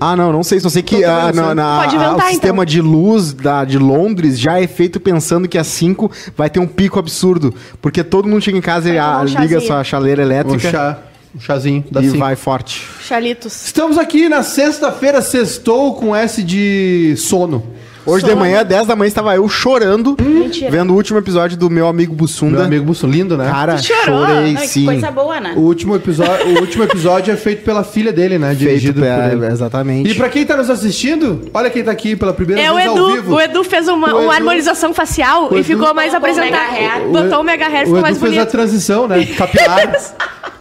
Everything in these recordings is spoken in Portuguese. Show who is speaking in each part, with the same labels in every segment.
Speaker 1: Ah, não, não sei. Só sei que ah, na, na-
Speaker 2: Pode inventar,
Speaker 1: a- o
Speaker 2: então.
Speaker 1: sistema de luz da, de Londres já é feito pensando que às 5 vai ter um pico absurdo. Porque todo mundo chega em casa e
Speaker 2: Vai tomar
Speaker 1: ah,
Speaker 2: um
Speaker 1: liga
Speaker 2: chazinho.
Speaker 1: sua chaleira
Speaker 3: Um,
Speaker 1: elétrica
Speaker 3: chá, um chazinho da
Speaker 1: e
Speaker 3: cinco.
Speaker 1: vai forte.
Speaker 2: Chalitos.
Speaker 3: Estamos aqui na sexta-feira, sextou com S de sono.
Speaker 1: Hoje de
Speaker 2: Sono.
Speaker 1: manhã, 10 da manhã, estava eu chorando,
Speaker 2: um Mentira.
Speaker 1: vendo o último episódio do meu amigo
Speaker 3: Meu
Speaker 1: Bussunda.
Speaker 3: amigo Busso, lindo, né?
Speaker 1: Cara,
Speaker 2: Tu chorou?
Speaker 1: chorei
Speaker 2: Ai, que
Speaker 1: sim.
Speaker 4: Coisa boa, né?
Speaker 3: O último, episódio, o último episódio é feito pela filha dele, né?
Speaker 1: Feito,
Speaker 3: Dirigido
Speaker 1: pela-
Speaker 3: por ele.
Speaker 1: exatamente.
Speaker 3: E pra quem tá nos assistindo, olha quem tá aqui pela primeira
Speaker 2: É o
Speaker 3: vez ao
Speaker 2: Edu.
Speaker 3: vivo.
Speaker 2: O Edu fez uma,
Speaker 3: O
Speaker 2: uma
Speaker 3: Edu-
Speaker 2: harmonização facial
Speaker 3: o
Speaker 2: e
Speaker 3: Edu-
Speaker 2: ficou mais
Speaker 4: Botou o
Speaker 2: apresentado.
Speaker 4: mega hair.
Speaker 2: Botou o mega hair,
Speaker 3: O
Speaker 2: ficou mais
Speaker 3: Edu fez a
Speaker 2: bonito.
Speaker 3: transição, né? Capilar.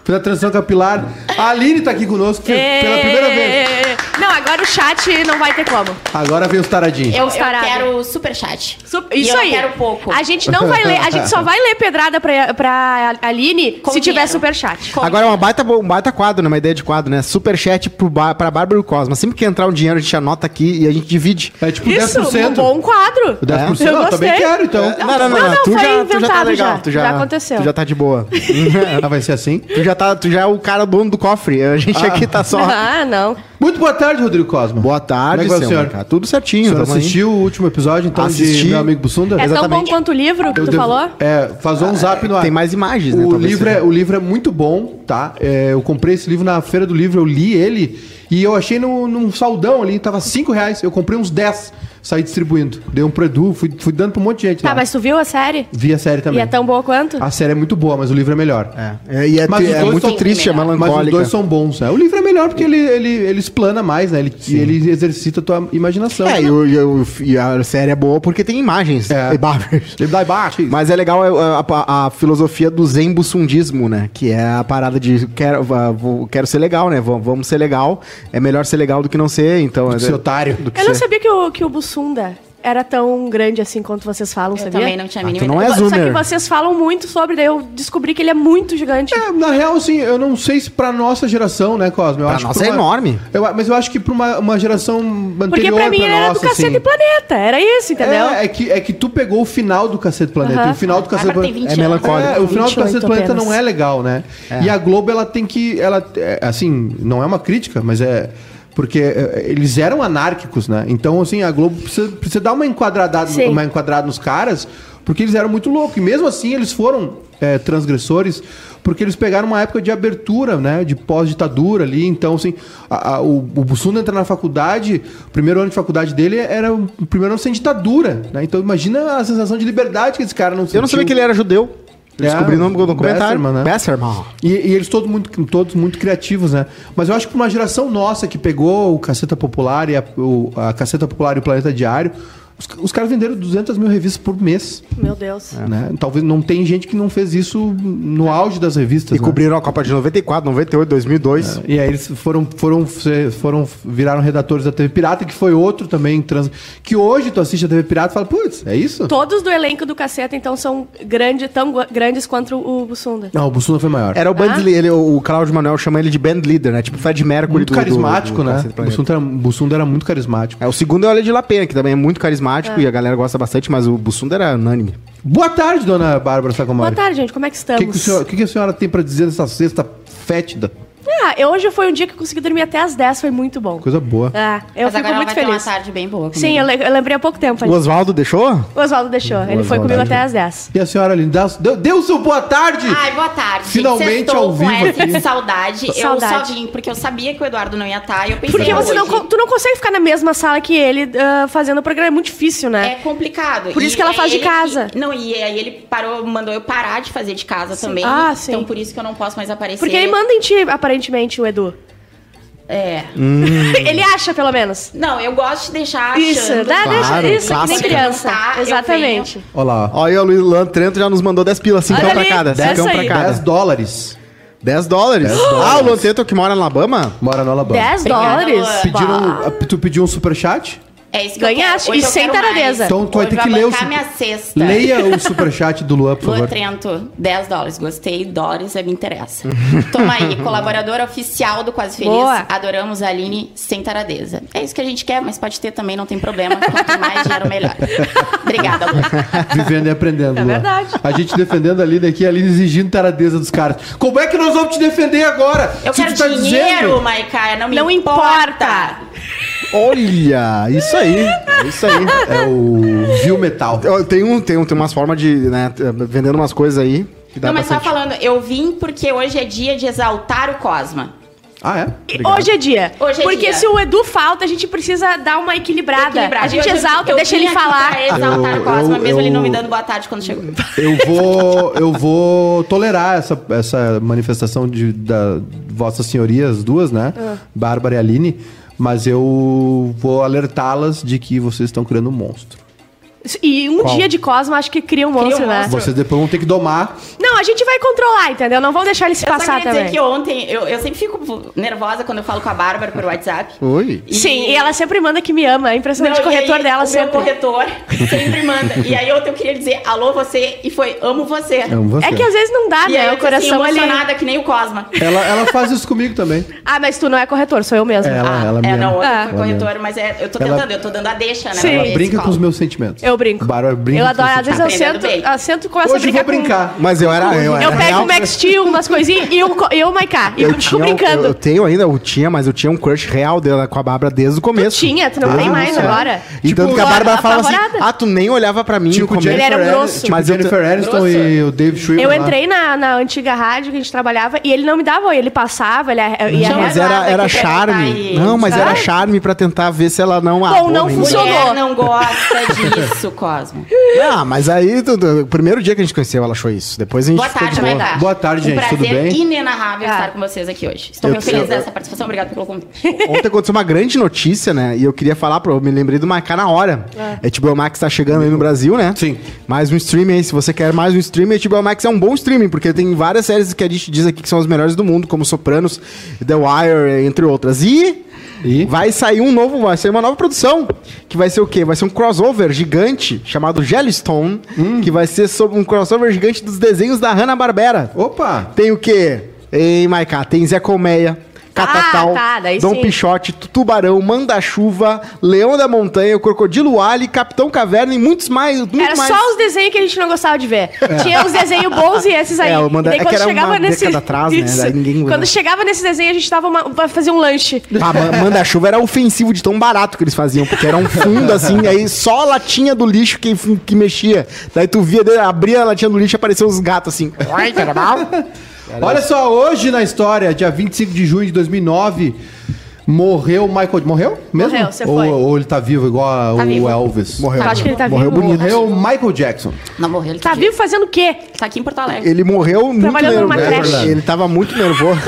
Speaker 3: fez a transição capilar. A Aline tá aqui conosco fe-
Speaker 2: É.
Speaker 3: pela primeira vez.
Speaker 2: vez. É. Não, agora o chat não vai ter como.
Speaker 3: Agora vem os taradinhos.
Speaker 4: Eu, eu
Speaker 2: Tarado.
Speaker 4: quero superchat.
Speaker 2: Su-
Speaker 4: E
Speaker 2: Isso
Speaker 4: eu
Speaker 2: aí.
Speaker 4: Eu quero pouco.
Speaker 2: A gente não vai ler, a gente só vai ler pedrada pra, pra Aline
Speaker 4: Com
Speaker 2: se tiver
Speaker 4: dinheiro.
Speaker 2: superchat.
Speaker 4: Com-
Speaker 1: Agora, uma baita, bo- um baita quadro, né? Uma ideia de quadro, né? Superchat pro ba- pra Bárbara Cosma. Sempre que entrar um dinheiro, a gente anota aqui e a gente divide.
Speaker 3: É tipo
Speaker 2: Isso, um
Speaker 3: 10%.
Speaker 2: bom quadro.
Speaker 3: 10%?
Speaker 2: Eu
Speaker 3: Não, eu
Speaker 2: gostei. É.
Speaker 3: também quero, então.
Speaker 1: Não, não, não,
Speaker 2: não,
Speaker 1: tu,
Speaker 2: foi
Speaker 1: já, tu já tá
Speaker 2: inventado
Speaker 1: legal.
Speaker 2: já.
Speaker 1: Tu já,
Speaker 2: Já aconteceu.
Speaker 1: Tu já tá de boa.
Speaker 3: Ah, vai ser assim.
Speaker 1: tu, já tá, tu já é o cara dono do cofre. A gente aqui tá só.
Speaker 2: Ah, não.
Speaker 3: Muito boa tarde, Rodrigo Cosma.
Speaker 1: Boa tarde,
Speaker 3: Como é que vai,
Speaker 1: seu
Speaker 3: senhor?
Speaker 1: Marcar. Tudo
Speaker 3: O
Speaker 1: certinho.
Speaker 3: senhor
Speaker 1: tamo aí.
Speaker 3: assistiu o último episódio, então,
Speaker 1: Assisti.
Speaker 3: de Meu Amigo Bussunda?
Speaker 2: É tão bom
Speaker 1: Exatamente.
Speaker 2: quanto o livro que
Speaker 3: Eu
Speaker 2: tu
Speaker 3: devo-
Speaker 2: falou?
Speaker 3: É, faz um zap no ar.
Speaker 1: Ah, tem mais imagens, né,
Speaker 3: o
Speaker 1: talvez
Speaker 3: Livro
Speaker 1: seja.
Speaker 3: é, o livro é muito bom, tá? É, eu comprei esse livro na Feira do Livro, eu li ele e eu achei no, num saldão ali, tava 5 reais, eu comprei uns 10, saí distribuindo. Dei um pro Edu, fui, fui dando pra um monte de gente
Speaker 2: Tá,
Speaker 3: lá.
Speaker 2: mas tu viu a série?
Speaker 3: Vi a série também.
Speaker 2: E é tão boa quanto?
Speaker 3: A série é muito boa, mas o livro é melhor.
Speaker 1: É, e é,
Speaker 3: Mas
Speaker 1: tri-
Speaker 3: os
Speaker 1: é
Speaker 3: dois
Speaker 1: muito
Speaker 3: são-
Speaker 1: triste, é
Speaker 4: Mas
Speaker 3: né? Mas os
Speaker 1: melancólica.
Speaker 3: dois são bons, né? O livro é melhor porque ele, ele, ele explana mais, né? Ele, e ele exercita a tua imaginação.
Speaker 1: É, e, o- e o- e a série é boa porque tem imagens.
Speaker 3: É.
Speaker 1: E Bárbaras.
Speaker 3: Ele dá baixo.
Speaker 1: Mas é legal a, a- a filosofia do zen bussundismo, né? Que é a parada de quero, va- vou- quero ser legal, né? Vamos, vamos ser legal. É melhor ser legal do que não ser, então... é-
Speaker 3: Seu otário.
Speaker 1: do que
Speaker 2: Eu não
Speaker 1: ser-
Speaker 2: sabia que o, que o Bussunda era tão grande assim quanto vocês falam,
Speaker 4: Eu
Speaker 2: sabia?
Speaker 4: também não tinha
Speaker 1: Ah,
Speaker 4: a mínima
Speaker 1: tu não é
Speaker 4: ideia.
Speaker 2: Só que
Speaker 1: Zoomer.
Speaker 2: vocês falam muito sobre, daí eu descobri que ele é muito gigante.
Speaker 3: É, na real, assim, eu não sei se pra nossa geração, né, Cosme? Eu
Speaker 1: Pra
Speaker 3: acho que
Speaker 1: nossa
Speaker 3: pra
Speaker 1: é enorme.
Speaker 3: Eu a- mas eu acho que pra uma, uma geração anterior
Speaker 2: Porque pra mim ele era do Cacete
Speaker 3: assim.
Speaker 2: Planeta, era isso, entendeu?
Speaker 3: É, é que, é que tu pegou o final do Cacete Planeta.
Speaker 2: Aham.
Speaker 3: E o final do Cacete
Speaker 4: Agora tem
Speaker 3: Planeta...
Speaker 4: 20
Speaker 1: É
Speaker 4: anos.
Speaker 1: melancólico.
Speaker 3: É, o final do
Speaker 2: 28
Speaker 3: Cacete Planeta
Speaker 2: apenas.
Speaker 3: não é legal, né? E a Globo, ela tem que... Ela, é, assim, não é uma crítica, mas é... Porque é, eles eram anárquicos, né? Então, assim, a Globo precisa, precisa dar uma enquadrada,
Speaker 2: Sim.
Speaker 3: uma enquadrada nos caras, porque eles eram muito loucos. E mesmo assim, eles foram é, transgressores, porque eles pegaram uma época de abertura, né? De pós-ditadura ali. Então, assim, a- a- o, o Bussunda entra na faculdade, o primeiro ano de faculdade dele era o primeiro ano sem ditadura, né? Então, imagina a sensação de liberdade que esse cara não sentiu.
Speaker 1: Eu não sabia que ele era judeu. Eu
Speaker 3: É,
Speaker 1: descobri no documentário.
Speaker 3: Besserman, né?
Speaker 1: Besserman.
Speaker 3: E, e eles todos muito, todos muito criativos, né? Mas eu acho que pra uma geração nossa que pegou o Caceta Popular e a, o, a Caceta Popular e o Planeta Diário, os, os caras venderam 200 mil revistas por mês.
Speaker 2: Meu Deus.
Speaker 1: É.
Speaker 3: Né? Talvez não tem gente que não fez isso no auge das revistas.
Speaker 1: E
Speaker 3: né?
Speaker 1: cobriram a Copa de 94, 98, 2002.
Speaker 3: E aí eles foram, foram, foram, viraram redatores da TV Pirata, que foi outro também trans. Que hoje tu assiste a TV Pirata e fala, putz, é isso?
Speaker 2: Todos do elenco do Caceta, então, são grande, tão gu- grandes quanto o Bussunda.
Speaker 3: Não, o Bussunda foi maior.
Speaker 1: Era o
Speaker 2: Ah?
Speaker 1: band leader, ele, o o Cláudio Manuel chama ele de band leader, né? Tipo Fred Mercury
Speaker 3: muito
Speaker 1: do- do-
Speaker 3: carismático,
Speaker 1: do
Speaker 3: né?
Speaker 1: Cacete
Speaker 3: O
Speaker 1: Planeta.
Speaker 3: Bussunda, era, o Bussunda era muito carismático.
Speaker 1: É, o segundo é o Led Lapena, que também é muito carismático e a galera gosta bastante, mas o Bussunda era unânime.
Speaker 3: Boa tarde, dona Bárbara Sacomori.
Speaker 2: Boa tarde, gente. Como é
Speaker 3: O
Speaker 2: que estamos?
Speaker 3: que, que, o senhor- que que a senhora tem pra dizer nessa sexta fétida?
Speaker 2: Ah, eu- hoje foi um dia que eu consegui dormir até as 10, foi muito bom.
Speaker 3: Coisa boa.
Speaker 2: Ah, eu
Speaker 4: Mas
Speaker 2: fico
Speaker 4: agora ela
Speaker 2: muito
Speaker 4: vai ter uma
Speaker 2: feliz.
Speaker 4: tarde bem boa. comigo.
Speaker 2: Sim, eu, le- eu lembrei há pouco
Speaker 1: O
Speaker 2: tempo. ali.
Speaker 1: Oswaldo deixou?
Speaker 2: O Oswaldo deixou. ele foi
Speaker 1: Oswaldo
Speaker 2: comigo
Speaker 1: deixou.
Speaker 2: até as 10.
Speaker 3: E a senhora, Aline, dá- deu, deu o seu boa tarde!
Speaker 4: Ai, boa tarde. gente.
Speaker 3: Finalmente
Speaker 4: Sextou
Speaker 3: ao vivo
Speaker 4: com essa
Speaker 3: aqui.
Speaker 4: saudade. Eu só
Speaker 2: Saudade.
Speaker 4: vim porque eu sabia que o Eduardo não ia estar. E eu pensei
Speaker 2: Porque você não,
Speaker 4: é hoje
Speaker 2: con- tu não consegue ficar na mesma sala que ele ah, fazendo o programa. É muito difícil,
Speaker 4: É
Speaker 2: né?
Speaker 4: complicado.
Speaker 2: Por isso que ela
Speaker 4: aí
Speaker 2: faz de
Speaker 4: ele-
Speaker 2: casa.
Speaker 4: Não, e aí ele parou, mandou eu parar de fazer de casa também.
Speaker 2: Ah, sim.
Speaker 4: Então por isso que eu não posso mais aparecer.
Speaker 2: Porque ele manda em ti, aparentemente, o Edu.
Speaker 4: É.
Speaker 2: ele acha, pelo menos.
Speaker 4: Não, eu gosto de deixar
Speaker 2: Isso,
Speaker 4: achando.
Speaker 2: dá, deixa-
Speaker 1: Claro,
Speaker 2: isso, que nem
Speaker 1: clássica.
Speaker 2: criança.
Speaker 4: Tá, eu
Speaker 2: Exatamente.
Speaker 3: Olha lá, ó.
Speaker 1: Ó, aí o Luiz Lan Trento já nos mandou 10 pilas, 5
Speaker 2: Olha
Speaker 1: pra
Speaker 2: ali,
Speaker 1: cada, 10
Speaker 2: essa
Speaker 1: pra
Speaker 2: aí.
Speaker 1: cada.
Speaker 3: 10 dólares.
Speaker 1: 10 dólares? Ah, o Luan Trento que mora no Alabama?
Speaker 3: Mora no Alabama.
Speaker 2: 10
Speaker 4: Obrigada,
Speaker 2: dólares?
Speaker 4: Luan.
Speaker 3: Pediram,
Speaker 2: Bah.
Speaker 3: a- tu pediu um superchat?
Speaker 4: É isso que
Speaker 2: Ganhaste,
Speaker 4: eu quero. Hoje
Speaker 2: e
Speaker 4: eu
Speaker 2: sem
Speaker 4: quero mais.
Speaker 2: taradeza.
Speaker 3: Então tu vai
Speaker 4: Hoje
Speaker 3: ter
Speaker 4: eu
Speaker 3: que
Speaker 4: vou
Speaker 3: ler o
Speaker 4: bancar
Speaker 3: su-
Speaker 4: minha cesta.
Speaker 3: Leia Uhum. o superchat do Luan, por
Speaker 4: Lua
Speaker 3: favor.
Speaker 4: Trento, 10 dólares. Gostei, dólares é, me interessa. Toma aí, colaboradora oficial do Quase Feliz.
Speaker 2: Boa.
Speaker 4: Adoramos a Aline sem taradeza. É isso que a gente quer, mas pode ter também, não tem problema. Quanto mais dinheiro, melhor. Obrigada, Lua.
Speaker 3: Vivendo e aprendendo,
Speaker 2: É
Speaker 3: Luan.
Speaker 2: verdade.
Speaker 3: A gente defendendo a Aline aqui, a Aline exigindo taradeza dos caras. Como é que nós vamos te defender agora?
Speaker 4: Eu
Speaker 3: Se
Speaker 4: quero
Speaker 3: tu tá
Speaker 4: dinheiro, Maicaia, não me
Speaker 2: Não
Speaker 4: importa.
Speaker 2: importa.
Speaker 1: Olha, isso aí. É isso aí.
Speaker 3: É o Viu Metal.
Speaker 1: Ó, Tem, um, tem, um, tem umas formas de, né, t- vendendo umas coisas aí. que dá
Speaker 4: Não, mas só
Speaker 1: bastante.
Speaker 4: falando, eu vim porque hoje é dia de exaltar o Cosma.
Speaker 3: Ah, é?
Speaker 2: E Hoje é dia.
Speaker 4: Hoje é
Speaker 2: Porque
Speaker 4: dia.
Speaker 2: se o Edu falta, a gente precisa dar uma equilibrada.
Speaker 4: Equilibrado.
Speaker 2: A gente
Speaker 4: Hoje eu-
Speaker 2: exalta,
Speaker 4: eu
Speaker 2: deixa
Speaker 4: vim
Speaker 2: ele
Speaker 4: aqui
Speaker 2: falar.
Speaker 4: pra exaltar
Speaker 3: Eu-
Speaker 4: o Cosma,
Speaker 3: eu-
Speaker 4: mesmo ele não me
Speaker 3: eu-
Speaker 4: dando boa tarde quando chegou.
Speaker 3: Eu vou, eu vou tolerar essa, essa manifestação de, da vossas senhorias duas, né?
Speaker 2: Ah.
Speaker 3: Bárbara e Aline. Mas eu vou alertá-las de que vocês estão criando um monstro.
Speaker 2: E um
Speaker 3: Qual?
Speaker 2: dia de Cosmo, acho que cria um monstro,
Speaker 4: um
Speaker 2: né?
Speaker 4: monstro.
Speaker 3: Vocês depois vão ter que domar.
Speaker 2: Não, a gente vai controlar, entendeu? Não vamos deixar ele se
Speaker 4: Eu só
Speaker 2: passar
Speaker 4: queria dizer
Speaker 2: também.
Speaker 4: que ontem, eu, eu sempre fico nervosa quando eu falo com a Bárbara por WhatsApp.
Speaker 1: Oi.
Speaker 2: Sim, e ela sempre manda que me ama. É impressionante o
Speaker 4: Não, e
Speaker 2: corretor
Speaker 4: aí,
Speaker 2: dela
Speaker 4: o
Speaker 2: sempre.
Speaker 4: Meu corretor sempre manda. E aí ontem eu queria dizer alô você e foi amo você.
Speaker 3: Amo você.
Speaker 2: É que às vezes não dá,
Speaker 4: E aí
Speaker 2: né?
Speaker 4: eu
Speaker 2: O coração
Speaker 4: assim,
Speaker 2: ali.
Speaker 4: emocionada que nem o Cosma.
Speaker 3: Ela, ela faz isso comigo também.
Speaker 2: Ah, mas tu não é corretor, sou eu mesmo.
Speaker 3: Ela-
Speaker 4: ah,
Speaker 3: ela me
Speaker 4: é,
Speaker 3: ama.
Speaker 4: não, ontem
Speaker 2: Ah.
Speaker 4: foi corretor, mas é, eu tô
Speaker 3: Ela-
Speaker 4: tentando, eu tô dando a deixa, né?
Speaker 2: Sim.
Speaker 4: pra
Speaker 2: Ela
Speaker 4: esse
Speaker 3: Brinca com os
Speaker 4: Cosma.
Speaker 3: meus sentimentos.
Speaker 2: Eu brinco.
Speaker 3: Bárbara brinca
Speaker 2: eu
Speaker 3: com os
Speaker 2: adoro, às
Speaker 3: sentimentos.
Speaker 1: tipo
Speaker 2: vezes eu
Speaker 4: Aprendendo
Speaker 2: sento,
Speaker 4: bem.
Speaker 2: eu sento com essa
Speaker 3: Hoje eu
Speaker 2: brinca
Speaker 3: vou brincar.
Speaker 1: Mas eu era. Eu,
Speaker 2: Com...
Speaker 1: era
Speaker 2: Eu pego
Speaker 1: né, real-
Speaker 2: o Max Steel, umas coisinhas, e o, co- eu o Maiká. E
Speaker 1: Eu
Speaker 2: eu fico
Speaker 1: tinha, um, eu,
Speaker 2: brincando.
Speaker 1: eu tenho ainda, eu tinha, mas eu tinha um crush real dela com a Bárbara desde o começo.
Speaker 2: tinha, tu não
Speaker 1: Desde
Speaker 2: tem
Speaker 1: o
Speaker 2: mais
Speaker 1: início, né?
Speaker 2: agora.
Speaker 1: E
Speaker 3: Tipo,
Speaker 1: tanto que a
Speaker 2: agora
Speaker 1: Bárbara
Speaker 2: tá
Speaker 1: falava assim:
Speaker 2: apavorada.
Speaker 1: ah, tu nem olhava pra mim no
Speaker 3: Tipo
Speaker 1: começo.
Speaker 3: Jennifer,
Speaker 2: Ele era um
Speaker 3: Aniston-
Speaker 2: grosso.
Speaker 3: tipo
Speaker 1: Mas eu
Speaker 3: Jennifer Aniston e o David Schwimmer.
Speaker 2: Eu
Speaker 3: lá.
Speaker 2: entrei na, na antiga rádio que a gente trabalhava e ele não me dava oi, ele passava, ele a- ia
Speaker 1: Não, mas é era,
Speaker 4: Aguarda
Speaker 1: era
Speaker 4: que vai
Speaker 1: charme.
Speaker 4: sair.
Speaker 1: Não, mas era
Speaker 2: Ah.
Speaker 1: charme pra tentar ver se ela não.
Speaker 2: Bom,
Speaker 1: boa,
Speaker 2: não
Speaker 1: nem-
Speaker 2: funcionou.
Speaker 4: Mulher não gosta disso, Cosmo.
Speaker 1: Ah, mas aí, tu- tu- o primeiro dia que a gente conheceu, ela achou isso. Depois a gente
Speaker 4: Boa tarde,
Speaker 1: de boa.
Speaker 4: Maidá.
Speaker 3: tá Boa tarde, gente,
Speaker 4: Um prazer
Speaker 3: tudo bem?
Speaker 4: inenarrável
Speaker 2: Ah.
Speaker 4: estar com vocês aqui hoje. Estou
Speaker 1: Eu-
Speaker 4: muito feliz
Speaker 1: eu-
Speaker 4: dessa participação. Obrigado pelo convite.
Speaker 1: Ontem aconteceu uma grande notícia, né? E eu queria falar, pra, eu me lembrei do Marcar na hora. É. HBO Max tá chegando aí no Brasil, né?
Speaker 3: Sim.
Speaker 1: Mais um streaming aí. Se você quer mais um streaming, HBO Max é um bom streaming, porque tem várias séries que a gente diz aqui que são as melhores do mundo, como Sopranos, The Wire, entre outras. E.
Speaker 3: E?
Speaker 1: Vai sair um novo, vai sair uma nova produção, que vai ser o quê? Vai ser um crossover gigante chamado Jellystone,
Speaker 3: Hum.
Speaker 1: que vai ser sobre um crossover gigante dos desenhos da Hanna-Barbera.
Speaker 3: Opa!
Speaker 1: Tem o quê? Ei, Maiká, tem Zé Colmeia, Catatal,
Speaker 2: Ah, tá, daí
Speaker 1: Dom
Speaker 2: sim.
Speaker 1: Pichote, Tubarão, Manda-Chuva, Leão da Montanha, o Crocodilo Ali, Capitão Caverna e muitos mais. Muito
Speaker 2: Era
Speaker 1: mais.
Speaker 2: só os desenhos que a gente não gostava de ver. Tinha os desenhos bons e esses aí.
Speaker 1: É, eu mandava-
Speaker 2: E daí
Speaker 1: é que era uma década atrás, né?
Speaker 2: Isso.
Speaker 1: Daí ninguém-
Speaker 2: Quando chegava nesse desenho, a gente tava uma... pra fazer um lanche.
Speaker 1: Ah, ma- Manda-Chuva era ofensivo de tão barato que eles faziam, porque era um fundo assim, aí só a latinha do lixo que, que mexia. Daí tu via, daí abria a latinha do lixo e apareciam os gatos assim. Ai, cara, mal.
Speaker 3: Olha só, hoje na história, dia 25 de junho de 2009, morreu Michael... Morreu mesmo?
Speaker 2: Morreu, você
Speaker 3: ou,
Speaker 2: foi.
Speaker 3: ou ele tá vivo igual a-
Speaker 4: Tá
Speaker 3: o
Speaker 4: vivo.
Speaker 3: Elvis?
Speaker 1: Morreu.
Speaker 2: Eu acho que ele tá
Speaker 1: É. morreu
Speaker 2: vivo.
Speaker 1: bonito.
Speaker 3: Morreu Michael Jackson.
Speaker 4: Não morreu, ele
Speaker 2: Tá vivo fazendo o quê?
Speaker 4: Tá aqui em Porto Alegre.
Speaker 1: Ele morreu muito
Speaker 2: Trabalhando numa
Speaker 1: nervoso. É
Speaker 3: creche.
Speaker 1: Ele tava muito nervoso.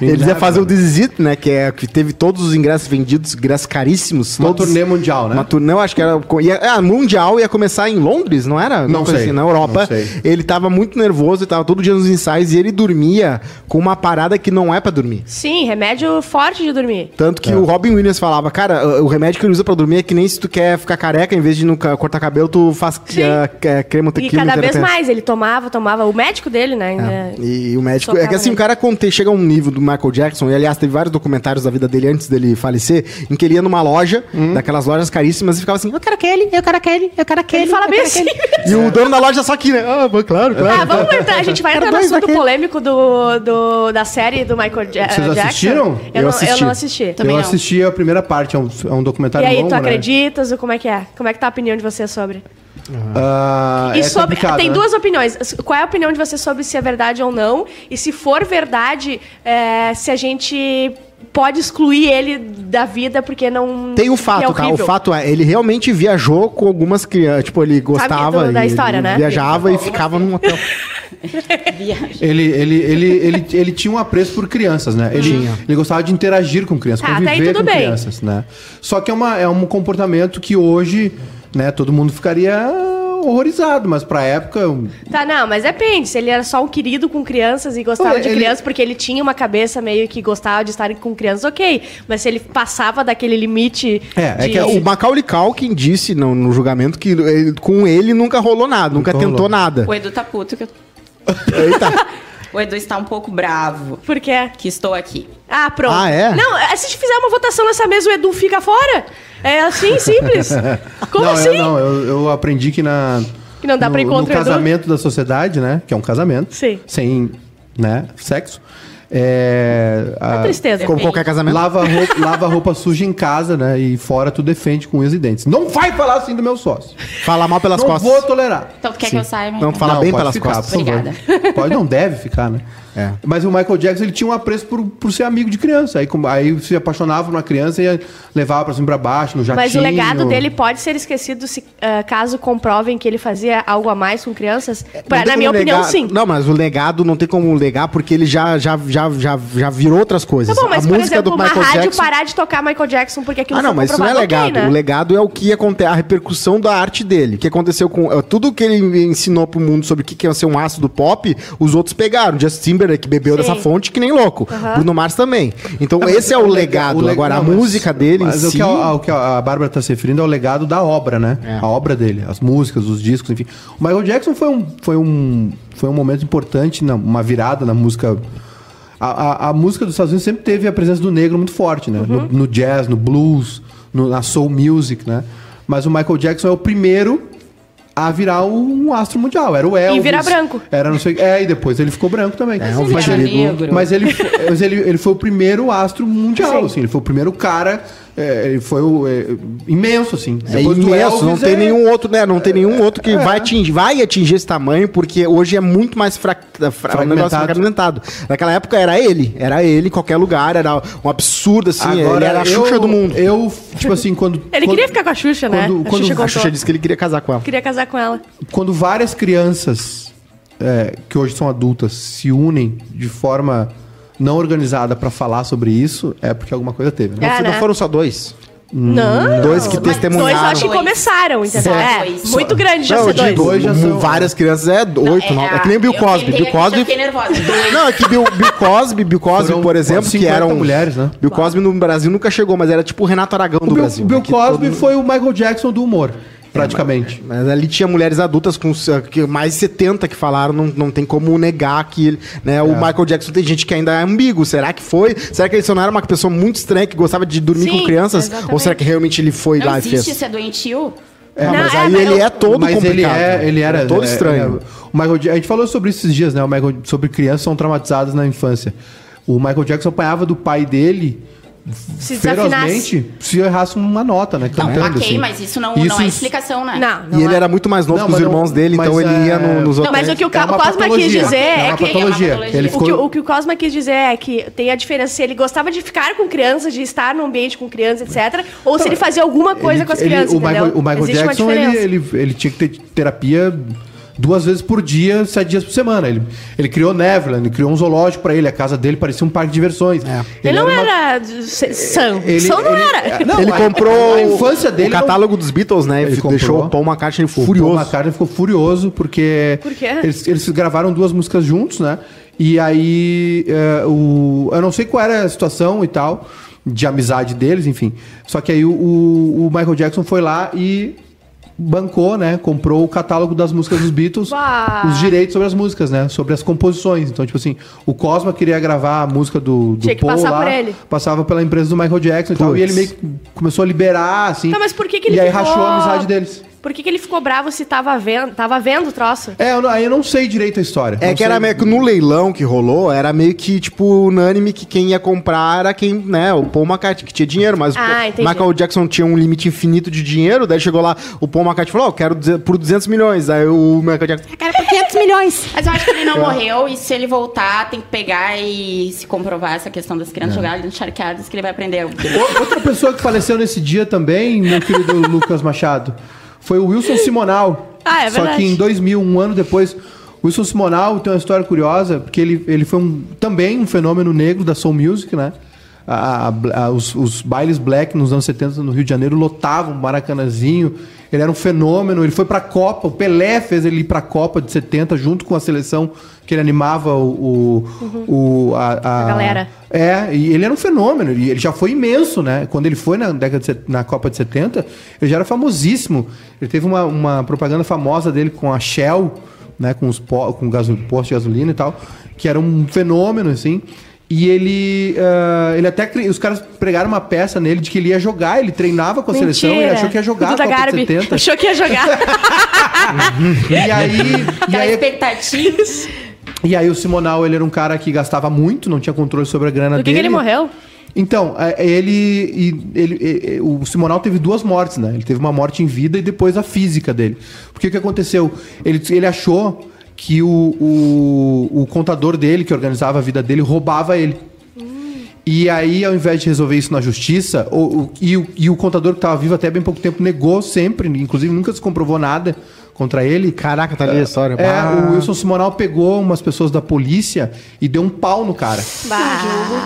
Speaker 1: Eles iam fazer o Desisito, né? Que, é, que teve todos os ingressos vendidos, ingressos caríssimos.
Speaker 3: Uma
Speaker 1: todos-
Speaker 3: turnê mundial, né?
Speaker 1: Uma turnê, eu acho que era. Ia, ah, mundial ia começar em Londres, não era? Alguma
Speaker 3: Não
Speaker 1: coisa assim,
Speaker 3: sei.
Speaker 1: na Europa.
Speaker 3: Não sei.
Speaker 1: Ele tava muito nervoso, ele tava todo dia nos ensaios e ele dormia com uma parada que não é pra dormir.
Speaker 2: Sim, remédio forte de dormir.
Speaker 1: Tanto
Speaker 3: É.
Speaker 1: que o Robin Williams falava, cara, o o remédio que ele usa pra dormir é que nem se tu quer ficar careca, em vez de não ca- cortar cabelo, tu faz
Speaker 2: Sim.
Speaker 1: ah, ca- crema
Speaker 2: E
Speaker 1: tequila.
Speaker 2: cada vez mais, ele tomava, tomava. O médico dele, né? ainda-
Speaker 3: Ah.
Speaker 1: E o médico.
Speaker 2: Socava
Speaker 1: É que assim,
Speaker 2: nele.
Speaker 1: o cara conte, chega a um nível do Michael Jackson, e aliás, teve vários documentários da vida dele antes dele falecer, em que ele ia numa loja,
Speaker 3: Hum.
Speaker 1: daquelas lojas caríssimas, e ficava assim, eu quero aquele, eu quero aquele, eu quero aquele.
Speaker 2: Ele fala
Speaker 1: eu
Speaker 2: bem
Speaker 1: quero
Speaker 2: assim.
Speaker 1: aquele." E o dono da loja só aqui, né? Ah, bom,
Speaker 3: É.
Speaker 1: claro, claro.
Speaker 2: Ah, vamos entrar. A gente vai
Speaker 1: Era
Speaker 2: entrar no
Speaker 1: dois
Speaker 2: assunto
Speaker 1: daquele.
Speaker 2: polêmico do, do- da série do Michael Ja-
Speaker 3: Vocês
Speaker 2: É, Jackson.
Speaker 3: assistiram?
Speaker 2: Eu,
Speaker 1: Eu
Speaker 2: não,
Speaker 1: assisti.
Speaker 2: eu não assisti.
Speaker 4: Também
Speaker 3: eu
Speaker 4: não.
Speaker 3: assisti a primeira parte, é um, é um
Speaker 2: E
Speaker 3: documentário
Speaker 2: aí,
Speaker 3: longo,
Speaker 2: tu
Speaker 3: né?
Speaker 2: acreditas? Ou Como é que é? Como é que tá a opinião de você sobre?
Speaker 3: Ah,
Speaker 2: e
Speaker 3: é
Speaker 2: sobre.
Speaker 3: complicado,
Speaker 2: Tem
Speaker 3: né?
Speaker 2: duas opiniões. Qual é a opinião de você sobre se é verdade ou não? E se for verdade, é, se a gente pode excluir ele da vida porque não.
Speaker 3: um
Speaker 1: Tem o
Speaker 2: que é
Speaker 1: fato, tá? O
Speaker 2: horrível.
Speaker 1: fato é, ele realmente viajou com algumas crianças. Tipo, ele gostava.
Speaker 2: do- da
Speaker 1: e-
Speaker 2: história,
Speaker 1: ele
Speaker 2: né?
Speaker 1: Viajava e ficava num hotel.
Speaker 3: Ele, ele, ele, ele, ele tinha um apreço por crianças, né? Ele, ele gostava de interagir com crianças,
Speaker 2: Tá, até aí
Speaker 3: conviver
Speaker 2: tudo
Speaker 3: com
Speaker 2: bem.
Speaker 3: crianças, né? Só que é, uma, é um comportamento que hoje, né, todo mundo ficaria horrorizado, mas pra época.
Speaker 2: Tá, não, mas depende. Se ele era só um querido com crianças e gostava
Speaker 3: Ué,
Speaker 2: de
Speaker 3: ele-
Speaker 2: crianças porque ele tinha uma cabeça meio que gostava de estar com crianças, ok. Mas se ele passava daquele limite.
Speaker 3: É, é
Speaker 2: de-
Speaker 3: que é
Speaker 1: O Macaulay Culkin disse no, no julgamento que ele- com ele nunca rolou nada, nunca,
Speaker 3: Nunca
Speaker 1: tentou
Speaker 3: rolou.
Speaker 1: nada.
Speaker 4: O Edu tá puto. Que eu-
Speaker 1: Eita.
Speaker 4: O Edu está um pouco bravo
Speaker 2: Por quê?
Speaker 4: que estou aqui.
Speaker 2: é. Ah, pronto.
Speaker 1: Ah, é?
Speaker 2: Não, é, se a gente fizer uma votação nessa mesa, o Edu fica fora? É assim, simples. Como
Speaker 3: não,
Speaker 2: assim?
Speaker 3: eu, não, eu, eu aprendi que na.
Speaker 2: Que não dá
Speaker 3: no,
Speaker 2: pra ir
Speaker 3: No
Speaker 2: contra o Edu?
Speaker 3: casamento da sociedade, né? Que é um casamento.
Speaker 2: Sim.
Speaker 3: Sem, né, sexo. É, a-
Speaker 2: Tristeza.
Speaker 1: Como qualquer casamento.
Speaker 3: lava, roupa, lava roupa suja em casa, né? E fora tu defende com unhas e dentes. Não vai falar assim do meu sócio.
Speaker 1: Fala mal pelas
Speaker 3: não
Speaker 1: costas.
Speaker 3: vou tolerar.
Speaker 4: Então, tu quer que eu saia?
Speaker 1: Não, fala
Speaker 3: Não,
Speaker 1: bem
Speaker 3: pode
Speaker 1: pelas
Speaker 3: ficar,
Speaker 1: costas.
Speaker 3: por favor. Pode, não deve ficar, né?
Speaker 1: É.
Speaker 3: Mas o Michael Jackson, ele tinha um apreço por, por ser amigo de criança. Aí, com- aí se apaixonava por uma criança e ia- levava pra cima e pra baixo, no jatinho.
Speaker 2: Mas o legado dele pode ser esquecido se, ah, caso comprovem que ele fazia algo a mais com crianças? Pra-
Speaker 1: Não tem
Speaker 2: na
Speaker 1: como
Speaker 2: minha opinião,
Speaker 1: negar-
Speaker 2: sim.
Speaker 1: um Não, mas o legado não tem como negar porque ele já, já, já, já, já virou outras
Speaker 2: Tá
Speaker 1: coisas.
Speaker 2: bom, mas,
Speaker 1: a
Speaker 2: por
Speaker 1: música
Speaker 2: exemplo,
Speaker 1: do
Speaker 2: uma
Speaker 1: Michael
Speaker 2: rádio
Speaker 1: Jackson.
Speaker 2: parar de tocar Michael Jackson porque aquilo
Speaker 1: Ah, não,
Speaker 2: foi
Speaker 1: mas isso não é
Speaker 2: comprovado,
Speaker 1: legado.
Speaker 2: ok, né?
Speaker 1: O legado é o que acontece, a repercussão da arte dele. O que aconteceu com. eh, Tudo que ele ensinou pro mundo sobre o que que é ser um aço do pop, os outros pegaram. Justin Timberlake bebeu
Speaker 2: Sim.
Speaker 1: dessa fonte que nem louco. Bruno Mars também. Então,
Speaker 3: Não, Ah, mas
Speaker 1: esse é o legado.
Speaker 3: lega-
Speaker 1: Agora,
Speaker 3: não,
Speaker 1: a
Speaker 3: mas-
Speaker 1: música dele
Speaker 3: Mas
Speaker 1: em
Speaker 3: o
Speaker 1: si.
Speaker 3: que, a, o que a a Bárbara tá se referindo é o legado da obra, né?
Speaker 1: É.
Speaker 3: A obra dele, as músicas, os discos, enfim. O Michael Jackson foi um, foi um, foi um momento importante, na- uma virada na música. A, a- a música dos Estados Unidos sempre teve a presença do negro muito forte, né?
Speaker 1: Uhum.
Speaker 3: No, no jazz, no blues, no- na soul music, né? Mas o Michael Jackson é o primeiro a virar um, astro mundial. Era o Elvis.
Speaker 2: virar branco.
Speaker 3: Era não sei. É, e depois ele ficou branco também.
Speaker 1: É, um
Speaker 4: Ele era
Speaker 1: Evangelico.
Speaker 4: negro.
Speaker 3: Mas ele, mas ele, ele foi o primeiro astro mundial,
Speaker 2: Sim.
Speaker 3: assim. Ele foi o primeiro cara. é, ele foi o, é, imenso, assim.
Speaker 1: É
Speaker 3: Depois do
Speaker 1: imenso, não
Speaker 3: Elvis,
Speaker 1: tem
Speaker 3: é-
Speaker 1: nenhum outro, né? Não tem nenhum outro que vai, atingir, vai atingir esse tamanho, porque hoje é muito mais fra fra fragmentado. Um negócio fragmentado. Naquela época era ele, era ele em qualquer lugar, era um absurdo, assim, ele era a
Speaker 3: eu-
Speaker 1: Xuxa do mundo.
Speaker 3: Eu, tipo assim, quando.
Speaker 2: Ele
Speaker 3: quando,
Speaker 2: queria ficar com a Xuxa, né?
Speaker 3: quando-
Speaker 2: a
Speaker 3: quando-
Speaker 2: Xuxa
Speaker 3: a
Speaker 1: Hum, a
Speaker 2: contou.
Speaker 1: Xuxa disse que ele queria casar com ela.
Speaker 2: Queria casar com ela.
Speaker 3: quando várias crianças é, que hoje são adultas se unem de forma não organizada pra falar sobre isso, é porque alguma coisa teve, né?
Speaker 2: É.
Speaker 1: Não
Speaker 2: né?
Speaker 1: foram só dois.
Speaker 3: Hum,
Speaker 2: não.
Speaker 1: Dois que
Speaker 2: Dois
Speaker 4: Mas
Speaker 2: eu
Speaker 1: testemunharam.
Speaker 2: acho que
Speaker 4: Dois.
Speaker 2: começaram, entendeu?
Speaker 4: Só
Speaker 2: É,
Speaker 4: dois.
Speaker 2: muito grande já
Speaker 1: Não,
Speaker 2: ser
Speaker 1: eu
Speaker 2: dois.
Speaker 1: digo,
Speaker 3: Dois já são-
Speaker 1: várias crianças é oito, nove. É que nem
Speaker 4: ah,
Speaker 1: o Bill Cosby. Bill Cosby
Speaker 4: Eu nervosa.
Speaker 1: Não, é que Bill, Bill Cosby, Bill Cosby,
Speaker 3: Foram
Speaker 1: por exemplo, que
Speaker 3: 50
Speaker 1: eram
Speaker 3: mulheres, né?
Speaker 1: Bill Cosby no Brasil nunca chegou, mas era tipo o Renato Aragão do
Speaker 3: O Bill,
Speaker 1: Brasil.
Speaker 3: Bill
Speaker 1: né, que
Speaker 3: Cosby
Speaker 1: todo-
Speaker 3: foi o Michael Jackson do humor, praticamente.
Speaker 1: Mas ali tinha mulheres adultas com eh, que- mais de 70 que falaram, não, não tem como negar que ele, né, o Michael Jackson tem gente que ainda é ambíguo. Será que foi? Será que ele só não era uma pessoa muito estranha que gostava de dormir
Speaker 2: Sim,
Speaker 1: com crianças? Ou
Speaker 2: exatamente.
Speaker 1: será que realmente ele foi
Speaker 4: Não
Speaker 1: lá e fez?
Speaker 4: existe, isso é doentio.
Speaker 2: Não,
Speaker 1: mas
Speaker 2: é,
Speaker 1: aí
Speaker 2: mas
Speaker 1: ele
Speaker 2: eu-
Speaker 1: é todo
Speaker 3: ele,
Speaker 1: complicado.
Speaker 3: é, ele era
Speaker 1: todo
Speaker 3: é,
Speaker 1: estranho.
Speaker 3: é, o Michael, Ja- a gente falou sobre isso esses dias, né? O Michael, sobre crianças são traumatizadas na infância. O Michael Jackson apanhava do pai dele
Speaker 2: Se desafinasse.
Speaker 3: ferozmente se eu errasse uma nota, né? Cantando,
Speaker 4: ok,
Speaker 3: assim.
Speaker 4: mas isso não, não
Speaker 3: Isso-
Speaker 4: é explicação, né?
Speaker 2: Não,
Speaker 1: E
Speaker 2: não
Speaker 1: ele
Speaker 2: é.
Speaker 1: era muito mais novo
Speaker 3: Não,
Speaker 1: que os
Speaker 3: mas não-
Speaker 1: irmãos dele,
Speaker 3: mas
Speaker 1: então ele
Speaker 3: é-
Speaker 1: ia no- nos
Speaker 2: Não,
Speaker 1: outros.
Speaker 2: mas o que o
Speaker 3: É uma
Speaker 2: Cosma quis
Speaker 3: patologia.
Speaker 2: dizer
Speaker 3: É
Speaker 2: é
Speaker 3: uma
Speaker 2: que
Speaker 3: patologia.
Speaker 4: patologia.
Speaker 3: Ele
Speaker 4: O
Speaker 2: O que,
Speaker 3: ficou...
Speaker 2: o que o Cosma quis dizer é que tem a diferença se ele gostava de ficar com crianças, de estar num ambiente com crianças, etc. Ou se ele fazia alguma
Speaker 3: Então,
Speaker 2: coisa
Speaker 3: ele-
Speaker 2: com as
Speaker 3: ele-
Speaker 2: crianças,
Speaker 3: o Michael,
Speaker 2: entendeu?
Speaker 3: o Michael
Speaker 2: Existe uma
Speaker 3: Jackson, ele,
Speaker 2: diferença.
Speaker 3: ele, ele tinha que ter terapia duas vezes por dia, sete dias por semana. Ele, ele criou Neverland, ele criou um zoológico pra ele, a casa dele parecia um parque de diversões.
Speaker 2: É. Ele não
Speaker 3: uma-
Speaker 2: era do- se- são. São não
Speaker 3: ele- é,
Speaker 2: era.
Speaker 3: não,
Speaker 1: ele
Speaker 3: a-
Speaker 1: comprou
Speaker 3: a infância dele
Speaker 1: o
Speaker 3: não-
Speaker 1: catálogo dos Beatles, né?
Speaker 3: Ele
Speaker 1: Ele
Speaker 3: comprou.
Speaker 1: deixou o Paul McCartney
Speaker 3: O
Speaker 1: furioso.
Speaker 3: Paul McCartney ficou furioso porque
Speaker 2: Por quê?
Speaker 3: Eles, eles gravaram duas músicas juntos, né? E aí é, o, eu não sei qual era a situação e tal de amizade deles, enfim. Só que aí o, o- o Michael Jackson foi lá e bancou, né? Comprou o catálogo das músicas dos Beatles,
Speaker 2: Uau.
Speaker 3: os direitos sobre as músicas, né? Sobre as composições. Então, tipo assim, o Cosma queria gravar a música do, do
Speaker 2: Tinha que passar por ele.
Speaker 3: Passava pela empresa do Michael Jackson e tal.
Speaker 1: Puts.
Speaker 3: E ele meio que começou a liberar, assim.
Speaker 2: Tá, mas por que, que ele
Speaker 3: E aí
Speaker 2: ficou-
Speaker 3: rachou a amizade deles.
Speaker 2: Por que, que ele ficou bravo se tava vendo, tava vendo o troço?
Speaker 3: É, eu não, aí eu não sei direito a história.
Speaker 1: É
Speaker 3: Não
Speaker 1: que era
Speaker 3: sei.
Speaker 1: meio que no leilão que rolou, era meio que, tipo, unânime que quem ia comprar era quem, né, o Paul McCartney, que tinha dinheiro, mas
Speaker 2: Ah,
Speaker 1: o
Speaker 2: entendi.
Speaker 1: Michael Jackson tinha um limite infinito de dinheiro, daí chegou lá, o Paul McCartney falou, ó, eu quero duze- por 200 milhões, aí o Michael Jackson,
Speaker 4: Cara, por 500 milhões. Mas eu acho que ele não
Speaker 1: É.
Speaker 4: morreu e se ele voltar, tem que pegar e se comprovar essa questão das
Speaker 1: É.
Speaker 4: crianças jogadas encharqueadas que ele vai aprender.
Speaker 3: O- Outra pessoa que faleceu nesse dia também, meu querido Lucas Machado, foi o Wilson Simonal.
Speaker 2: Ah, é
Speaker 3: Só
Speaker 2: verdade.
Speaker 3: que em 2000, um ano depois, o Wilson Simonal tem uma história curiosa, porque ele, ele foi um, também um fenômeno negro da soul music, né? A- a- a- os, os bailes black nos anos 70 no Rio de Janeiro lotavam o Maracanãzinho. Ele era um fenômeno, ele foi pra Copa, o Pelé fez ele ir pra Copa de 70 junto com a seleção que ele animava o, o, o- a, a-
Speaker 2: Uhum. A galera.
Speaker 3: é, e ele era um fenômeno, e ele já foi imenso, né? Quando ele foi na, década de set- na Copa de 70, ele já era famosíssimo. Ele teve uma, uma propaganda famosa dele com a Shell, né? Com, os po com o gaso- posto de gasolina e tal, que era um fenômeno, assim. E ele, ah, ele até. cri- Os caras pregaram uma peça nele de que ele ia jogar, ele treinava com a seleção, ele achou que ia jogar a
Speaker 2: Duda
Speaker 3: Copa
Speaker 2: Garbi.
Speaker 3: de 70.
Speaker 2: Achou que ia jogar.
Speaker 3: E aí. e
Speaker 4: Aquela
Speaker 3: aí
Speaker 4: expectativa.
Speaker 3: E aí o Simonal, ele era um cara que gastava muito, não tinha controle sobre a grana
Speaker 2: Do que,
Speaker 3: dele.
Speaker 2: que ele morreu?
Speaker 3: Então, é, é, ele, e- ele- e- e- O Simonal teve duas mortes, né? Ele teve uma morte em vida e depois a física dele. Porque o que aconteceu? Ele, ele achou que o, o, o contador dele, que organizava a vida dele, roubava ele. E aí, ao invés de resolver isso na justiça, o, o- e, o, e o contador que estava vivo até bem pouco tempo negou sempre, inclusive nunca se comprovou nada contra ele.
Speaker 1: Caraca, tá ali a história.
Speaker 3: É,
Speaker 1: Bah.
Speaker 3: o Wilson Simonal pegou umas pessoas da polícia e deu um pau no cara.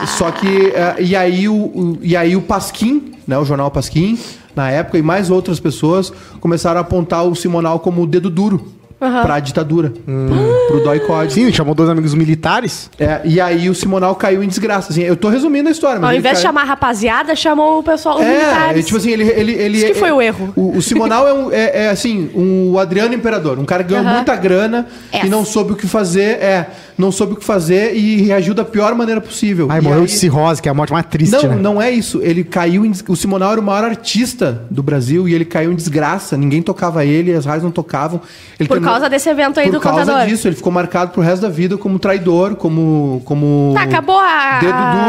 Speaker 3: Só que. eh, e, aí o, o- e aí o Pasquim, né? O jornal Pasquim, na época, e mais outras pessoas começaram a apontar o Simonal como o dedo duro pra ditadura.
Speaker 2: Ah.
Speaker 3: Pro, pro dói código.
Speaker 1: Sim, chamou dois amigos militares.
Speaker 3: É, e aí o Simonal caiu em desgraça. assim, eu tô resumindo a história, mas.
Speaker 2: Ao
Speaker 3: ele
Speaker 2: invés de
Speaker 3: caiu-
Speaker 2: chamar a rapaziada, chamou o pessoal, os
Speaker 3: é,
Speaker 2: militares.
Speaker 3: é, tipo assim, ele. ele, ele
Speaker 2: Isso que
Speaker 3: é-
Speaker 2: foi o erro.
Speaker 3: O, o Simonal é, um- é- é, assim, um Adriano Imperador, um cara que ganhou
Speaker 2: Aham.
Speaker 3: muita grana
Speaker 4: É.
Speaker 3: e não soube o que fazer. É, não soube o que fazer e reagiu da pior maneira possível.
Speaker 1: Ai,
Speaker 3: E
Speaker 1: morreu
Speaker 3: aí-
Speaker 1: de cirrose, que é a morte mais triste,
Speaker 3: Não,
Speaker 1: né?
Speaker 3: não é isso. Ele caiu em. des- O Simonal era o maior artista do Brasil e ele caiu em desgraça. Ninguém tocava ele, as rádios não tocavam. Ele
Speaker 2: Por causa desse evento aí
Speaker 3: por
Speaker 2: do
Speaker 3: causa
Speaker 2: contador.
Speaker 3: disso, ele ficou marcado pro resto da vida como traidor, como. como
Speaker 2: Tá, acabou
Speaker 4: Ah!
Speaker 2: a-
Speaker 3: um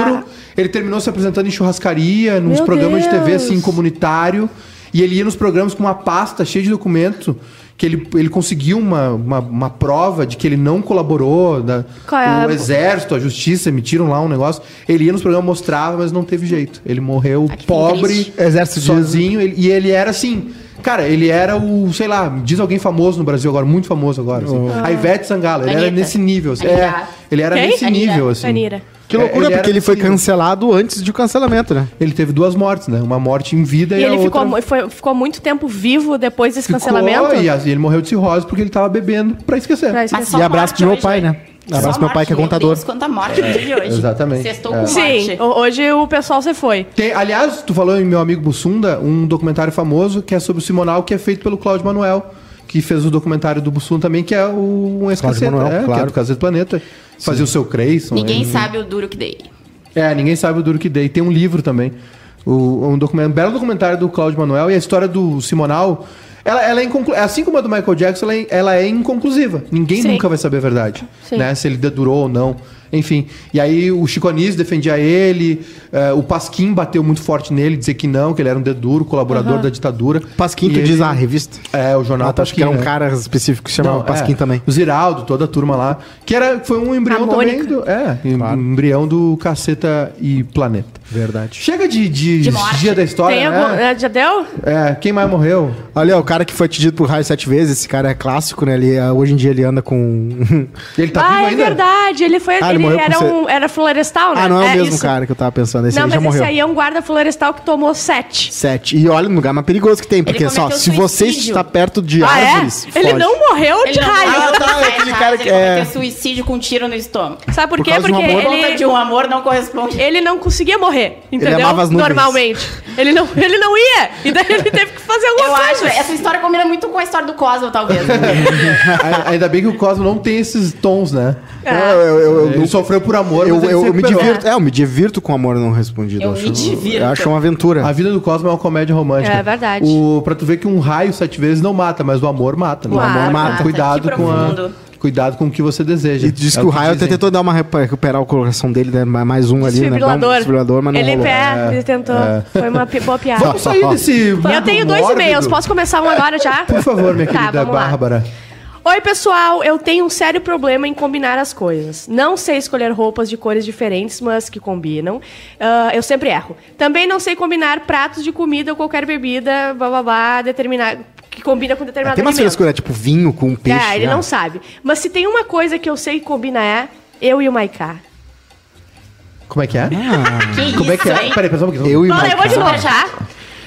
Speaker 3: Dedo duro. Ele terminou se apresentando em churrascaria, nos
Speaker 2: Meu
Speaker 3: programas de TV,
Speaker 2: Deus.
Speaker 3: assim, comunitário. E ele ia nos programas com uma pasta cheia de documento. Que ele, ele conseguiu uma, uma, uma prova de que ele não colaborou. Da,
Speaker 2: Qual é a-
Speaker 3: O exército, a justiça emitiram lá um negócio. Ele ia nos programas, mostrava, mas não teve jeito. Ele morreu
Speaker 4: Ah, que
Speaker 3: pobre,
Speaker 4: triste.
Speaker 1: Exército de-
Speaker 3: sozinho. ele- e ele era assim. Cara, ele era o, sei lá, diz alguém famoso no Brasil agora, muito famoso agora. assim. A Ivete Sangalo, ele era
Speaker 4: Ah. Anitta.
Speaker 3: nesse nível. assim.
Speaker 4: Anitta.
Speaker 3: É, ele era
Speaker 2: Quem?
Speaker 3: nesse
Speaker 4: Anitta.
Speaker 3: nível, assim.
Speaker 2: Anira.
Speaker 1: Que loucura,
Speaker 3: É, ele
Speaker 1: porque
Speaker 3: era
Speaker 1: ele assim, né? foi
Speaker 3: possível.
Speaker 1: cancelado antes de cancelamento, né?
Speaker 3: Ele teve duas mortes, né? Uma morte em vida
Speaker 2: E,
Speaker 3: e, a
Speaker 2: ele
Speaker 3: outra...
Speaker 2: ficou, mu- foi- ficou muito tempo vivo depois desse
Speaker 3: Ficou,
Speaker 2: cancelamento?
Speaker 3: E a- e ele morreu de cirrose porque ele tava bebendo pra esquecer.
Speaker 2: Pra esquecer.
Speaker 1: E abraço pro meu pai, né?
Speaker 4: Só
Speaker 1: Abraço pro meu pai, que é
Speaker 4: morte,
Speaker 1: contador. É,
Speaker 4: Deus, quanta morte no dia de hoje.
Speaker 3: exatamente.
Speaker 4: Sextou
Speaker 3: É.
Speaker 4: com morte.
Speaker 2: Sim, ho- hoje o pessoal se foi.
Speaker 3: Tem- aliás, tu falou em meu amigo Bussunda, um documentário famoso que é sobre o Simonal, que é feito pelo Cláudio Manuel, que fez o documentário do Bussunda também, que é o um ex é,
Speaker 1: Manuel,
Speaker 3: que é
Speaker 1: claro.
Speaker 3: do Caseta do Planeta. Fazia o seu Creyson.
Speaker 4: Ninguém
Speaker 1: Uhum.
Speaker 3: ele-
Speaker 4: sabe o duro que dei.
Speaker 3: É, ninguém sabe o duro que dei. Tem um livro também. O- um, documentário, belo documentário do Cláudio Manuel e a história do Simonal. Ela, ela é inconclu... assim como a do Michael Jackson, ela é, ela é inconclusiva. Ninguém
Speaker 2: Sim.
Speaker 3: nunca vai saber a verdade.
Speaker 2: Sim.
Speaker 3: Né? Se ele durou ou não. Enfim. E aí o Chico Anísio defendia ele, eh, o Pasquim bateu muito forte nele, dizer que não, que ele era um dedo duro, colaborador da ditadura.
Speaker 1: Pasquim,
Speaker 3: E
Speaker 1: tu
Speaker 3: ele-
Speaker 1: diz a revista?
Speaker 3: É, o jornal
Speaker 1: Ah, tá, acho que era um
Speaker 3: né?
Speaker 1: cara específico que se
Speaker 3: Não,
Speaker 1: chamava Pasquim
Speaker 3: é.
Speaker 1: também.
Speaker 3: O Ziraldo, toda a turma lá. Que era, foi um embrião
Speaker 2: A
Speaker 3: também.
Speaker 2: Mônica.
Speaker 3: Do, é, em-
Speaker 1: Claro.
Speaker 3: embrião do Caceta e Planeta.
Speaker 1: Verdade.
Speaker 3: Chega de, de
Speaker 4: De morte.
Speaker 3: dia da história,
Speaker 2: Tem
Speaker 3: né?
Speaker 2: algum- é, Já deu?
Speaker 3: É, quem mais morreu?
Speaker 1: Olha, é o cara que foi atingido por raio sete vezes, esse cara é clássico, né? Ele, ah, hoje em dia ele anda com. um
Speaker 3: Ele tá
Speaker 2: ah,
Speaker 3: vivo
Speaker 2: é
Speaker 3: ainda?
Speaker 2: verdade. Ele foi.
Speaker 1: Ah, ele
Speaker 2: ele
Speaker 1: morreu
Speaker 2: era,
Speaker 1: com ce-
Speaker 2: um, era florestal, né?
Speaker 1: ah, não é, o mesmo
Speaker 2: isso.
Speaker 1: cara que eu tava pensando. Esse
Speaker 2: Não,
Speaker 1: aí
Speaker 2: mas
Speaker 1: já morreu.
Speaker 2: esse aí é um guarda florestal que tomou sete.
Speaker 1: Sete. E olha, no lugar mais perigoso que tem, porque
Speaker 4: cometeu
Speaker 1: só, se você
Speaker 4: suicídio.
Speaker 1: está perto de
Speaker 2: Ah, é?
Speaker 1: árvores.
Speaker 2: Ele
Speaker 1: foge.
Speaker 2: não morreu de raio.
Speaker 1: morreu. Ah, tá, é aquele cara que-
Speaker 4: Ele
Speaker 1: é.
Speaker 4: cometeu suicídio com um tiro no estômago.
Speaker 2: Sabe por,
Speaker 1: Por
Speaker 2: quê?
Speaker 1: causa de um
Speaker 2: Porque
Speaker 1: amor.
Speaker 4: Ele... Conta de
Speaker 2: É, ele,
Speaker 4: um amor não corresponde.
Speaker 2: ele não conseguia morrer, entendeu?
Speaker 1: amava as nuvens.
Speaker 2: Normalmente. Ele não, ele não ia. E daí ele teve que fazer alguma
Speaker 4: Eu acho,
Speaker 2: coisa.
Speaker 4: essa história combina muito com a história do Cosmo, talvez.
Speaker 3: A- Ainda bem que o Cosmo não tem esses tons, né?
Speaker 1: Ah, eu, eu, eu,
Speaker 3: Ele sofreu por amor,
Speaker 1: eu-
Speaker 3: mas ele
Speaker 1: eu-
Speaker 3: se
Speaker 1: eu me
Speaker 3: recuperou.
Speaker 1: divirto. É, eu me divirto com o amor não respondido.
Speaker 4: Eu
Speaker 1: acho,
Speaker 4: me divirto.
Speaker 1: Eu acho uma aventura.
Speaker 3: A vida do Cosmo é uma comédia romântica.
Speaker 2: É verdade.
Speaker 3: O, pra tu ver que um raio sete vezes não mata, mas o amor mata. Né?
Speaker 2: O amor
Speaker 4: mata.
Speaker 3: Cuidado
Speaker 4: Que
Speaker 3: com a,
Speaker 4: profundo.
Speaker 3: cuidado com o que você deseja.
Speaker 1: E diz
Speaker 3: É
Speaker 1: que o Raio até
Speaker 3: dizem.
Speaker 1: tentou dar uma rep- recuperar o coração dele, né? mais um ali, né? Dá um
Speaker 2: Desfibrilador.
Speaker 1: desfibrilador, mas não É.
Speaker 2: ele é
Speaker 1: rolou.
Speaker 2: pé, ele tentou. Foi uma pi- boa piada.
Speaker 3: Vamos sair desse.
Speaker 2: Eu tenho dois e-mails, posso começar um agora já?
Speaker 3: Por favor, minha
Speaker 2: Tá,
Speaker 3: querida
Speaker 2: vamos lá.
Speaker 3: Bárbara.
Speaker 2: Oi, pessoal. Eu tenho um sério problema em combinar as coisas. Não sei escolher roupas de cores diferentes, mas que combinam. Ah, eu sempre erro. Também não sei combinar pratos de comida ou qualquer bebida, blá blá blá, determinar, que combina com
Speaker 1: Ah,
Speaker 2: determinado
Speaker 1: Tem umas
Speaker 2: alimento.
Speaker 1: frescuras, tipo vinho com peixe.
Speaker 2: É, ele
Speaker 1: né?
Speaker 2: não sabe. Mas se tem uma coisa que eu sei que combina é eu e o Maiká.
Speaker 3: Como é que é?
Speaker 4: que
Speaker 3: Como é que
Speaker 4: isso,
Speaker 3: é?
Speaker 4: hein?
Speaker 3: Peraí, peraí, só um pouquinho.
Speaker 1: Ah, Eu e o
Speaker 2: Fala, eu vou de
Speaker 1: Maiká.
Speaker 2: novo, tá?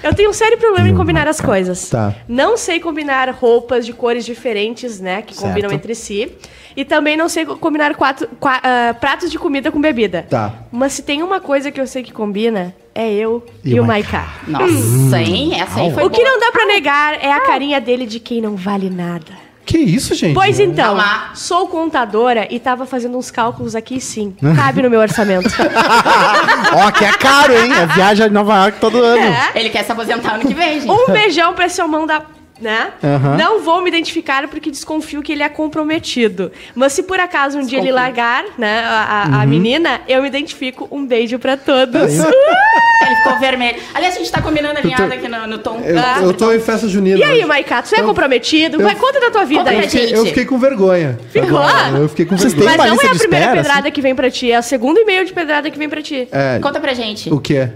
Speaker 2: Eu tenho um sério problema em combinar as coisas.
Speaker 3: Tá.
Speaker 2: Não sei combinar roupas de cores diferentes, né? Que combinam
Speaker 1: Certo.
Speaker 2: entre si. E também não sei co- combinar quatro- qua- ah, pratos de comida com bebida.
Speaker 3: Tá.
Speaker 2: Mas se tem uma coisa que eu sei que combina, é eu e, o Maiká.
Speaker 4: Nossa, hein? Essa aí foi
Speaker 2: O que
Speaker 4: boa.
Speaker 2: não dá pra negar é a carinha dele de quem não vale nada.
Speaker 3: Que isso, gente?
Speaker 2: Pois então,
Speaker 4: Calma.
Speaker 2: sou contadora e tava fazendo uns cálculos aqui sim. Cabe no meu orçamento.
Speaker 1: Ó, que é caro, hein? É viagem a Nova York todo ano.
Speaker 2: Uh!
Speaker 4: Ele quer se aposentar ano que vem, gente.
Speaker 2: Um beijão pra esse homão da né?
Speaker 1: Aham.
Speaker 2: Não vou me identificar porque desconfio que ele é comprometido. Mas se por acaso um dia ele largar, né, a, a- a
Speaker 3: Uhum.
Speaker 2: menina, eu me identifico. Um beijo pra todos.
Speaker 4: Ele ficou vermelho. Aliás, a gente tá combinando a linhada aqui no, no tom.
Speaker 3: Eu,
Speaker 4: Ah,
Speaker 3: eu tô em festa junina.
Speaker 2: tá. E aí,
Speaker 3: hoje.
Speaker 2: Maicato, tu é
Speaker 3: Eu-
Speaker 2: comprometido?
Speaker 3: eu-
Speaker 2: Vai, conta da tua vida
Speaker 4: Conta
Speaker 2: aí.
Speaker 4: pra
Speaker 3: Eu fiquei,
Speaker 4: gente?
Speaker 3: eu fiquei com vergonha.
Speaker 2: Ficou?
Speaker 3: Agora, Eu fiquei com
Speaker 1: Vocês
Speaker 3: vergonha.
Speaker 1: têm-
Speaker 2: Mas
Speaker 1: uma
Speaker 2: não
Speaker 1: lista
Speaker 2: é a
Speaker 1: de
Speaker 2: primeira
Speaker 1: espera,
Speaker 2: pedrada que vem pra ti, é a segunda e meio de pedrada que vem pra ti.
Speaker 3: assim. É,
Speaker 4: Conta pra gente.
Speaker 3: o que é?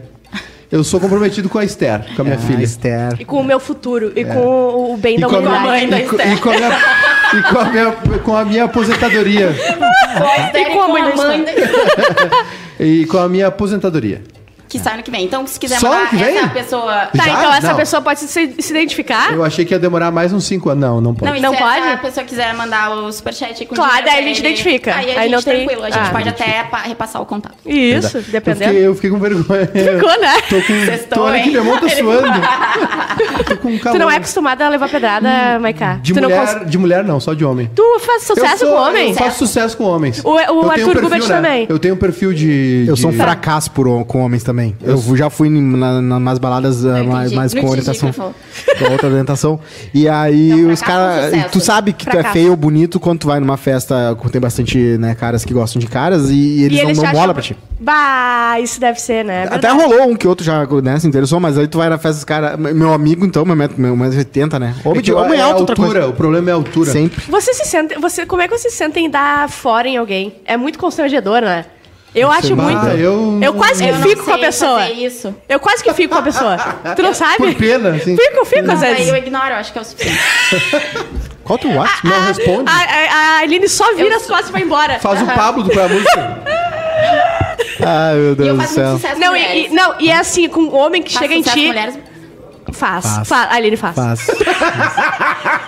Speaker 3: Eu sou comprometido com a Esther, com a minha filha.
Speaker 1: Ah, Esther.
Speaker 2: E com o meu futuro, e com o- o bem da
Speaker 3: com a
Speaker 2: humanidade.
Speaker 4: mãe da
Speaker 3: É. e com-
Speaker 4: Esther.
Speaker 3: E com a minha, e com a minha, com a minha aposentadoria.
Speaker 4: Pois é,
Speaker 2: E com a mãe da
Speaker 4: da-
Speaker 3: E com a minha aposentadoria.
Speaker 4: Que sai ano que vem. Então, se quiser
Speaker 3: Só ano
Speaker 4: mandar
Speaker 3: que vem?
Speaker 4: essa pessoa.
Speaker 2: Tá,
Speaker 3: Já?
Speaker 2: então essa
Speaker 3: Não.
Speaker 2: pessoa pode se, se identificar?
Speaker 3: Eu achei que ia demorar mais uns 5 anos. Não, não pode.
Speaker 4: Não, e
Speaker 2: Ah. Não
Speaker 4: se
Speaker 2: pode?
Speaker 4: a pessoa quiser mandar o superchat com
Speaker 2: Claro,
Speaker 4: dinheiro
Speaker 2: daí a
Speaker 4: pra
Speaker 2: gente
Speaker 4: ele,
Speaker 2: identifica.
Speaker 4: Aí a
Speaker 2: Aí
Speaker 4: gente
Speaker 2: não tem-
Speaker 4: tranquilo, a gente
Speaker 2: Ah.
Speaker 4: pode até pa- repassar o contato.
Speaker 2: Isso, dependendo.
Speaker 3: Eu fiquei, eu fiquei com vergonha.
Speaker 2: Ficou, né?
Speaker 3: Tô com.
Speaker 4: Vocês
Speaker 3: tô
Speaker 4: estão,
Speaker 3: olha que
Speaker 4: hein?
Speaker 3: minha mão tá
Speaker 4: Ele-
Speaker 3: suando. tô com um calor.
Speaker 2: Tu não é acostumada a levar pedrada, Maiká.
Speaker 3: Tá Hum, de,
Speaker 2: tu não
Speaker 3: mulher,
Speaker 2: cons-
Speaker 3: de mulher, não, só de homem.
Speaker 2: Tu faz sucesso
Speaker 3: Eu sou-
Speaker 2: com homem?
Speaker 3: Eu faço sucesso com homens.
Speaker 2: O- o
Speaker 3: Eu tenho um
Speaker 2: Arthur
Speaker 3: perfil,
Speaker 2: Gubert também.
Speaker 3: Eu tenho um perfil de.
Speaker 1: Eu
Speaker 3: de-
Speaker 1: sou um fracasso por, hom- com homens também. Eu,
Speaker 3: Eu-
Speaker 1: já fui em- na, na, nas baladas ah,
Speaker 4: entendi.
Speaker 1: mais, mais
Speaker 4: Não
Speaker 1: com
Speaker 4: entendi
Speaker 1: orientação.
Speaker 4: o que ele
Speaker 1: Com outra orientação. E aí
Speaker 4: Então,
Speaker 1: os
Speaker 4: fracasso ou
Speaker 1: caras.
Speaker 4: sucesso?
Speaker 1: Tu sabe que tu é
Speaker 2: Fracasso.
Speaker 1: feio ou bonito quando tu vai numa festa que tem bastante né, caras que gostam de caras e, e eles não dão
Speaker 2: te
Speaker 1: bola
Speaker 2: acham-
Speaker 1: pra ti.
Speaker 2: Bah, isso deve ser,
Speaker 4: É
Speaker 2: né?
Speaker 1: Até
Speaker 2: Verdade.
Speaker 1: rolou um que outro já né, se interessou, mas aí tu vai na festa dos caras. Meu amigo, então, meu metro, meu metro e 80, né?
Speaker 3: É
Speaker 1: Homem
Speaker 3: que
Speaker 1: de
Speaker 3: eu-
Speaker 1: homem
Speaker 3: é a
Speaker 1: alto, outra
Speaker 3: altura,
Speaker 1: coisa.
Speaker 3: o problema é a altura.
Speaker 1: Sempre.
Speaker 2: Você se sente. Você, como é que vocês se sentem dar fora em alguém? É muito constrangedor, né? Eu acho
Speaker 3: bah,
Speaker 2: muito.
Speaker 3: eu-
Speaker 2: quase que
Speaker 4: não
Speaker 2: fico com a
Speaker 4: sei
Speaker 2: pessoa.
Speaker 4: fazer isso.
Speaker 2: Eu quase que fico com a pessoa. Tu não sabe?
Speaker 3: Por pena, assim.
Speaker 2: Fico, fico,
Speaker 4: Não,
Speaker 2: às
Speaker 4: daí eu
Speaker 2: vezes.
Speaker 4: ignoro, eu acho que é o suficiente.
Speaker 1: Qual teu
Speaker 4: Ah,
Speaker 1: WhatsApp?
Speaker 3: Não responde.
Speaker 2: A, a, a Aline só vira as costas e vai embora.
Speaker 3: Faz o Pablo do pra música.
Speaker 1: Ai, meu
Speaker 4: ah. E
Speaker 1: Deus
Speaker 4: eu
Speaker 1: do
Speaker 4: faço muito
Speaker 1: céu.
Speaker 4: sucesso
Speaker 2: Não,
Speaker 4: com
Speaker 2: e, e-
Speaker 4: mulheres.
Speaker 2: não, e é assim, com um homem que
Speaker 4: Faço
Speaker 2: chega em
Speaker 4: sucesso
Speaker 2: ti.
Speaker 4: com mulheres.
Speaker 2: Faz.
Speaker 1: Faz.
Speaker 2: Fa- a Aline faz.
Speaker 1: Faz.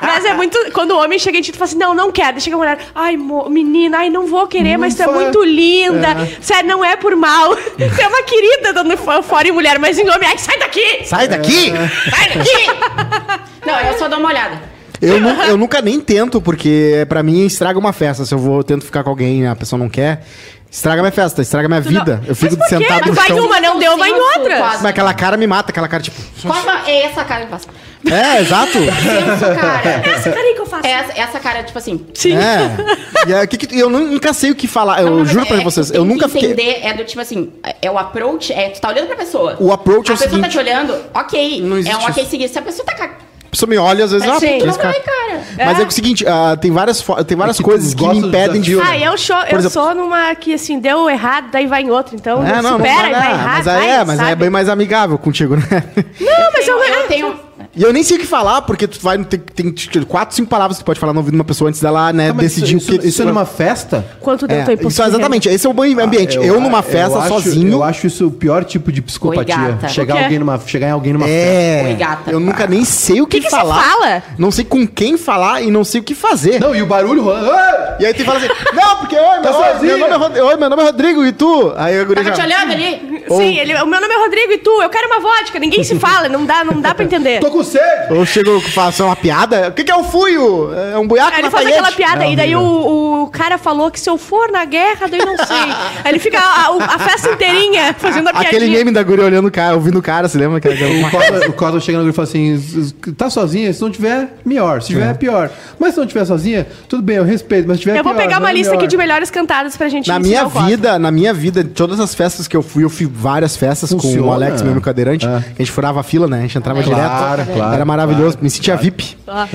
Speaker 2: Mas é muito. Quando o homem chega em ti, tu fala assim: não, não quero. Daí Chega a mulher, ai, mo- menina, ai, não vou querer, mas tu é
Speaker 3: fa-
Speaker 2: muito linda. Sério, não é por mal. Tu é uma querida dando fo- fora em mulher, mas em homem, ai, sai daqui!
Speaker 1: Sai daqui!
Speaker 2: Sai daqui!
Speaker 4: Não, eu só dou uma olhada.
Speaker 1: Eu, nu- eu nunca nem tento, porque é, pra mim estraga uma festa. Se eu vou tento ficar com alguém e a pessoa não quer, estraga minha festa, estraga minha vida. Eu fico
Speaker 2: Mas por quê?
Speaker 1: sentado no
Speaker 2: Vai em
Speaker 4: um-
Speaker 1: chão.
Speaker 2: uma, não deu, vai em outra.
Speaker 4: Quase.
Speaker 1: Mas aquela cara me mata, aquela cara tipo.
Speaker 4: Qual é essa cara que eu faço?
Speaker 1: É, exato.
Speaker 4: Penso, cara.
Speaker 2: Essa cara aí Ah, que eu faço.
Speaker 4: Essa, essa cara, tipo assim.
Speaker 2: Sim.
Speaker 1: É. E aí, o que que- eu nunca sei o que falar. Eu
Speaker 4: Não, não, mas
Speaker 1: juro
Speaker 4: é-
Speaker 1: pra
Speaker 4: é que
Speaker 1: vocês,
Speaker 4: tem
Speaker 1: eu
Speaker 4: que
Speaker 1: nunca fiquei.
Speaker 4: entender é do tipo assim, é o approach, é tu tá olhando pra pessoa.
Speaker 1: O approach
Speaker 4: a
Speaker 1: é o
Speaker 4: pessoa
Speaker 1: seguinte-
Speaker 4: tá te olhando, ok.
Speaker 1: Não existe
Speaker 4: é um ok
Speaker 1: isso.
Speaker 4: seguido. Se a pessoa tá cagando,
Speaker 1: A pessoa me olha, às vezes, ah,
Speaker 2: É, Sim.
Speaker 1: por que
Speaker 4: não
Speaker 1: esse cara.
Speaker 4: vai, cara.
Speaker 1: Mas
Speaker 2: É.
Speaker 1: é o seguinte, ah, tem várias, fo- tem várias
Speaker 3: É que tu
Speaker 1: coisas que
Speaker 3: gosta
Speaker 1: me
Speaker 3: do
Speaker 1: impedem de.
Speaker 3: desafio,
Speaker 2: Ah, eu, show, eu
Speaker 1: Por exemplo-
Speaker 2: sou numa que assim, deu errado, daí vai em outra. Então,
Speaker 1: É, não, não,
Speaker 2: supera,
Speaker 1: vai
Speaker 2: e vai
Speaker 1: dar.
Speaker 2: errado.
Speaker 1: mas aí
Speaker 2: vai,
Speaker 1: é, mas aí é
Speaker 2: sabe?
Speaker 1: bem mais amigável contigo, né?
Speaker 2: Não, mas eu, é.
Speaker 4: eu tenho.
Speaker 1: E eu nem sei o que falar, porque tu vai. Tem, tem tipo, quatro, cinco palavras que tu pode falar no ouvido de uma pessoa antes dela, né,
Speaker 3: Ah, mas
Speaker 1: decidir
Speaker 3: isso,
Speaker 1: o que.
Speaker 3: Isso é numa festa?
Speaker 2: Quanto deu
Speaker 1: é,
Speaker 2: é, tempo
Speaker 1: isso, exatamente, esse é o banho ambiente. eu, numa festa,
Speaker 3: eu acho-
Speaker 1: sozinho.
Speaker 3: Eu acho isso o pior tipo de psicopatia.
Speaker 4: gata.
Speaker 2: Por
Speaker 3: Chegar,
Speaker 2: quê?
Speaker 3: alguém numa, chegar em alguém numa festa.
Speaker 1: é.
Speaker 4: Oi, gata.
Speaker 1: Eu nunca nem sei o que,
Speaker 2: Que que você
Speaker 1: falar.
Speaker 2: fala?
Speaker 1: Não sei com quem falar e não sei o que fazer.
Speaker 3: Não, e o barulho rolando. "Ah!"
Speaker 1: E aí tu fala assim, não, porque oi, meu,
Speaker 3: Tá
Speaker 1: oi,
Speaker 3: sozinha.
Speaker 1: meu nome é Rod- oi, meu nome é Rodrigo, e tu? Aí a guria
Speaker 4: Tava Tá te
Speaker 1: já...
Speaker 4: olhando ali?
Speaker 2: Sim, ele, o meu nome é Rodrigo e tu, eu quero uma vodka, ninguém se fala, não dá, não dá pra entender.
Speaker 3: Tô com sede!
Speaker 1: Ou chegou faço uma piada. O que, que é um fuio? É um buiaco
Speaker 2: Aí ele
Speaker 1: na
Speaker 2: faz aquela
Speaker 1: palhete?
Speaker 2: piada
Speaker 3: Não,
Speaker 2: e daí
Speaker 3: horrível.
Speaker 2: o, o cara falou que se eu for na guerra, daí não sei. Aí ele fica a, a- a festa inteirinha fazendo a
Speaker 1: Aquele
Speaker 2: piadinha.
Speaker 1: meme da guria olhando o cara, ouvindo o cara, se lembra? Aquela...
Speaker 3: O Cosma- O Cosma chega na grupo e fala assim: "S- s- tá sozinha? Se não tiver, melhor. Se
Speaker 1: É.
Speaker 3: tiver, pior. Mas se não tiver sozinha, tudo bem, eu respeito. Mas se tiver,
Speaker 2: Eu vou
Speaker 3: pior,
Speaker 2: pegar
Speaker 3: não
Speaker 2: uma
Speaker 3: é
Speaker 2: lista aqui
Speaker 3: melhor."
Speaker 2: de melhores cantadas pra gente
Speaker 1: Na
Speaker 2: ensinar
Speaker 1: minha
Speaker 2: o Cosmo.
Speaker 1: vida, na minha vida, de todas as festas que eu fui, eu fui várias festas com o
Speaker 3: Funciona.
Speaker 1: Alex, meu amigo cadeirante.
Speaker 3: É.
Speaker 1: A gente furava a fila, né? A gente entrava
Speaker 3: Claro,
Speaker 1: direto.
Speaker 3: claro,
Speaker 1: Era maravilhoso,
Speaker 3: claro,
Speaker 1: me sentia VIP.
Speaker 2: Ah.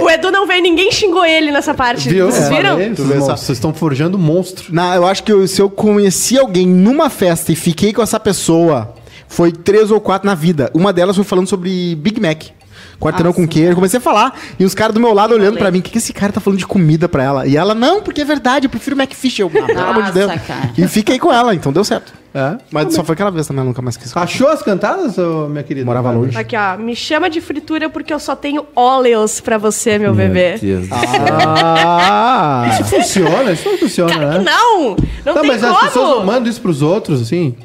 Speaker 2: O Edu não veio, ninguém xingou ele nessa parte.
Speaker 3: é- Viu? É.
Speaker 2: Vocês
Speaker 3: Eu
Speaker 2: viram?
Speaker 3: falei,
Speaker 1: Tu vê
Speaker 3: Vocês
Speaker 1: só.
Speaker 3: vocês estão forjando monstro.
Speaker 1: Na, eu acho que eu- se eu conheci alguém numa festa e fiquei com essa pessoa, foi três ou quatro na vida. Uma delas foi falando sobre Big Mac. Quarteirão com queijo. Eu comecei a falar e os caras do meu lado olhando pra mim. O que, que esse cara tá falando de comida pra ela? E ela, não, porque é verdade, eu prefiro Macfish. Eu, ah, pelo amor de Deus.
Speaker 4: Nossa, cara.
Speaker 1: E fiquei com ela, então deu certo.
Speaker 3: É.
Speaker 1: Mas só foi aquela vez também, eu nunca mais quis.
Speaker 3: Achou as cantadas, ô, minha querida?
Speaker 1: Morava longe.
Speaker 2: Aqui, ó. Me chama de fritura porque eu só tenho óleos pra você, meu, bebê.
Speaker 1: Ah!
Speaker 3: Isso funciona? Isso não funciona, né?
Speaker 2: Não! Não
Speaker 3: Tá,
Speaker 2: tem
Speaker 3: mas
Speaker 2: como!
Speaker 3: as pessoas não mandam isso pros outros, assim?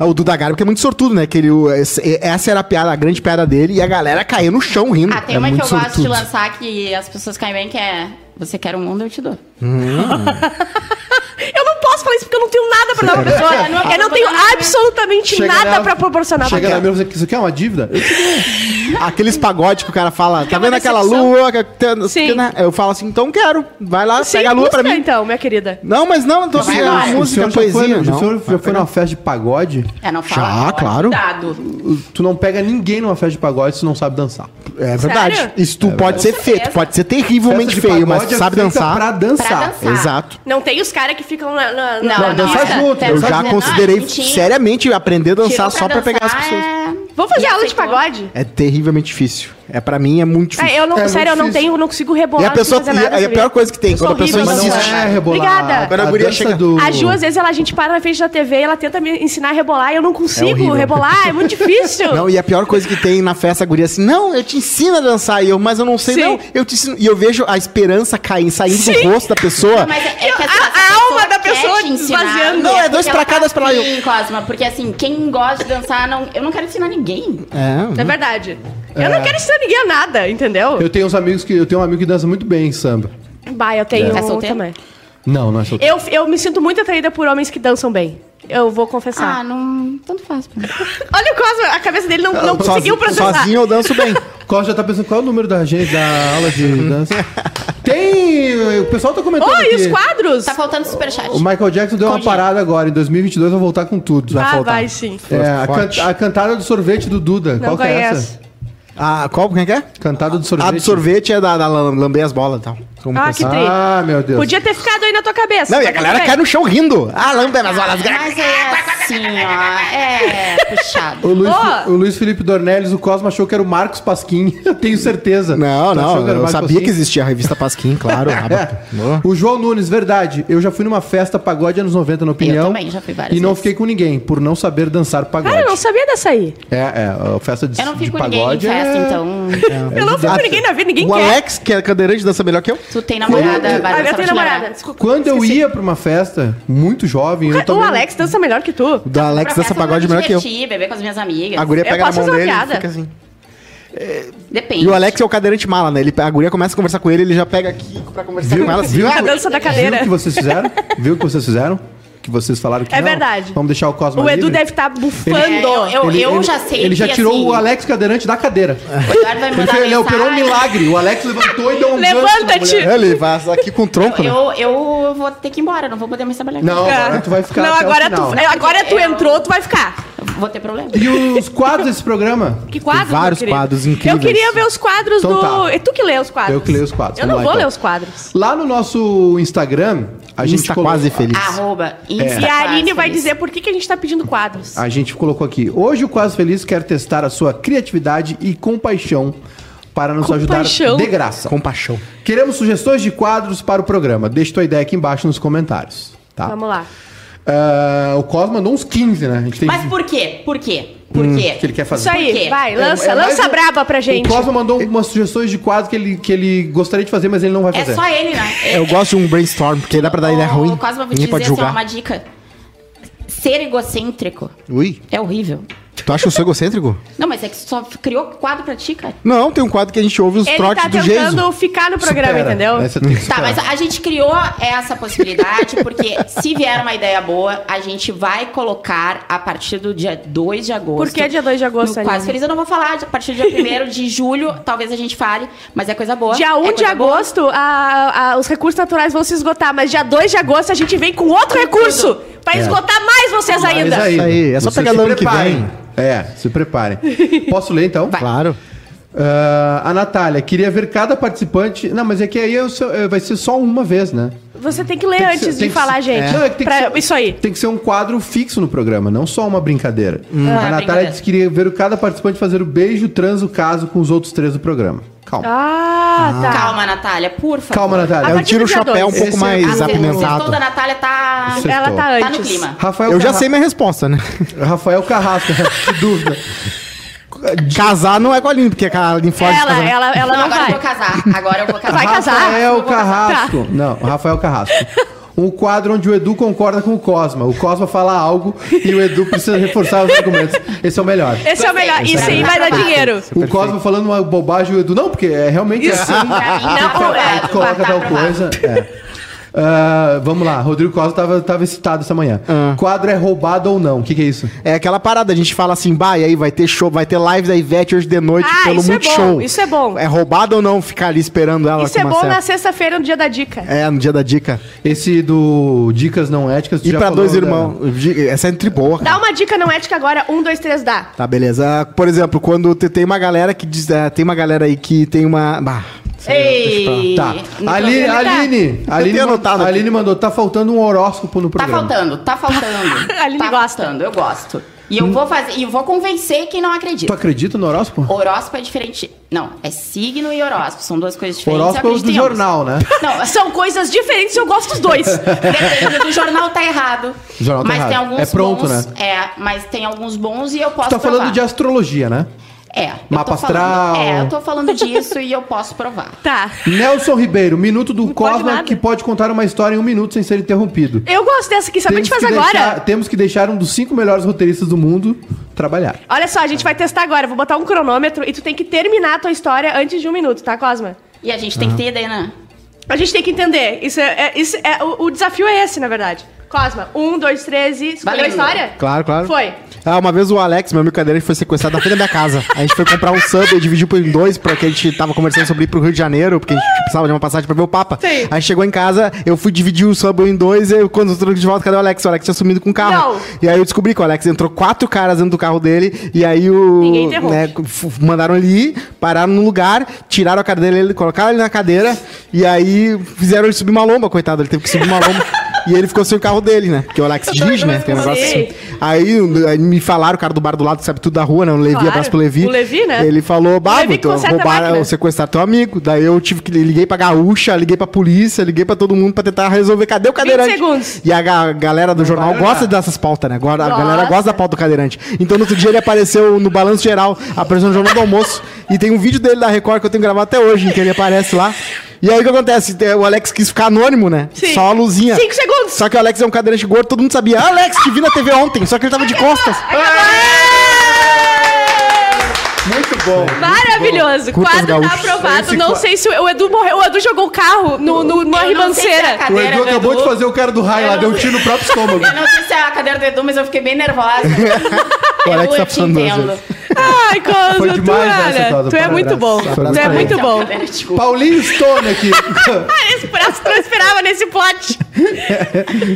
Speaker 1: Ah, O Duda Garbi, que é muito sortudo, né? Que ele, o- esse- essa era a piada, a grande piada dele, e a galera caiu no chão rindo.
Speaker 4: Ah, tem
Speaker 1: É
Speaker 4: uma que
Speaker 1: muito
Speaker 4: eu gosto de
Speaker 1: sortudo.
Speaker 4: lançar um que as pessoas caem bem, que é. Você quer o mundo, eu te dou.
Speaker 2: Eu não posso posso falar isso porque eu não tenho nada pra dar pra pessoa.
Speaker 4: É, não-
Speaker 2: Eu não tenho
Speaker 4: não é.
Speaker 2: absolutamente
Speaker 3: Chega
Speaker 2: nada
Speaker 3: nela-
Speaker 2: pra proporcionar pra
Speaker 3: Chega na
Speaker 2: ela.
Speaker 3: minha e você quer uma dívida?
Speaker 1: Aqueles pagodes que o cara fala, tá
Speaker 4: uma
Speaker 1: vendo aquela
Speaker 4: decepção.
Speaker 1: lua? que- que-
Speaker 2: Sim.
Speaker 1: que- né? Eu falo assim, então quero. Vai lá,
Speaker 2: Sim,
Speaker 1: pega a lua
Speaker 2: busca,
Speaker 1: pra mim.
Speaker 2: então, minha querida.
Speaker 1: Não, mas não, eu tô assim,
Speaker 4: agora.
Speaker 1: a
Speaker 4: O
Speaker 3: O
Speaker 1: música,
Speaker 3: senhor
Speaker 1: a
Speaker 3: já foi,
Speaker 1: poesia.
Speaker 3: no-
Speaker 1: não.
Speaker 3: o senhor já foi numa festa de pagode?
Speaker 4: É, não fala.
Speaker 1: Já,
Speaker 4: agora,
Speaker 1: claro.
Speaker 4: Cuidado.
Speaker 3: Tu não pega ninguém numa festa de pagode se não sabe dançar.
Speaker 1: É verdade.
Speaker 2: Sério?
Speaker 1: Isso tu pode ser
Speaker 4: Com
Speaker 1: feio, tu
Speaker 4: certeza.
Speaker 1: pode ser terrivelmente
Speaker 3: Festa de
Speaker 1: feio, mas
Speaker 3: pagode
Speaker 1: tu
Speaker 3: é
Speaker 1: sabe
Speaker 3: feita
Speaker 1: dançar.
Speaker 3: Pra dançar.
Speaker 4: Pra dançar.
Speaker 1: Exato.
Speaker 2: Não tem os caras que ficam na. na- na-
Speaker 4: Não, não.
Speaker 3: dançar
Speaker 4: essa-
Speaker 3: junto,
Speaker 1: Eu
Speaker 4: essa-
Speaker 1: já
Speaker 4: não,
Speaker 1: considerei
Speaker 4: mentira.
Speaker 1: seriamente aprender a dançar
Speaker 4: Tirou
Speaker 1: só pra pegar as
Speaker 4: dançar,
Speaker 1: pessoas.
Speaker 4: é-
Speaker 2: Vamos fazer
Speaker 4: Já
Speaker 2: aula de
Speaker 4: aceitou.
Speaker 2: pagode?
Speaker 1: É terrivelmente difícil. É pra mim é muito difícil.
Speaker 2: É, eu não,
Speaker 3: É
Speaker 2: sério, eu não
Speaker 3: difícil.
Speaker 2: tenho, eu não consigo rebolar.
Speaker 1: E a
Speaker 2: não consigo
Speaker 1: pessoa-
Speaker 2: fazer
Speaker 1: e
Speaker 2: nada,
Speaker 1: a- e a
Speaker 2: sabia?
Speaker 1: pior coisa que tem,
Speaker 2: Eu sou
Speaker 1: quando a pessoa
Speaker 2: horrível
Speaker 3: Mas não
Speaker 1: insiste.
Speaker 3: é
Speaker 2: dançando.
Speaker 3: rebolar.
Speaker 2: Obrigada.
Speaker 1: Agora a guria
Speaker 3: dança
Speaker 1: chega-
Speaker 3: do-
Speaker 2: A Ju, às vezes, ela, a gente para na frente da TV e ela tenta me ensinar a rebolar e eu não consigo
Speaker 1: horrível.
Speaker 2: rebolar, é muito difícil.
Speaker 1: Não, e a pior coisa que tem na festa, a guria assim, não, eu te ensino a dançar, e eu, mas eu não sei,
Speaker 2: Sim.
Speaker 1: não, eu te ensino. E eu vejo a esperança cair, saindo
Speaker 2: Sim.
Speaker 1: do rosto da pessoa.
Speaker 4: Mas é, é
Speaker 2: Eu-
Speaker 4: que, assim,
Speaker 2: a-
Speaker 4: essa
Speaker 2: a
Speaker 4: pessoa
Speaker 2: alma da
Speaker 4: quer
Speaker 2: pessoa
Speaker 4: te ensinar,
Speaker 2: esvaziando.
Speaker 4: né?
Speaker 1: Não, é dois
Speaker 4: Porque
Speaker 1: pra
Speaker 4: ela
Speaker 1: cá, dois pra lá, eu-
Speaker 4: Sim, Cosma, porque assim, quem gosta de dançar, não, eu não quero ensinar ninguém.
Speaker 2: É
Speaker 1: É.
Speaker 2: verdade. Eu não quero ensinar ninguém a nada, entendeu?
Speaker 3: Eu tenho uns amigos que eu tenho um amigo que dança muito bem em samba.
Speaker 2: Bah, eu tenho um
Speaker 4: É. Tá solteiro?
Speaker 2: também.
Speaker 3: Não, não é solteiro.
Speaker 2: Eu, eu me sinto muito atraída por homens que dançam bem. Eu vou confessar.
Speaker 4: Ah, não. Tanto faz. pra mim.
Speaker 2: Olha o Cosmo, a cabeça dele não, não conseguiu processar.
Speaker 1: Sozinho eu danço bem.
Speaker 3: O Costa já tá pensando qual é o número da gente da aula de dança. Tem! O pessoal tá comentando.
Speaker 2: Oh, e os
Speaker 3: aqui.
Speaker 2: quadros?
Speaker 4: Tá faltando superchat.
Speaker 3: O Michael Jackson deu uma
Speaker 4: Congelado.
Speaker 3: parada agora. Em 2022 vai voltar com tudo.
Speaker 2: ah,
Speaker 1: faltar.
Speaker 2: vai sim.
Speaker 3: É, a,
Speaker 1: Forte.
Speaker 3: can- a cantada do sorvete do Duda.
Speaker 2: Não
Speaker 3: Qual que é
Speaker 2: conheço.
Speaker 3: essa?
Speaker 1: Ah, qual? Quem é que é?
Speaker 3: Cantada do sorvete.
Speaker 1: A do sorvete é da, da lam- lamber as bolas e tal. Como
Speaker 2: Ah,
Speaker 1: pensar.
Speaker 2: que é triste.
Speaker 3: Ah, meu Deus.
Speaker 2: Podia ter ficado aí na tua cabeça.
Speaker 1: Não, e a
Speaker 2: mas
Speaker 1: galera
Speaker 2: tudo
Speaker 1: cai
Speaker 2: bem.
Speaker 1: no chão rindo. Ah, lamber as bolas.
Speaker 4: Mas é assim, ó. É
Speaker 3: O
Speaker 4: puxado.
Speaker 3: Luiz,
Speaker 2: Ô!
Speaker 3: o Luiz Felipe Dornelles, o Cosmo achou que era o Marcos Pasquim. Eu tenho certeza.
Speaker 1: Não,
Speaker 3: Tu achou
Speaker 1: não,
Speaker 3: Tá que era É. o
Speaker 1: eu
Speaker 3: Marcos
Speaker 1: sabia que
Speaker 3: Pasquim?
Speaker 1: existia a revista Pasquim, claro. Ah, boa.
Speaker 3: O João Nunes, verdade. Eu já fui numa festa pagode anos 90, na opinião.
Speaker 4: também, já fui várias
Speaker 3: E não
Speaker 4: vezes.
Speaker 3: fiquei com ninguém, por não saber dançar pagode.
Speaker 2: Cara, eu não sabia dessa aí.
Speaker 3: É, é, a festa de,
Speaker 4: Eu não
Speaker 3: de
Speaker 4: fico com ninguém em
Speaker 3: pagode.
Speaker 4: festa,
Speaker 3: é-
Speaker 4: então.
Speaker 2: eu não fico com ninguém na vida, ninguém
Speaker 1: o
Speaker 2: quer.
Speaker 1: Alex, que é cadeirante, dança melhor que eu.
Speaker 4: Tu tem namorada,
Speaker 2: Ah,
Speaker 4: Bárbara
Speaker 2: eu tenho
Speaker 4: Sacramento.
Speaker 2: namorada. Desculpa,
Speaker 3: Quando eu
Speaker 2: esqueci.
Speaker 3: ia pra uma festa, muito jovem, eu
Speaker 2: O
Speaker 3: também.
Speaker 2: Alex dança melhor que tu.
Speaker 1: O da Alex
Speaker 4: Pra
Speaker 1: dança
Speaker 4: festa
Speaker 1: pagode
Speaker 4: eu vou
Speaker 1: melhor
Speaker 4: me
Speaker 1: É que eu.
Speaker 4: divertir, beber com as minhas amigas.
Speaker 1: A guria
Speaker 2: Eu
Speaker 1: pega na
Speaker 2: posso
Speaker 1: mão
Speaker 2: fazer uma
Speaker 1: dele e
Speaker 2: piada.
Speaker 1: fica assim.
Speaker 4: Depende.
Speaker 1: E o Alex é o cadeirante mala, né? Ele, a guria começa a conversar com ele, ele já pega aqui pra conversar com ela. assim.
Speaker 3: Viu
Speaker 2: A
Speaker 3: que-
Speaker 2: dança da
Speaker 3: Viu o
Speaker 2: cadeira.
Speaker 3: que vocês fizeram? Viu o que vocês fizeram? Que vocês falaram que
Speaker 2: É
Speaker 3: não,
Speaker 2: verdade.
Speaker 3: Vamos deixar o Cosmo
Speaker 2: O Edu
Speaker 3: livre?
Speaker 2: deve estar
Speaker 4: É,
Speaker 2: bufando.
Speaker 4: eu, eu, eu já sei.
Speaker 3: Ele já
Speaker 4: que,
Speaker 3: tirou
Speaker 4: assim,
Speaker 3: o Alex cadeirante da cadeira.
Speaker 4: O Eduardo vai me
Speaker 3: Ele,
Speaker 4: mandar
Speaker 3: fez- ele operou um
Speaker 4: mensagem.
Speaker 3: milagre. O Alex levantou e deu um gancho na
Speaker 2: Levanta-te!
Speaker 3: mulher.
Speaker 1: É, Ele vai aqui com o tronco, né?
Speaker 4: Eu, eu vou ter que ir embora, não vou poder mais trabalhar.
Speaker 3: Não,
Speaker 4: aqui.
Speaker 3: agora tu vai ficar
Speaker 2: Não,
Speaker 3: até o
Speaker 2: agora
Speaker 3: final.
Speaker 2: tu, é, agora tu
Speaker 4: Eu-
Speaker 2: entrou, tu vai ficar.
Speaker 4: Vou ter problema.
Speaker 3: E os quadros desse programa?
Speaker 2: Que quadros?
Speaker 1: Tem vários
Speaker 2: meu querido?
Speaker 1: quadros incríveis.
Speaker 2: Eu queria ver os quadros
Speaker 3: Então
Speaker 2: do.
Speaker 3: tá.
Speaker 2: É tu que lê os quadros.
Speaker 3: Eu que leio os quadros,
Speaker 2: Eu
Speaker 3: vamos
Speaker 2: não
Speaker 3: lá,
Speaker 2: vou
Speaker 3: então.
Speaker 2: ler os quadros.
Speaker 3: Lá no nosso Instagram, a
Speaker 1: A
Speaker 3: gente
Speaker 1: gente tá
Speaker 3: colo-
Speaker 1: quase feliz.
Speaker 4: Arroba.
Speaker 3: É.
Speaker 2: E a Aline vai dizer por que, que a gente tá pedindo quadros.
Speaker 3: A gente colocou aqui. Hoje o Quase Feliz quer testar a sua criatividade e compaixão para nos
Speaker 2: Compaixão.
Speaker 3: ajudar de graça.
Speaker 1: Com paixão.
Speaker 3: Queremos sugestões de quadros para o programa. Deixa tua ideia aqui embaixo nos comentários. Tá?
Speaker 2: Vamos lá.
Speaker 3: Ah, o Cosmo mandou uns 15, né? A gente tem
Speaker 4: Mas por quê? Por quê? Por quê?
Speaker 3: que ele quer fazer.
Speaker 2: Isso aí,
Speaker 4: quê?
Speaker 2: vai,
Speaker 3: É-
Speaker 2: lança,
Speaker 3: é mais
Speaker 2: lança
Speaker 3: um-
Speaker 2: braba pra gente.
Speaker 3: O Cosmo mandou umas sugestões de quadros que ele, que ele gostaria de fazer, mas ele não vai
Speaker 4: É
Speaker 3: fazer.
Speaker 4: só ele, né?
Speaker 1: Eu gosto de um brainstorm, porque dá pra dar ideia é ruim.
Speaker 4: O Cosma, vou te
Speaker 1: Ninguém
Speaker 4: dizer
Speaker 1: pode
Speaker 4: assim, ó,
Speaker 1: julgar.
Speaker 4: uma dica. Ser egocêntrico
Speaker 1: Ui,
Speaker 4: é horrível.
Speaker 1: tu acha que eu sou egocêntrico?
Speaker 4: Não, mas é que só criou quadro pra ti, cara.
Speaker 1: Não, tem um quadro que a gente ouve os
Speaker 2: Ele
Speaker 1: trotes
Speaker 2: tá
Speaker 1: do
Speaker 2: tentando
Speaker 1: Geiso.
Speaker 2: ficar no programa,
Speaker 3: Supera,
Speaker 2: entendeu?
Speaker 3: né? Você tem que
Speaker 4: Tá,
Speaker 3: superar.
Speaker 4: mas a gente criou essa possibilidade porque se vier uma ideia boa, a gente vai colocar a partir do dia 2 de agosto.
Speaker 2: Por que dia 2 de agosto,
Speaker 4: No
Speaker 2: Aline?
Speaker 4: Quase Feliz eu não vou falar, a partir do dia 1 de julho talvez a gente fale, mas é coisa boa.
Speaker 2: Dia 1 de
Speaker 4: é coisa boa.
Speaker 2: agosto, a- a- os recursos naturais vão se esgotar, mas dia 2 de agosto a gente vem com outro recurso pra esgotar mais vocês
Speaker 3: Mas
Speaker 2: ainda.
Speaker 1: aí- Isso é só
Speaker 3: vocês
Speaker 1: pegar
Speaker 3: se
Speaker 1: no ano que
Speaker 3: preparem.
Speaker 1: vem.
Speaker 3: É, se preparem. Posso ler então?
Speaker 1: Claro.
Speaker 3: Ah, a Natália, queria ver cada participante. Não, mas é que aí eu sou- eh, vai ser só uma vez, né?
Speaker 2: Você tem que ler
Speaker 3: Tem que
Speaker 2: antes
Speaker 3: ser-
Speaker 2: de
Speaker 3: tem que
Speaker 2: falar,
Speaker 3: ser-
Speaker 2: gente.
Speaker 3: é. Não, é que tem que
Speaker 2: Pra-
Speaker 3: ser-
Speaker 2: Isso aí.
Speaker 3: Tem que ser um quadro fixo no programa, não só uma brincadeira.
Speaker 2: Hum.
Speaker 4: Ah,
Speaker 3: a Natália
Speaker 4: brincadeira.
Speaker 3: disse que queria ver cada participante fazer o beijo trans o caso com os outros três do programa. Calma.
Speaker 2: Ah, tá.
Speaker 4: Calma, Natália, por favor. Ah,
Speaker 3: Calma,
Speaker 2: A
Speaker 3: Natália.
Speaker 1: Eu
Speaker 2: partir
Speaker 1: tiro
Speaker 2: do
Speaker 1: o
Speaker 2: dia
Speaker 1: chapéu um
Speaker 2: dois.
Speaker 1: pouco
Speaker 3: Esse
Speaker 4: A
Speaker 1: mais
Speaker 3: é-
Speaker 4: sextou
Speaker 1: apimentado.
Speaker 4: da Natália tá
Speaker 3: Sextou.
Speaker 2: Ela tá antes.
Speaker 4: Tá no clima.
Speaker 3: Rafael
Speaker 1: Eu já
Speaker 3: Carra-
Speaker 1: sei minha resposta, né?
Speaker 3: Rafael Carrasco, que dúvida.
Speaker 1: Casar não é com a Aline, porque a Aline foge de
Speaker 2: Ela, é
Speaker 1: casar.
Speaker 2: ela, ela
Speaker 4: não,
Speaker 2: não,
Speaker 4: agora eu
Speaker 2: vai.
Speaker 4: vou casar. Agora eu vou É casar.
Speaker 2: Vai casar.
Speaker 3: Rafael
Speaker 4: Eu vou casar. Tá.
Speaker 3: Carrasco. Não, Rafael Carrasco. Um quadro onde o Edu concorda com o Cosma. O Cosma fala algo e o Edu precisa reforçar os argumentos. Esse é o melhor.
Speaker 2: Esse é o melhor.
Speaker 4: Gostei.
Speaker 2: Isso aí
Speaker 4: Esse
Speaker 2: vai
Speaker 4: é
Speaker 2: dar
Speaker 4: perfeito.
Speaker 2: dinheiro.
Speaker 3: O Cosma falando uma bobagem, o Edu, não, porque é realmente
Speaker 4: Isso,
Speaker 3: assim.
Speaker 4: pra mim,
Speaker 2: Não,
Speaker 4: tá
Speaker 3: Aí
Speaker 4: aprovado.
Speaker 3: tu coloca
Speaker 4: Tá
Speaker 3: tal
Speaker 4: aprovado.
Speaker 3: coisa. é. Ah, vamos lá, Rodrigo Costa tava, tava excitado essa manhã.
Speaker 1: Ah.
Speaker 3: Quadro é roubado ou não? O que, que é isso?
Speaker 1: É aquela parada, a gente fala assim, bah, e aí vai ter show, vai ter live da Ivete hoje de noite
Speaker 2: Ah,
Speaker 1: pelo
Speaker 2: isso é
Speaker 1: Multishow.
Speaker 2: bom, isso é bom.
Speaker 1: É roubado ou não ficar ali esperando ela
Speaker 2: Isso é
Speaker 1: com uma
Speaker 2: bom
Speaker 1: certa-
Speaker 2: na sexta-feira, no dia da dica.
Speaker 1: É, no dia da dica.
Speaker 3: Esse do Dicas Não Éticas. tu
Speaker 1: E
Speaker 3: já
Speaker 1: pra
Speaker 3: falou né?
Speaker 1: dois
Speaker 3: da-
Speaker 1: irmãos. Di- Essa é entre boa, cara.
Speaker 2: Dá uma dica não ética agora. Um, dois, três, dá.
Speaker 1: Tá, beleza. Por exemplo, quando te- tem uma galera que diz. eh, tem uma galera aí que tem uma. Bah,
Speaker 4: Ei!
Speaker 3: Tá.
Speaker 4: Não
Speaker 3: Ali,
Speaker 4: tô vendo, tá?
Speaker 3: Aline, Aline,
Speaker 1: tenho
Speaker 3: man-
Speaker 1: anotado aqui.
Speaker 3: Aline mandou, tá faltando um horóscopo no
Speaker 4: Tá
Speaker 3: programa.
Speaker 4: faltando, tá faltando.
Speaker 2: Aline
Speaker 4: tá
Speaker 2: gosta.
Speaker 4: faltando, eu gosto. E eu vou fazer, e eu vou convencer quem não
Speaker 3: Tu
Speaker 4: acredita.
Speaker 3: acredita no horóscopo?
Speaker 4: Horóscopo é diferente. Não, é signo e horóscopo. São duas coisas diferentes. eu
Speaker 3: Horóscopo é o
Speaker 4: acredito
Speaker 3: do
Speaker 4: em ambos.
Speaker 3: jornal, né?
Speaker 4: Não,
Speaker 2: São coisas diferentes, eu gosto dos dois.
Speaker 4: depende do jornal tá errado.
Speaker 3: O jornal tá
Speaker 4: mas tem
Speaker 3: errado.
Speaker 4: alguns
Speaker 3: É pronto,
Speaker 4: bons, É, mas tem alguns bons e eu posso
Speaker 3: Tu tá
Speaker 4: provar.
Speaker 3: falando de astrologia, né?
Speaker 4: É. eu
Speaker 3: Mapa
Speaker 4: tô falando-
Speaker 3: astral.
Speaker 4: É, eu tô falando disso e eu posso provar.
Speaker 2: Tá.
Speaker 3: Nelson Ribeiro, minuto do
Speaker 2: Não pode
Speaker 3: Cosma
Speaker 2: nada.
Speaker 3: que pode contar uma história em um minuto sem ser interrompido.
Speaker 2: Eu gosto dessa aqui, sabe o que a gente faz
Speaker 3: que
Speaker 2: agora?
Speaker 3: Deixar, temos que deixar um dos cinco melhores roteiristas do mundo trabalhar.
Speaker 2: Olha só, a gente vai testar agora. Vou botar um cronômetro e tu tem que terminar a tua história antes de um minuto, tá, Cosma?
Speaker 4: E a gente tem que ter ideia, né?
Speaker 2: A gente tem que entender. Isso é, é- isso é- o, o desafio é esse, na verdade. Cosma, um, dois, três e. Escolheu a
Speaker 4: Valendo.
Speaker 2: história?
Speaker 1: claro, claro.
Speaker 2: Foi.
Speaker 1: Ah, uma vez o Alex, meu amigo cadeira, ele foi sequestrado na frente da minha casa. A gente foi comprar um sub e dividiu por em dois, porque a gente tava conversando sobre ir pro Rio de Janeiro, porque a gente tipo, precisava de uma passagem pra ver o Papa.
Speaker 2: Sim.
Speaker 1: Aí chegou em casa, eu fui dividir o sub em dois, e eu, quando eu trouxe de volta, cadê o Alex? O Alex tinha sumido com o carro.
Speaker 2: Não.
Speaker 1: E aí eu descobri que o Alex entrou quatro caras dentro do carro dele, e aí o.
Speaker 2: Ninguém interrompe.
Speaker 1: né, f- f- mandaram ele ir, pararam no lugar, tiraram a cadeira dele, colocaram ele na cadeira, e aí fizeram ele subir uma lomba, coitado, ele teve que subir uma lomba. E ele ficou sem o carro dele, né? Porque o Alex dirige, né? Tem um negócio assim. Aí, um, aí me falaram, o cara do bar do lado, que sabe tudo da rua, né? O Levi,
Speaker 2: Claro.
Speaker 1: abraço pro Levi.
Speaker 2: O Levi, né?
Speaker 1: Ele falou,
Speaker 2: O
Speaker 1: bah,
Speaker 2: Levi que
Speaker 1: então
Speaker 2: conserta a
Speaker 1: roubaram,
Speaker 2: máquina."
Speaker 1: sequestrar teu amigo. Daí eu tive que, liguei pra gaúcha, liguei pra polícia, liguei pra todo mundo pra tentar resolver. Cadê o cadeirante?
Speaker 2: segundos.
Speaker 1: E a ga- galera do jornal
Speaker 3: vai olhar.
Speaker 1: gosta dessas pautas, né? Agora, a galera
Speaker 2: Gosta.
Speaker 1: gosta da pauta do cadeirante. Então, no outro dia ele apareceu no Balanço Geral, apareceu no Jornal do Almoço. E tem um vídeo dele da Record que eu tenho gravado até hoje, em que ele aparece lá. E aí o que acontece? O Alex quis ficar anônimo, né?
Speaker 2: Sim.
Speaker 1: Só a luzinha.
Speaker 2: Cinco segundos.
Speaker 1: Só que o Alex é um cadeirante gordo, todo mundo sabia. Ah, Alex, te vi na TV ontem, só que ele tava de costas.
Speaker 3: Muito bom.
Speaker 2: Maravilhoso.
Speaker 1: Curtas
Speaker 2: quadro tá
Speaker 1: gaúchas.
Speaker 2: aprovado.
Speaker 3: Esse
Speaker 2: não
Speaker 3: qua-
Speaker 4: Eu não sei se é a
Speaker 2: ribanceira.
Speaker 3: O
Speaker 4: cadeira
Speaker 3: Edu
Speaker 4: do
Speaker 3: acabou de
Speaker 4: Edu.
Speaker 3: fazer o cara do raio
Speaker 4: Eu
Speaker 3: lá,
Speaker 4: não
Speaker 3: deu um
Speaker 4: sei.
Speaker 3: tiro no próprio estômago.
Speaker 4: Eu não sei se é a cadeira do Edu, mas eu fiquei bem nervosa.
Speaker 1: O
Speaker 4: eu
Speaker 1: Alex tá
Speaker 4: te
Speaker 1: falando duas
Speaker 4: entendo.
Speaker 1: vezes.
Speaker 2: Ai,
Speaker 3: Foi
Speaker 2: Cosma, tu,
Speaker 3: demais essa,
Speaker 2: olha.
Speaker 3: Cosma,
Speaker 2: Tu é
Speaker 3: parabéns.
Speaker 2: muito bom.
Speaker 3: Parabéns
Speaker 2: Tu é
Speaker 3: pra
Speaker 2: muito
Speaker 1: ele.
Speaker 2: bom.
Speaker 4: Cadeira de cu.
Speaker 3: Paulinho Stone aqui.
Speaker 2: É, Esse braço que eu não esperava nesse plot.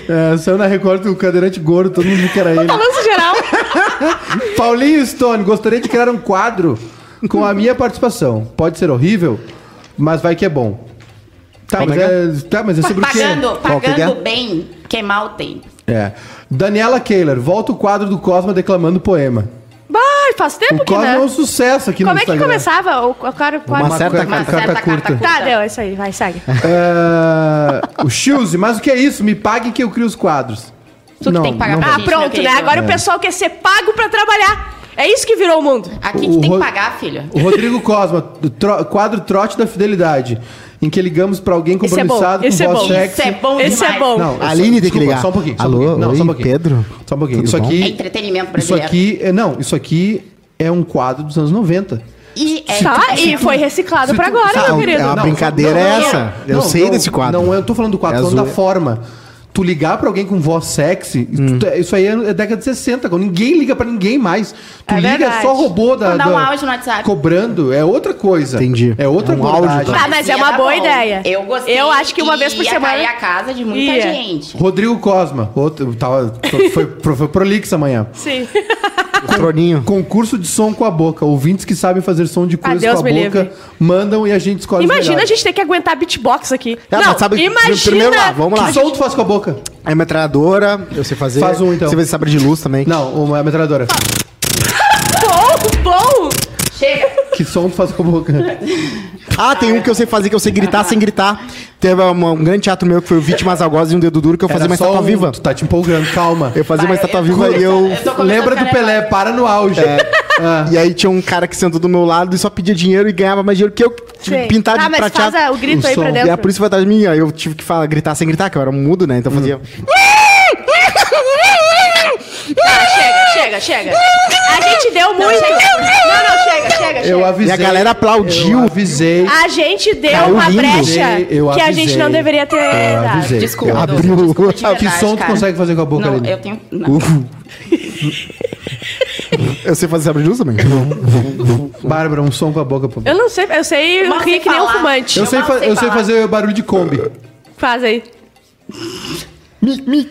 Speaker 3: é, saiu na Record do cadeirante gordo, todo mundo que era ele.
Speaker 2: Balanço geral.
Speaker 3: Paulinho Stone, gostaria de criar um quadro com a minha participação. Pode ser horrível, mas vai que é bom. Tá,
Speaker 1: Como
Speaker 3: mas
Speaker 1: é
Speaker 3: é, tá, mas é sobre o quê?
Speaker 4: Pagando,
Speaker 1: Qual que é?
Speaker 4: pagando bem, quem mal tem.
Speaker 3: É. Daniela Kehler, volta o quadro do Cosma declamando poema.
Speaker 2: Vai, faz tempo
Speaker 3: O
Speaker 2: que
Speaker 3: Cosma é um
Speaker 2: não.
Speaker 3: sucesso aqui
Speaker 2: Como
Speaker 3: no
Speaker 2: é que
Speaker 3: Instagram.
Speaker 2: começava o o cara?
Speaker 1: Uma certa
Speaker 3: né? Uma
Speaker 1: carta-
Speaker 3: carta
Speaker 4: certa
Speaker 3: curta.
Speaker 4: carta
Speaker 2: Tá, deu, é isso aí. Vai, segue.
Speaker 3: Ah, o Shields, mas o que é isso? Me paguem que eu crio os quadros.
Speaker 4: Tu que
Speaker 3: Não,
Speaker 4: tem que pagar
Speaker 3: não
Speaker 4: pra
Speaker 2: Ah,
Speaker 4: gente, meu
Speaker 2: pronto, né?
Speaker 4: querido.
Speaker 2: Agora o pessoal quer ser pago pra trabalhar. É isso que virou o mundo.
Speaker 4: Aqui
Speaker 3: O
Speaker 4: que tem
Speaker 3: Ro-
Speaker 4: que pagar, filha.
Speaker 3: O Rodrigo Cosma, do tro- quadro Trote da Fidelidade, em que ligamos pra alguém
Speaker 2: Esse é bom,
Speaker 3: compromissado
Speaker 2: esse é
Speaker 3: com
Speaker 2: bom.
Speaker 3: voz sexy.
Speaker 4: Isso é bom
Speaker 2: Esse é
Speaker 4: demais.
Speaker 2: bom.
Speaker 3: Não,
Speaker 1: A Aline tem que ligar.
Speaker 3: Só um pouquinho. só um
Speaker 1: Alô,
Speaker 3: pouquinho. Não, só um
Speaker 1: oi,
Speaker 3: pouquinho.
Speaker 1: Pedro?
Speaker 3: Só um pouquinho.
Speaker 1: Tudo
Speaker 3: isso
Speaker 1: bom?
Speaker 4: É
Speaker 3: aqui.
Speaker 4: entretenimento
Speaker 3: Isso
Speaker 4: brasileiro.
Speaker 3: aqui. é- Não, isso aqui é um quadro dos anos 90.
Speaker 4: E é
Speaker 2: Tá, e foi reciclado pra agora,
Speaker 3: Sabe,
Speaker 2: meu
Speaker 1: é
Speaker 2: querido.
Speaker 1: uma
Speaker 3: não,
Speaker 1: brincadeira
Speaker 3: não,
Speaker 1: é
Speaker 3: não,
Speaker 1: essa.
Speaker 3: não,
Speaker 1: eu
Speaker 3: não,
Speaker 1: sei
Speaker 3: não,
Speaker 1: desse quadro.
Speaker 3: Não, eu tô falando do quadro,
Speaker 1: É
Speaker 3: tô falando da
Speaker 1: zoe-
Speaker 3: forma. Tu ligar pra alguém com voz sexy,
Speaker 1: Hum.
Speaker 3: tu- isso aí é é década de 60, quando ninguém liga pra ninguém mais. Tu
Speaker 2: É
Speaker 3: liga,
Speaker 2: verdade.
Speaker 3: só robô da,
Speaker 4: Mandar um
Speaker 3: da-
Speaker 4: áudio no WhatsApp.
Speaker 3: Cobrando, é outra coisa.
Speaker 1: Entendi.
Speaker 3: É outra
Speaker 1: É um
Speaker 3: abordagem.
Speaker 1: áudio,
Speaker 2: Tá, mas é uma
Speaker 4: era
Speaker 2: boa
Speaker 4: bom.
Speaker 2: ideia.
Speaker 4: Eu gostei.
Speaker 2: Eu acho que uma vez por
Speaker 4: ia
Speaker 2: semana-
Speaker 4: cair a casa de muita
Speaker 2: Ia.
Speaker 4: gente.
Speaker 3: Rodrigo Cosma, outro, tava, foi, foi, foi prolixo amanhã.
Speaker 2: Sim.
Speaker 1: O Troninho.
Speaker 3: Concurso de som com a boca. Ouvintes que sabem fazer som
Speaker 4: Ah,
Speaker 3: de coisas
Speaker 2: Deus
Speaker 3: com a
Speaker 2: me
Speaker 3: boca
Speaker 2: livre.
Speaker 3: mandam e a gente escolhe os
Speaker 2: Imagina a
Speaker 3: melhores.
Speaker 2: gente ter que aguentar beatbox aqui.
Speaker 1: Ah,
Speaker 2: não,
Speaker 1: mas sabe-
Speaker 2: imagina...
Speaker 1: primeiro lá, vamos lá.
Speaker 3: Que som tu faz com a boca?
Speaker 1: É metralhadora, eu sei fazer.
Speaker 3: Faz um, então.
Speaker 1: Você faz sabre de luz também.
Speaker 3: Não, uma metralhadora.
Speaker 2: Bom, bom.
Speaker 4: Chega.
Speaker 3: Que som tu faz com a boca?
Speaker 1: Ah, tem um que eu sei fazer, que eu sei gritar sem gritar. Teve uma- um grande teatro meu que foi o Vítimas Algozes e um Dedo Duro, que eu fazia
Speaker 3: Era
Speaker 1: uma
Speaker 3: só
Speaker 1: estátua
Speaker 3: um-
Speaker 1: viva.
Speaker 3: Tu tá te empolgando, calma.
Speaker 1: Eu fazia uma
Speaker 3: tá,
Speaker 4: Vai, é
Speaker 1: estátua
Speaker 4: eu-
Speaker 1: viva e eu...
Speaker 4: Eu tô começando
Speaker 3: Lembra
Speaker 4: a
Speaker 3: do
Speaker 4: ficar
Speaker 3: Pelé, para no auge.
Speaker 1: É.
Speaker 3: Ah,
Speaker 1: E aí tinha um cara que sentou do meu lado e só pedia dinheiro e ganhava mais dinheiro que eu
Speaker 2: Sim.
Speaker 1: que pintar
Speaker 2: Ah,
Speaker 1: de
Speaker 2: mas faz
Speaker 1: prateado.
Speaker 2: a- o grito
Speaker 3: o
Speaker 2: aí pra
Speaker 3: som.
Speaker 1: E a
Speaker 2: dentro.
Speaker 1: polícia foi atrás de mim, aí eu tive que falar, gritar sem Hum. gritar, que eu era um mudo, né? Então eu fazia...
Speaker 2: Tá, chega, chega. chega, chega. A gente deu muito. Não, não, chega, chega,
Speaker 3: Eu
Speaker 2: chega.
Speaker 1: E
Speaker 3: avisei.
Speaker 1: a galera aplaudiu.
Speaker 3: Eu avisei.
Speaker 4: Ah,
Speaker 2: A gente deu
Speaker 1: Caiu
Speaker 2: uma
Speaker 1: rindo.
Speaker 2: brecha
Speaker 3: Eu
Speaker 2: que a
Speaker 3: avisei.
Speaker 2: gente não deveria ter
Speaker 3: Eu
Speaker 2: dado.
Speaker 3: avisei.
Speaker 4: Desculpa,
Speaker 3: Eu
Speaker 4: Douglas,
Speaker 3: avisei.
Speaker 4: desculpa de
Speaker 3: Ah, que
Speaker 4: verdade,
Speaker 3: som tu
Speaker 4: cara.
Speaker 3: consegue fazer com a boca,
Speaker 4: Não,
Speaker 3: Aline?
Speaker 4: eu tenho... não.
Speaker 1: Eu sei fazer sabre de luz também.
Speaker 3: Bárbara, um som com a boca, por favor.
Speaker 2: Eu não sei, eu sei
Speaker 4: mal
Speaker 2: rir
Speaker 4: sei
Speaker 2: que nem um
Speaker 4: falar.
Speaker 2: fumante.
Speaker 3: Eu, sei,
Speaker 4: mal
Speaker 3: fa-
Speaker 4: sei
Speaker 3: eu sei
Speaker 4: falar.
Speaker 3: fazer barulho de Kombi.
Speaker 2: Faz aí.
Speaker 1: mi, mi.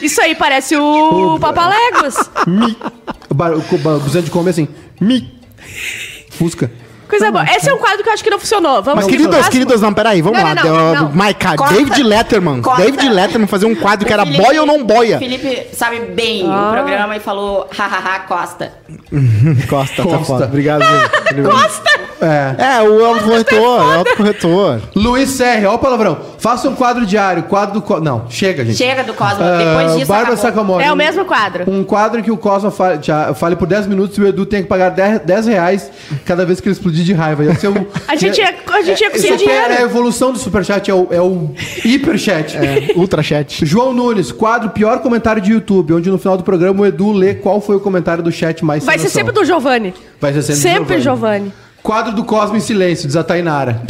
Speaker 2: Isso aí parece o Papaléguas.
Speaker 3: Mi. Bar- o co- ba- Buzina de Kombi é assim. Mi. Fusca. Tá
Speaker 2: Coisa boa. Esse é um quadro que eu acho que não funcionou. Vamos
Speaker 1: Mas,
Speaker 2: pro
Speaker 1: queridos,
Speaker 2: próximo.
Speaker 1: queridos, não, peraí, vamos
Speaker 2: Não,
Speaker 1: lá.
Speaker 2: não, não,
Speaker 1: Deu-
Speaker 2: não.
Speaker 1: Maica,
Speaker 4: Corta.
Speaker 1: David Letterman.
Speaker 4: Corta.
Speaker 1: David Letterman fazia um quadro que era
Speaker 4: Felipe-
Speaker 1: boia ou não boia.
Speaker 4: Felipe sabe bem
Speaker 2: Ah.
Speaker 4: o programa e falou, hahaha, Costa.
Speaker 1: Costa,
Speaker 3: Costa.
Speaker 1: tá foda. Obrigado. gente.
Speaker 3: É.
Speaker 1: é, o autocorretor, é o autocorretor.
Speaker 3: Luiz Serra, olha o palavrão. Faça um quadro diário, quadro do. Co- Não, chega, gente.
Speaker 4: Chega do Cosmo,
Speaker 3: Ah,
Speaker 4: depois disso
Speaker 3: Bárbara
Speaker 4: acabou.
Speaker 3: Sacomori.
Speaker 2: É o mesmo quadro.
Speaker 3: Um quadro em que o Cosma fale, já- fale por 10 minutos e o Edu tem que pagar 10, 10 reais cada vez que ele explodir de raiva. Ia ser um-
Speaker 2: A gente ia, a gente ia
Speaker 3: Isso
Speaker 2: conseguir
Speaker 3: aqui é a
Speaker 2: dinheiro.
Speaker 3: evolução do superchat, é o, é o hiperchat.
Speaker 1: É. Ultrachat.
Speaker 3: João Nunes, quadro pior comentário de YouTube, onde no final do programa o Edu lê qual foi o comentário do chat mais
Speaker 2: Vai
Speaker 3: sem
Speaker 2: ser
Speaker 3: noção.
Speaker 2: sempre do Giovanni.
Speaker 3: Vai ser sempre,
Speaker 2: Sempre, Giovanni.
Speaker 3: Quadro do Cosmo em silêncio, diz a Tainara.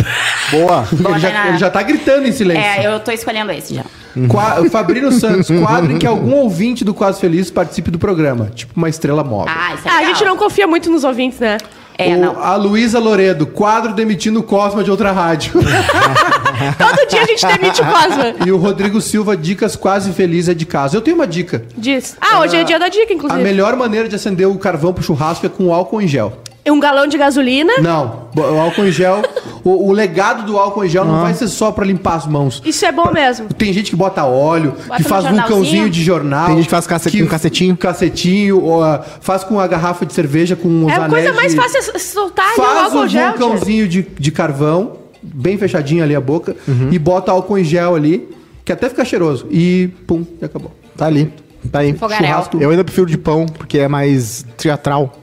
Speaker 1: Boa.
Speaker 3: ele, já,
Speaker 4: Tainara.
Speaker 3: ele já tá gritando em silêncio.
Speaker 4: É, eu tô escolhendo esse já.
Speaker 3: Uhum. Qua- Fabrino Santos, quadro em que algum ouvinte do Quase Feliz participe do programa, tipo uma estrela móvel.
Speaker 4: Ah, isso é
Speaker 2: Ah, a
Speaker 4: legal.
Speaker 2: gente não confia muito nos ouvintes, né?
Speaker 4: É,
Speaker 3: O-
Speaker 4: não.
Speaker 3: A Luísa Loredo, quadro demitindo o Cosma de outra rádio.
Speaker 2: Todo dia a gente demite o Cosma.
Speaker 3: e o Rodrigo Silva, dicas quase felizes é de casa. Eu tenho uma dica.
Speaker 2: Diz. Ah, hoje é dia da dica,
Speaker 3: A
Speaker 2: inclusive.
Speaker 3: melhor maneira de acender o carvão pro churrasco é com álcool em gel.
Speaker 2: Um galão de gasolina.
Speaker 3: Não, o álcool em gel, o, o legado do álcool em gel
Speaker 1: Ah.
Speaker 3: não vai ser só pra limpar as mãos.
Speaker 2: Isso é bom mesmo.
Speaker 3: Tem gente que bota óleo, que
Speaker 4: no
Speaker 3: faz
Speaker 4: jornalzinho.
Speaker 3: vulcãozinho de jornal.
Speaker 1: Tem gente que faz cacete- com cacetinho.
Speaker 3: Cacetinho, ou, ah, faz com a garrafa de cerveja, com os
Speaker 2: É a
Speaker 3: anéis
Speaker 2: coisa mais
Speaker 3: de-
Speaker 2: fácil é soltar ali o
Speaker 3: Faz um
Speaker 2: álcool gel. tia.
Speaker 3: vulcãozinho de, de carvão, bem fechadinho ali a boca, e bota álcool em gel ali, que até fica cheiroso. E pum, e acabou.
Speaker 1: Tá ali. Tá aí.
Speaker 4: Fogaréu.
Speaker 1: Churrasco. Eu ainda prefiro de pão, porque é mais teatral.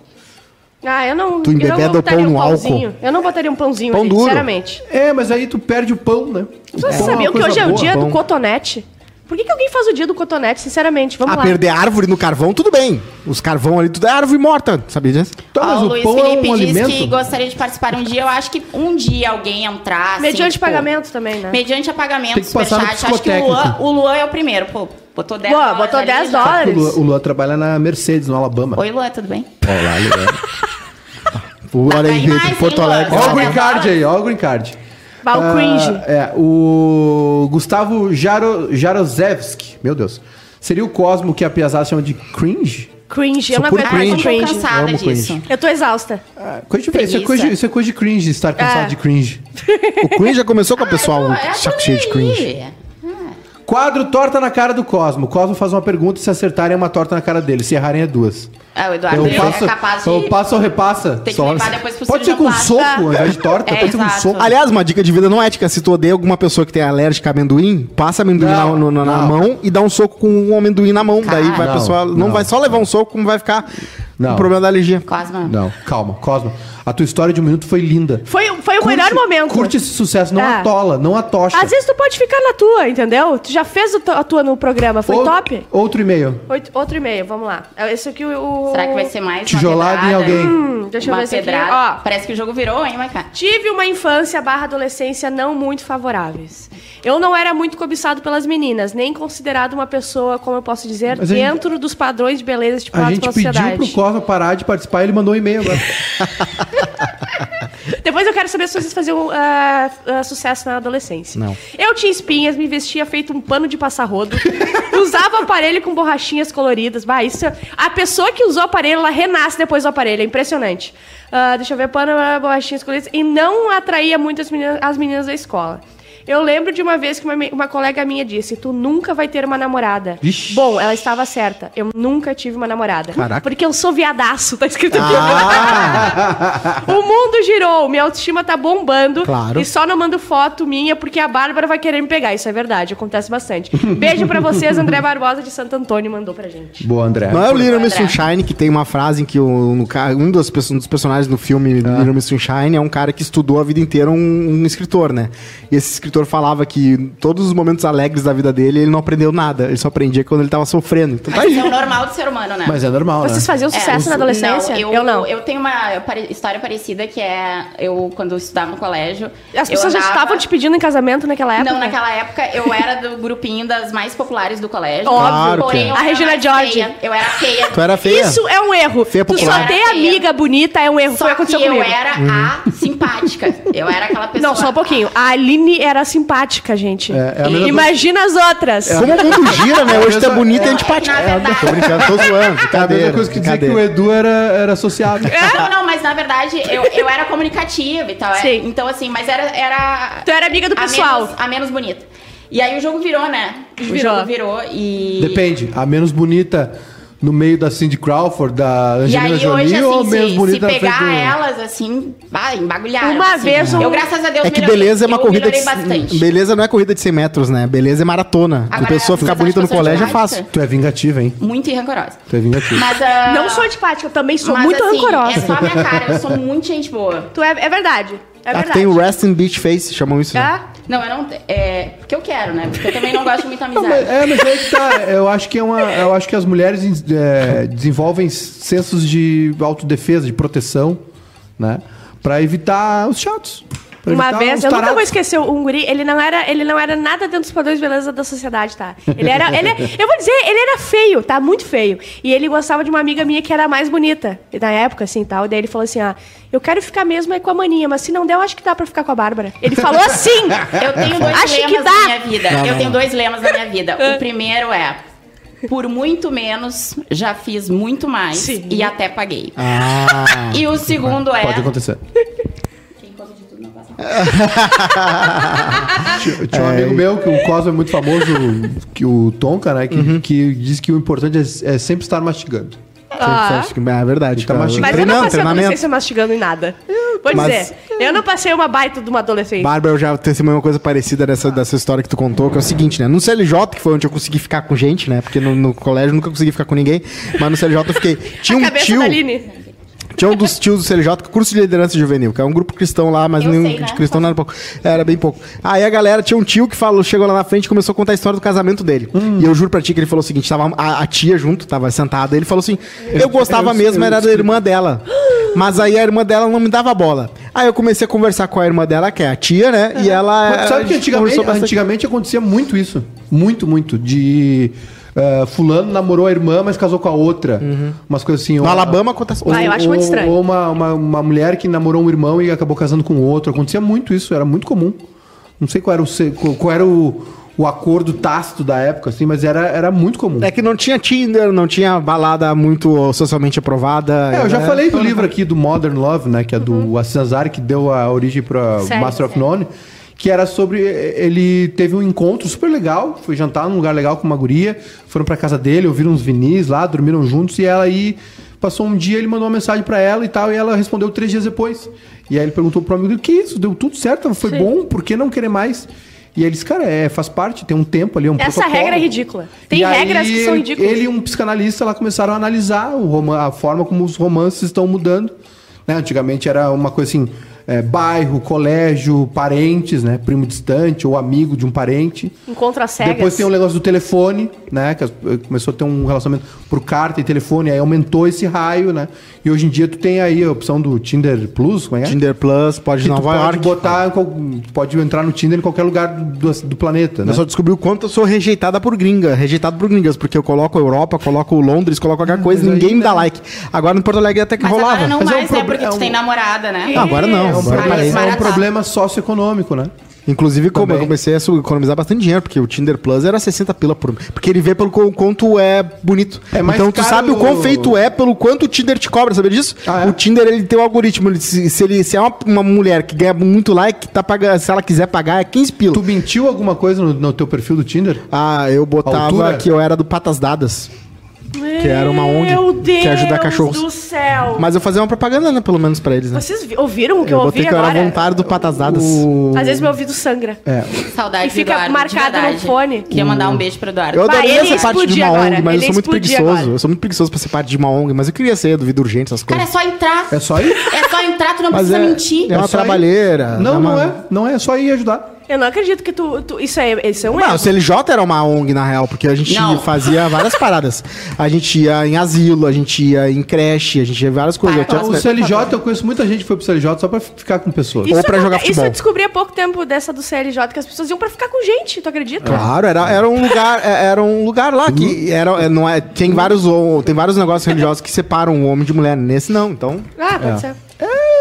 Speaker 2: Ah, eu não.
Speaker 1: Tu embebeda
Speaker 2: eu não botaria
Speaker 1: o pão no
Speaker 2: um pãozinho.
Speaker 1: álcool.
Speaker 2: Eu não botaria um pãozinho,
Speaker 1: Pão
Speaker 2: ali,
Speaker 1: duro.
Speaker 2: sinceramente.
Speaker 3: É, mas aí tu perde o pão, né?
Speaker 2: Vocês
Speaker 3: Pão é uma
Speaker 2: sabiam que
Speaker 3: coisa
Speaker 2: hoje é o
Speaker 3: boa.
Speaker 2: dia do
Speaker 1: pão.
Speaker 2: cotonete? Por que, que alguém faz o dia do cotonete, sinceramente? Vamos
Speaker 1: ah,
Speaker 2: lá.
Speaker 1: perder árvore no carvão, tudo bem. Os carvão ali, tudo é árvore morta. Sabia disso?
Speaker 3: Tá,
Speaker 4: Ó,
Speaker 2: Ah,
Speaker 3: mas
Speaker 4: o
Speaker 3: o
Speaker 4: Luiz
Speaker 3: pão é
Speaker 4: Felipe
Speaker 3: um
Speaker 4: diz
Speaker 3: alimento.
Speaker 4: que gostaria de participar um dia. Eu acho que um dia alguém entrar. assim,
Speaker 2: Mediante
Speaker 4: tipo,
Speaker 2: pagamento também, né?
Speaker 4: Mediante a pagamento,
Speaker 3: Tem que passar no
Speaker 4: superchat. Acho que o Luan,
Speaker 3: psicotécnico.
Speaker 4: o Luan é o primeiro. Pô, botou 10
Speaker 2: Boa,
Speaker 4: dólares.
Speaker 2: botou
Speaker 4: ali,
Speaker 2: 10
Speaker 4: já-
Speaker 3: O Lua,
Speaker 2: dólares.
Speaker 3: o Lua trabalha na Mercedes, no Alabama.
Speaker 4: Oi, Luan, tudo bem?
Speaker 1: Olha aí,
Speaker 4: bem Tá, mais,
Speaker 1: de Porto
Speaker 4: hein,
Speaker 1: Alegre.
Speaker 4: Luan?
Speaker 3: Ó o green card aí, ó o green card.
Speaker 2: Bah, o cringe.
Speaker 3: Ah, é, o Gustavo Jaro, Jarozewski, meu Deus. Seria o Cosmo que a Piazá chama de cringe?
Speaker 2: Cringe. Eu
Speaker 1: Sou
Speaker 2: não
Speaker 1: puro
Speaker 2: aguento
Speaker 4: Ah,
Speaker 2: mais
Speaker 4: eu
Speaker 2: o
Speaker 4: tô
Speaker 1: cringe.
Speaker 2: cringe.
Speaker 4: cansada
Speaker 1: Amo
Speaker 4: disso.
Speaker 2: Eu tô exausta.
Speaker 3: Ah, coisa de- isso, é
Speaker 4: Preguiça.
Speaker 3: coisa de, isso é coisa de cringe, estar cansado
Speaker 2: É.
Speaker 3: de cringe.
Speaker 1: O Queen já começou com o
Speaker 3: Tá um
Speaker 1: pessoal
Speaker 4: É
Speaker 1: saco cheio de
Speaker 4: por aí.
Speaker 1: cringe.
Speaker 3: Quadro torta na cara do Cosmo. O Cosmo faz uma pergunta e se acertarem é uma torta na cara dele. Se errarem é duas.
Speaker 4: Ah, o Eduardo
Speaker 3: eu passo,
Speaker 4: é capaz de...
Speaker 3: eu passo ou repassa.
Speaker 4: Tem que
Speaker 3: Só-
Speaker 4: levar depois pro
Speaker 3: Pode ser com
Speaker 4: cirurgião
Speaker 3: soco
Speaker 4: plástico.
Speaker 3: ao invés de torta.
Speaker 4: É,
Speaker 3: pode ser com
Speaker 4: exato.
Speaker 3: soco.
Speaker 1: Aliás, uma dica de vida não é ética. Se tu odeia alguma pessoa que tem alérgica a amendoim, passa amendoim na-
Speaker 3: Não,
Speaker 1: no- na, na
Speaker 3: não.
Speaker 1: mão e dá um soco com um amendoim na mão. Daí vai a
Speaker 3: Não,
Speaker 1: pessoa. Não,
Speaker 3: não.
Speaker 1: vai só levar um soco, como vai ficar
Speaker 3: Não.
Speaker 1: o problema da alergia.
Speaker 4: Cosma.
Speaker 3: Não, calma, Cosmo. A tua história de um minuto foi linda.
Speaker 2: Foi, foi o melhor momento.
Speaker 3: Curte esse sucesso, não
Speaker 2: É.
Speaker 3: atola, não atocha.
Speaker 2: Às vezes tu pode ficar na tua, entendeu? Tu já fez o tu- a tua no programa. Foi
Speaker 3: Ou-
Speaker 2: top?
Speaker 3: Outro e-mail.
Speaker 2: Oito- outro e meio, vamos lá. É Esse aqui o.
Speaker 4: Será que vai ser mais uma
Speaker 3: Tijolada em
Speaker 4: pedrada?
Speaker 3: alguém.
Speaker 2: Hum, deixa eu
Speaker 4: uma
Speaker 2: ver esse aqui.
Speaker 4: pedrada.
Speaker 2: Ó.
Speaker 4: Parece que o jogo virou, hein, Maiká?
Speaker 2: Tive uma infância barra adolescência não muito favoráveis. Eu não era muito cobiçado pelas meninas, nem considerado uma pessoa, como eu posso dizer,
Speaker 3: Mas a gente-
Speaker 2: dentro dos padrões de beleza
Speaker 3: A
Speaker 2: estipulados
Speaker 3: gente
Speaker 2: pela
Speaker 3: pediu
Speaker 2: sociedade.
Speaker 3: pro Cosmo parar de participar e ele mandou um e-mail agora.
Speaker 2: Depois eu quero saber se vocês faziam ah, ah, sucesso na adolescência.
Speaker 1: Não.
Speaker 2: Eu tinha espinhas, me vestia feito um pano de passar rodo, usava aparelho com borrachinhas coloridas. Bah, isso é- A pessoa que usou aparelho, ela renasce depois do aparelho, é impressionante. Ah, deixa eu ver, pano, ah, borrachinhas coloridas. E não atraía muito as meninas, as meninas da escola. Eu lembro de uma vez que uma, me- uma colega minha disse: Tu nunca vai ter uma namorada.
Speaker 3: Vixe.
Speaker 2: Bom, ela estava certa. Eu nunca tive uma namorada.
Speaker 1: Caraca.
Speaker 2: Porque eu sou viadaço, tá escrito aqui.
Speaker 1: Ah,
Speaker 2: O mundo girou, minha autoestima tá bombando.
Speaker 1: Claro.
Speaker 2: E só não mando foto minha porque a Bárbara vai querer me pegar. Isso é verdade, acontece bastante. Beijo pra vocês, André Barbosa de Santo Antônio mandou pra gente.
Speaker 3: Boa, André.
Speaker 1: não é o Little
Speaker 4: André.
Speaker 1: Miss Sunshine que tem uma frase em que o- no ca- um dos, perso- um dos é personagens do filme Little Miss Sunshine é um cara que estudou a vida inteira um, um escritor, né? E esse Vitor falava que todos os momentos alegres da vida dele, ele não aprendeu nada. Ele só aprendia quando ele tava sofrendo. Então tá
Speaker 4: Mas
Speaker 1: aí.
Speaker 4: isso é o normal do ser humano, né?
Speaker 3: Mas é normal, né?
Speaker 2: Vocês faziam
Speaker 4: É,
Speaker 2: sucesso na adolescência?
Speaker 4: Não, eu,
Speaker 2: eu não.
Speaker 4: Eu tenho uma pare- história parecida que é eu, quando eu estudava no colégio.
Speaker 2: As
Speaker 4: eu
Speaker 2: pessoas já
Speaker 4: andava-
Speaker 2: estavam te pedindo em casamento naquela época?
Speaker 4: Não, naquela época eu era do grupinho das mais populares do colégio.
Speaker 2: Óbvio.
Speaker 1: Claro que
Speaker 4: Porém,
Speaker 1: é.
Speaker 4: eu
Speaker 2: A
Speaker 4: era
Speaker 2: Regina
Speaker 4: mais
Speaker 2: George.
Speaker 4: feia. Eu era feia.
Speaker 1: Tu era feia?
Speaker 2: Isso é um erro.
Speaker 1: Feia
Speaker 2: tu só
Speaker 1: popular.
Speaker 2: ter
Speaker 4: Feia.
Speaker 2: amiga bonita é um erro. Foi o que
Speaker 4: Só que
Speaker 2: aconteceu comigo.
Speaker 4: eu era
Speaker 1: Uhum.
Speaker 4: a simpática. Eu era aquela pessoa.
Speaker 2: Não, só um pouquinho. A Aline era simpática, gente.
Speaker 3: É, é a mesma
Speaker 2: Imagina as outras.
Speaker 1: Como o mundo gira, né? Hoje tá
Speaker 3: É,
Speaker 1: bonito e
Speaker 4: é,
Speaker 1: antipático.
Speaker 4: na verdade-
Speaker 1: Tô brincando, tô zoando.
Speaker 3: É a
Speaker 1: Brincadeira.
Speaker 3: mesma coisa que dizer que
Speaker 1: brincadeira.
Speaker 3: o Edu era, era sociável.
Speaker 4: Não, não, mas na verdade eu, eu era comunicativa e tal. é.
Speaker 2: É? Sim.
Speaker 4: Então, assim, mas era. era
Speaker 2: Tu era amiga do
Speaker 4: a
Speaker 2: pessoal.
Speaker 4: menos- A menos, bonita. E aí o jogo virou, né?
Speaker 2: Virou.
Speaker 4: O jogo virou e.
Speaker 3: Depende. A menos bonita no meio da Cindy Crawford, da
Speaker 4: E
Speaker 3: Angelina
Speaker 4: aí
Speaker 3: Jolie,
Speaker 4: hoje,
Speaker 3: ou a
Speaker 4: assim,
Speaker 3: menos
Speaker 4: se, se
Speaker 3: bonita na frente
Speaker 4: pegar
Speaker 3: do...
Speaker 4: elas, assim, vai, embagulharam.
Speaker 2: Uma
Speaker 4: assim.
Speaker 2: vez um-
Speaker 4: Eu, graças a Deus,
Speaker 1: É que
Speaker 4: melhorei.
Speaker 1: beleza é uma
Speaker 4: Eu
Speaker 1: corrida de.
Speaker 4: melhorei bastante.
Speaker 1: Beleza não é corrida de 100 metros, né? Beleza é maratona. a
Speaker 4: Agora,
Speaker 1: pessoa ficar
Speaker 4: vocês
Speaker 1: bonita no
Speaker 4: acham que eu sou
Speaker 1: colégio é
Speaker 4: antipática?
Speaker 1: fácil.
Speaker 3: Tu é vingativa, hein?
Speaker 4: Muito rancorosa.
Speaker 3: Tu é vingativa.
Speaker 4: Mas, ah,
Speaker 2: Não sou antipática, eu também sou
Speaker 4: mas,
Speaker 2: muito
Speaker 4: assim,
Speaker 2: rancorosa.
Speaker 4: É só a minha cara, eu sou muito gente boa.
Speaker 2: Tu é, é verdade. É
Speaker 1: Ah,
Speaker 2: verdade.
Speaker 1: tem o Resting Beach Face, chamam isso. né?
Speaker 2: É?
Speaker 4: Não, eu não... É, porque eu quero, né? Porque eu também não gosto de muita
Speaker 3: Não, mas-
Speaker 4: amizade.
Speaker 3: é, mas aí que tá. Eu acho que, é uma, eu acho que as mulheres é, desenvolvem sensos de autodefesa, de proteção, né? Pra evitar os chatos. Pra tá
Speaker 2: Uma
Speaker 3: evitar
Speaker 2: vez,
Speaker 3: os
Speaker 2: eu nunca vou
Speaker 3: tarados.
Speaker 2: esquecer um guri, ele não era, ele não era nada dentro dos padrões de beleza da sociedade, tá? Ele era, ele, eu vou dizer, ele era feio, tá? Muito feio. E ele gostava de uma amiga minha que era mais bonita, e na época, assim, tal. Daí ele falou assim, ah, eu quero ficar mesmo aí com a maninha, mas se não der, eu acho que dá pra ficar com a Bárbara. Ele falou assim!
Speaker 4: Eu tenho dois
Speaker 2: Acho que
Speaker 4: lemas
Speaker 2: dá.
Speaker 4: na minha vida.
Speaker 1: Não,
Speaker 4: eu
Speaker 1: não,
Speaker 4: tenho
Speaker 1: não.
Speaker 4: dois lemas na minha vida. O primeiro é... Por muito menos, já fiz muito mais
Speaker 2: Sim.
Speaker 4: e até paguei.
Speaker 1: Ah.
Speaker 4: E o segundo é...
Speaker 3: Pode acontecer.
Speaker 4: Quem conta de tudo não passa
Speaker 3: Eu tinha um amigo meu, que o Cosmo é muito famoso, que o Tonka, né? Que, que diz que o importante é, é sempre estar mastigando.
Speaker 2: Ah.
Speaker 1: Acho que é verdade.
Speaker 3: Tá
Speaker 1: cara.
Speaker 3: mastigando.
Speaker 2: Mas eu
Speaker 1: Treinando,
Speaker 2: não passei a
Speaker 1: treinamento.
Speaker 2: adolescência mastigando em nada. Vou
Speaker 1: Mas-
Speaker 2: dizer, eu não passei uma baita de uma adolescência.
Speaker 1: Bárbara, eu já testemunhei uma coisa parecida
Speaker 2: Ah.
Speaker 1: dessa, dessa história que tu contou, que é o seguinte, né? No CLJ, que foi onde eu consegui ficar com gente, né? Porque no, no colégio eu nunca consegui ficar com ninguém, mas no CLJ eu fiquei. Tinha
Speaker 2: a
Speaker 1: um
Speaker 2: cabeça
Speaker 1: tio.
Speaker 2: da Aline.
Speaker 1: Tinha um dos tios do CLJ, que é o curso de liderança juvenil, que é um grupo cristão lá, mas
Speaker 4: Eu
Speaker 1: nenhum
Speaker 4: sei, né?
Speaker 1: de cristão não era pouco. Era bem pouco. Aí a galera tinha um tio que falou, chegou lá na frente e começou a contar a história do casamento dele.
Speaker 3: Hum.
Speaker 1: E eu juro pra ti que ele falou o seguinte: tava a, a tia junto, tava sentada, ele falou assim: eu, gostava
Speaker 3: eu-
Speaker 1: mesmo,
Speaker 3: eu
Speaker 1: era da irmã dela. Mas aí a irmã dela não me dava bola. Aí eu comecei a conversar com a irmã dela, que é a tia, né? E ela.
Speaker 3: Uhum.
Speaker 2: É,
Speaker 3: Mas
Speaker 1: a
Speaker 3: sabe que
Speaker 1: gente conversou
Speaker 3: antigamente,
Speaker 1: bastante.
Speaker 3: antigamente acontecia muito isso. Muito, muito. De. eh, fulano namorou a irmã, mas casou com a outra. Umas coisas assim.
Speaker 1: No Alabama acontece.
Speaker 2: Uhum. Ah, eu acho muito estranho.
Speaker 3: Ou uma, uma, uma mulher que namorou um irmão e acabou casando com outro. Acontecia muito isso, era muito comum. Não sei qual era o, se- qual- qual era o, o acordo tácito da época, assim, mas era, era muito comum.
Speaker 1: É que não tinha Tinder, não tinha balada muito socialmente aprovada. né?
Speaker 3: É, eu já
Speaker 1: Era-
Speaker 3: falei do livro aqui do Modern Love, né? Que é do
Speaker 2: Uhum.
Speaker 3: Aziz Ansari, que deu a origem para
Speaker 2: Sério,
Speaker 3: Master of None. Que era sobre... Ele teve um encontro super legal. Foi jantar num lugar legal com uma guria. Foram pra casa dele, ouviram uns vinis lá, dormiram juntos. E ela aí... Passou um dia, ele mandou uma mensagem pra ela e tal. E ela respondeu três dias depois. E aí ele perguntou pro amigo dele, que isso? Deu tudo certo? Foi bom? Por que não querer mais? E aí ele disse, cara, é, faz parte. Tem um tempo ali, é um
Speaker 2: Essa
Speaker 3: protocolo."
Speaker 2: regra é ridícula. Tem
Speaker 3: E aí
Speaker 2: regras que são
Speaker 3: ele-
Speaker 2: ridículas.
Speaker 3: Ele e um psicanalista lá começaram a analisar o roman- a forma como os romances estão mudando. né? Antigamente era uma coisa assim: é, bairro, colégio, parentes, né? Primo distante ou amigo de um parente.
Speaker 2: Encontro às cegas.
Speaker 3: Depois tem um o negócio do telefone, né? Que as- começou a ter um relacionamento por carta e telefone, aí aumentou esse raio, né? E hoje em dia tu tem aí a opção do Tinder Plus, como é? que é?
Speaker 1: Tinder Plus, pode
Speaker 3: que
Speaker 1: ir
Speaker 3: tu
Speaker 1: Nova
Speaker 3: pode
Speaker 1: York.
Speaker 3: botar, em qual- pode entrar no Tinder em qualquer lugar do, do planeta, né?
Speaker 1: Eu só descobri o quanto eu sou rejeitada por gringa, rejeitado por gringas, porque eu coloco Europa, coloco Londres, coloco qualquer coisa,
Speaker 3: Hum, mas aí
Speaker 1: ninguém me dá like. Agora no Porto Alegre até que
Speaker 4: Mas
Speaker 1: rolava.
Speaker 4: agora não
Speaker 3: Mas é um
Speaker 4: mais, né?
Speaker 3: proble-
Speaker 4: Porque
Speaker 3: é
Speaker 4: tu
Speaker 3: um-
Speaker 4: tem namorada, né? tá
Speaker 1: Ah, agora não,
Speaker 2: Isso.
Speaker 1: agora
Speaker 3: Mas-
Speaker 1: parei.
Speaker 3: mas é um
Speaker 4: Maratá.
Speaker 3: problema socioeconômico, né?
Speaker 1: Inclusive, como eu
Speaker 3: Também.
Speaker 1: comecei a su- economizar bastante dinheiro, porque o Tinder Plus era 60 pila por mês. Porque ele vê pelo qu- quanto é bonito.
Speaker 3: É mais
Speaker 1: então tu
Speaker 3: caro-
Speaker 1: sabe o quão feito é pelo quanto o Tinder te cobra, sabe disso?
Speaker 3: Ah, é?
Speaker 1: O Tinder ele tem um algoritmo. ele- se, se ele, se é uma, uma mulher que ganha muito like, tá pagando, se ela quiser pagar, é 15 pila.
Speaker 3: Tu mentiu alguma coisa no, no teu perfil do Tinder?
Speaker 1: Ah, eu botava
Speaker 3: Altura?
Speaker 1: que eu era do Patas Dadas.
Speaker 2: Que
Speaker 1: era uma ONG
Speaker 2: Meu Deus
Speaker 1: que ajuda cachorros.
Speaker 2: do céu.
Speaker 1: Mas eu fazia uma propaganda, né, pelo menos pra eles, né?
Speaker 2: Vocês vi- ouviram o que eu,
Speaker 1: Eu
Speaker 2: ouvi
Speaker 1: botei que eu
Speaker 2: agora?
Speaker 1: era voluntário do Patas Dadas.
Speaker 2: Às vezes meu ouvido sangra.
Speaker 3: É.
Speaker 4: Saudade
Speaker 2: E fica
Speaker 4: do Eduardo, de
Speaker 2: marcado no
Speaker 4: verdade.
Speaker 2: fone.
Speaker 4: Queria mandar um beijo pro Eduardo.
Speaker 1: Eu
Speaker 2: Vai,
Speaker 1: adoraria
Speaker 2: ele
Speaker 1: essa parte de
Speaker 2: explodir
Speaker 1: uma
Speaker 2: agora,
Speaker 1: ONG, mas eu
Speaker 2: ele
Speaker 1: sou muito
Speaker 2: explodir
Speaker 1: preguiçoso.
Speaker 2: agora.
Speaker 1: Eu sou muito preguiçoso pra ser parte de uma ONG, mas eu queria ser do Vida Urgente, essas
Speaker 4: Cara, é
Speaker 1: coisas.
Speaker 4: só entrar.
Speaker 3: É só ir?
Speaker 4: É só entrar, tu não
Speaker 1: Mas
Speaker 4: precisa
Speaker 1: é-
Speaker 4: mentir.
Speaker 1: é uma
Speaker 3: só ir?
Speaker 1: trabalheira,
Speaker 3: Não,
Speaker 1: é
Speaker 3: não
Speaker 1: uma-
Speaker 3: é. Não é, é só ir ajudar.
Speaker 2: Eu não acredito que tu. tu- isso, é, isso é um
Speaker 1: Não,
Speaker 2: erro.
Speaker 1: o CLJ era uma ONG, na real, porque a gente
Speaker 4: Não.
Speaker 1: fazia várias paradas. A gente ia em asilo, a gente ia em creche, a gente ia em várias coisas.
Speaker 4: Para,
Speaker 1: Eu tinha-
Speaker 3: Ah, o CLJ, eu conheço muita gente que foi pro CLJ só pra ficar com pessoas.
Speaker 1: Isso- ou pra
Speaker 2: eu-
Speaker 1: jogar
Speaker 2: Isso
Speaker 1: futebol.
Speaker 2: eu descobri há pouco tempo dessa do CLJ, que as pessoas iam pra ficar com gente, tu acredita?
Speaker 1: Claro, era, era um lugar, é- era um lugar lá
Speaker 3: Uhum.
Speaker 1: que era, é, não é, tem vários o- tem vários negócios religiosos que separam o homem de mulher, nesse não, então.
Speaker 2: Ah, pode ser.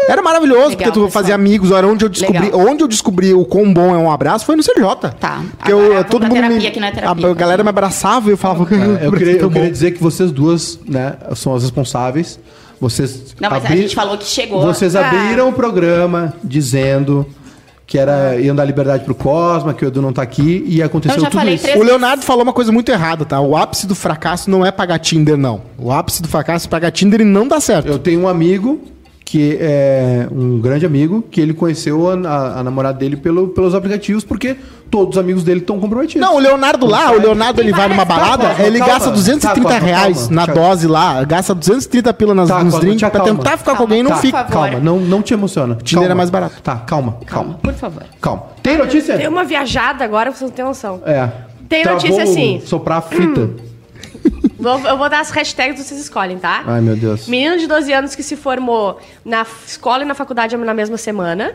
Speaker 1: Era maravilhoso
Speaker 4: Legal,
Speaker 1: porque tu
Speaker 4: pessoal.
Speaker 1: fazia amigos, era onde eu descobri,
Speaker 4: Legal.
Speaker 1: onde eu descobri o quão bom é um abraço foi no CLJ.
Speaker 4: Tá.
Speaker 1: Porque
Speaker 4: Agora
Speaker 1: eu,
Speaker 4: vamos
Speaker 1: todo
Speaker 4: pra
Speaker 1: mundo
Speaker 4: terapia,
Speaker 1: me-
Speaker 4: que não é terapia.
Speaker 1: a, galera me abraçava e eu falava
Speaker 3: É, Eu
Speaker 1: "Abraço
Speaker 3: queria,
Speaker 1: tão
Speaker 3: eu queria
Speaker 1: é bom."
Speaker 3: dizer que vocês duas, né, são as responsáveis. Vocês
Speaker 4: Não, mas a
Speaker 3: abri-
Speaker 4: gente falou que chegou.
Speaker 3: Vocês
Speaker 2: Ah.
Speaker 3: abriram o programa dizendo que era iam dar liberdade pro Cosma, que o Edu não tá aqui e aconteceu
Speaker 4: Eu já
Speaker 3: tudo
Speaker 4: falei
Speaker 3: isso.
Speaker 4: três-
Speaker 1: O Leonardo falou uma coisa muito errada, tá? O ápice do fracasso não é pagar Tinder, não. O ápice do fracasso é pagar Tinder e não dá certo.
Speaker 3: Eu tenho um amigo que é um grande amigo que ele conheceu a, a- a namorada dele pelo- pelos aplicativos porque todos os amigos dele estão comprometidos.
Speaker 1: Não, o Leonardo lá, o Leonardo ele vai numa balada,
Speaker 3: calma,
Speaker 1: ele
Speaker 3: calma.
Speaker 1: gasta 230
Speaker 3: Tá, calma,
Speaker 1: reais
Speaker 3: calma.
Speaker 1: na
Speaker 3: Tá.
Speaker 1: dose lá, gasta 230 pila nas,
Speaker 3: Tá,
Speaker 1: nos
Speaker 3: calma,
Speaker 1: drinks
Speaker 3: tia,
Speaker 1: pra
Speaker 3: calma.
Speaker 1: tentar ficar com alguém e não
Speaker 3: tá,
Speaker 1: fica.
Speaker 3: calma, não, não te emociona.
Speaker 1: Tinder
Speaker 3: Calma.
Speaker 1: é mais barato.
Speaker 3: Tá, calma, calma,
Speaker 4: Calma, por favor.
Speaker 3: calma. Tem notícia?
Speaker 2: Deu uma viajada agora, vocês não têm noção.
Speaker 3: É.
Speaker 2: Tem
Speaker 3: Tá,
Speaker 2: notícia
Speaker 3: vou
Speaker 2: assim.
Speaker 3: Soprar a fita.
Speaker 2: Vou- eu vou dar as hashtags que vocês escolhem, tá?
Speaker 3: Ai, meu Deus.
Speaker 2: Menino de 12 anos que se formou na f- escola e na faculdade na mesma semana.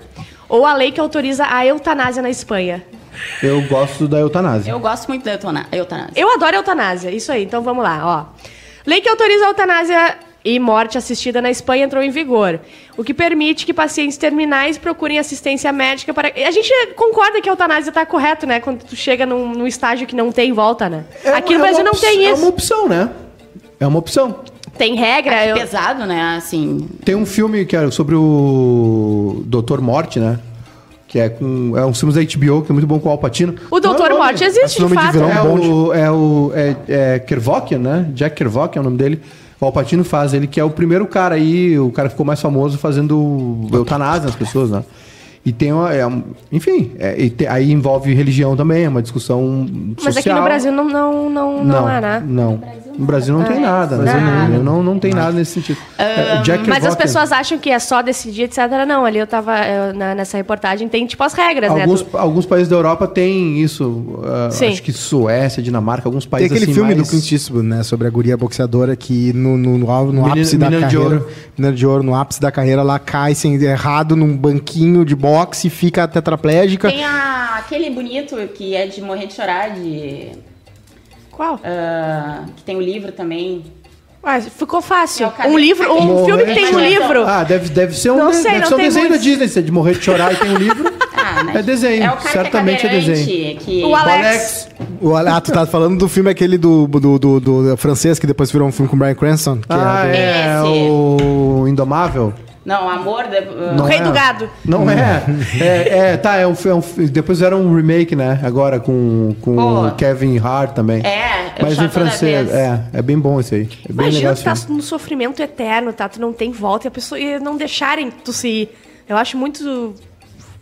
Speaker 2: Ou a lei que autoriza a eutanásia na Espanha.
Speaker 3: Eu gosto da eutanásia.
Speaker 4: Eu gosto muito da eutana- eutanásia.
Speaker 2: Eu adoro eutanásia, isso aí. Então vamos lá, ó. Lei que autoriza a eutanásia e morte assistida na Espanha entrou em vigor, o que permite que pacientes terminais procurem assistência médica para. A gente concorda que a eutanásia tá correto, né? Quando tu chega num, num estágio que não tem volta, né?
Speaker 3: É
Speaker 2: Aqui no
Speaker 3: uma- é
Speaker 2: Brasil
Speaker 3: uma
Speaker 2: não
Speaker 3: opção-
Speaker 2: tem
Speaker 3: É uma
Speaker 2: isso.
Speaker 3: opção, né? É uma opção.
Speaker 2: Tem
Speaker 3: É,
Speaker 2: regra. eu-
Speaker 4: Pesado, né? Assim.
Speaker 3: Tem um filme que é sobre o Doutor Morte, né? Que é com. É um filme da HBO que é muito bom com é o Alpatino.
Speaker 2: O Doutor Morte
Speaker 1: Esse
Speaker 2: existe, de
Speaker 1: nome de
Speaker 2: fato.
Speaker 1: vilão
Speaker 3: É
Speaker 1: um bonde.
Speaker 3: o. É o. É, é Kervokian, né? Jack Kervokian é o nome dele. O Alpatino faz, ele que é o primeiro cara aí, o cara que ficou mais famoso fazendo eutanásia nas pessoas, né? E tem uma. é um- enfim, é, e te- aí envolve religião também, é uma discussão.
Speaker 2: Mas aqui no
Speaker 3: social.
Speaker 2: Brasil não, não, não, não,
Speaker 3: Não,
Speaker 2: há, né?
Speaker 3: não. No Brasil não tem nada. né? Não, não, não tem nada nesse sentido. É, Jack
Speaker 2: Ah, Mas as
Speaker 3: Kevorkian,
Speaker 2: pessoas acham que é só decidir, etc. Não, ali eu tava. eu, na- nessa reportagem tem tipo as regras,
Speaker 3: Alguns,
Speaker 2: né? Tu-
Speaker 3: alguns países da Europa têm isso. ah,
Speaker 2: Sim.
Speaker 3: acho que Suécia, Dinamarca, alguns
Speaker 1: Tem
Speaker 3: países
Speaker 1: aquele
Speaker 3: assim
Speaker 1: filme
Speaker 3: mais-
Speaker 1: do Clint Eastwood, né? Sobre a guria boxeadora que no, no, no, au- no
Speaker 3: Menino-
Speaker 1: ápice da
Speaker 3: Menino de
Speaker 1: carreira.
Speaker 3: Ouro.
Speaker 1: Menino de ouro, no ápice da carreira, ela cai sem errado num banquinho de boxe e fica tetraplégica.
Speaker 4: Tem a- aquele bonito que é de morrer de chorar, de.
Speaker 2: Qual?
Speaker 4: ah, que tem o livro também.
Speaker 2: Ah, ficou fácil.
Speaker 4: Não, cara, é
Speaker 2: um livro, um
Speaker 3: Morrer
Speaker 2: filme que tem
Speaker 4: de
Speaker 2: um
Speaker 4: chorar.
Speaker 2: livro.
Speaker 3: Ah, deve, deve ser um,
Speaker 2: Não
Speaker 3: de-
Speaker 2: sei,
Speaker 3: deve
Speaker 2: não
Speaker 3: ser um
Speaker 2: tem
Speaker 3: desenho
Speaker 2: muitos.
Speaker 3: da Disney, se é de morrer de chorar e tem um livro.
Speaker 4: Ah, né?
Speaker 3: É desenho,
Speaker 4: É o cara
Speaker 3: certamente
Speaker 4: que
Speaker 3: é
Speaker 4: é cadeirante,
Speaker 3: desenho.
Speaker 4: Que...
Speaker 2: O Alex.
Speaker 1: O- Ah, tu tá falando do filme aquele do, do, do, do francês que depois virou um filme com o Brian Cranston. Que
Speaker 3: Ah,
Speaker 1: do-
Speaker 3: é,
Speaker 4: Esse.
Speaker 3: o Indomável.
Speaker 4: Não, Amor... da- ah,
Speaker 3: Não
Speaker 2: Rei
Speaker 3: é.
Speaker 2: do Gado.
Speaker 3: Não é. é. é, tá, é um, fi- é um fi- depois era um remake, né? Agora com, com
Speaker 4: Pô.
Speaker 3: o Kevin Hart também.
Speaker 4: É, eu
Speaker 3: Mas
Speaker 4: choro
Speaker 3: em
Speaker 4: toda
Speaker 3: francês.
Speaker 4: vez.
Speaker 3: É, é bem bom esse aí. É bem
Speaker 2: Imagina
Speaker 3: legal
Speaker 2: tu
Speaker 3: esse
Speaker 2: tá
Speaker 3: filme.
Speaker 2: num sofrimento eterno, tá? Tu não tem volta e a pessoa e não deixarem tu se ir. Eu acho muito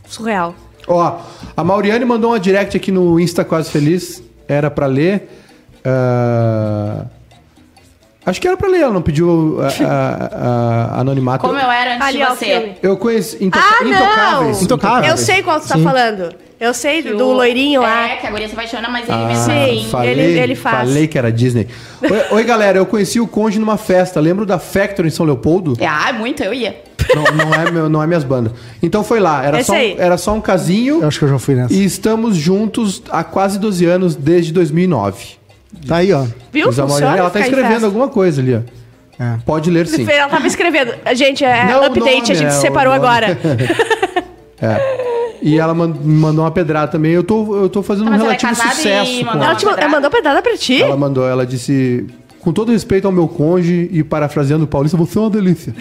Speaker 2: surreal.
Speaker 3: Ó, a Mauriane mandou uma direct aqui no Insta Quase Feliz. Era pra ler. Ah, Acho que era pra ler, ela não pediu ah, ah, ah, anonimato.
Speaker 4: Como eu era antes
Speaker 2: Ali,
Speaker 4: de
Speaker 2: ó, o
Speaker 4: você.
Speaker 2: filme.
Speaker 3: Eu conheço Intoc
Speaker 2: é? Ah, não!
Speaker 3: Intocáveis.
Speaker 1: Intocáveis.
Speaker 2: Eu sei qual tu tá falando. Eu sei
Speaker 4: Que
Speaker 2: do, do
Speaker 4: o-
Speaker 2: loirinho lá.
Speaker 4: É, que a guria se apaixona, mas ele
Speaker 3: Ah,
Speaker 4: mesmo
Speaker 2: Sim,
Speaker 4: assim.
Speaker 3: falei,
Speaker 2: ele- ele faz.
Speaker 3: Falei que era Disney. Oi, oi, galera, eu conheci o Conde numa festa. Lembro da Factory em São Leopoldo?
Speaker 4: Ah, muito, eu ia.
Speaker 3: Não, não é, meu, não é minhas bandas. Então foi lá, era,
Speaker 2: Esse
Speaker 3: só
Speaker 2: aí.
Speaker 3: um, era só um casinho.
Speaker 1: Eu acho que eu já fui nessa.
Speaker 3: E estamos juntos há quase 12 anos, desde 2009.
Speaker 1: Tá aí, ó.
Speaker 2: Viu?
Speaker 3: Mas a
Speaker 2: Funciona
Speaker 3: Mariana, ela tá
Speaker 2: ficar em
Speaker 3: escrevendo
Speaker 2: festa.
Speaker 3: alguma coisa ali, ó.
Speaker 1: É.
Speaker 3: Pode ler sim.
Speaker 2: Ela tava escrevendo. Gente, é
Speaker 3: Não, o
Speaker 2: update,
Speaker 3: nome,
Speaker 2: a gente
Speaker 3: é,
Speaker 2: se
Speaker 3: o
Speaker 2: separou
Speaker 3: nome.
Speaker 2: agora.
Speaker 3: E ela man- me mandou uma pedrada também. Eu tô, eu tô fazendo
Speaker 4: Ah,
Speaker 3: um
Speaker 4: mas ela é
Speaker 3: relativo
Speaker 4: casada e
Speaker 3: sucesso. Com
Speaker 4: mandou
Speaker 2: Ela
Speaker 3: ela.
Speaker 2: te mandou, ela mandou pedrada pra ti?
Speaker 3: ela mandou, ela disse: Com todo respeito ao meu cônjuge e parafraseando o Paulista, você é uma delícia.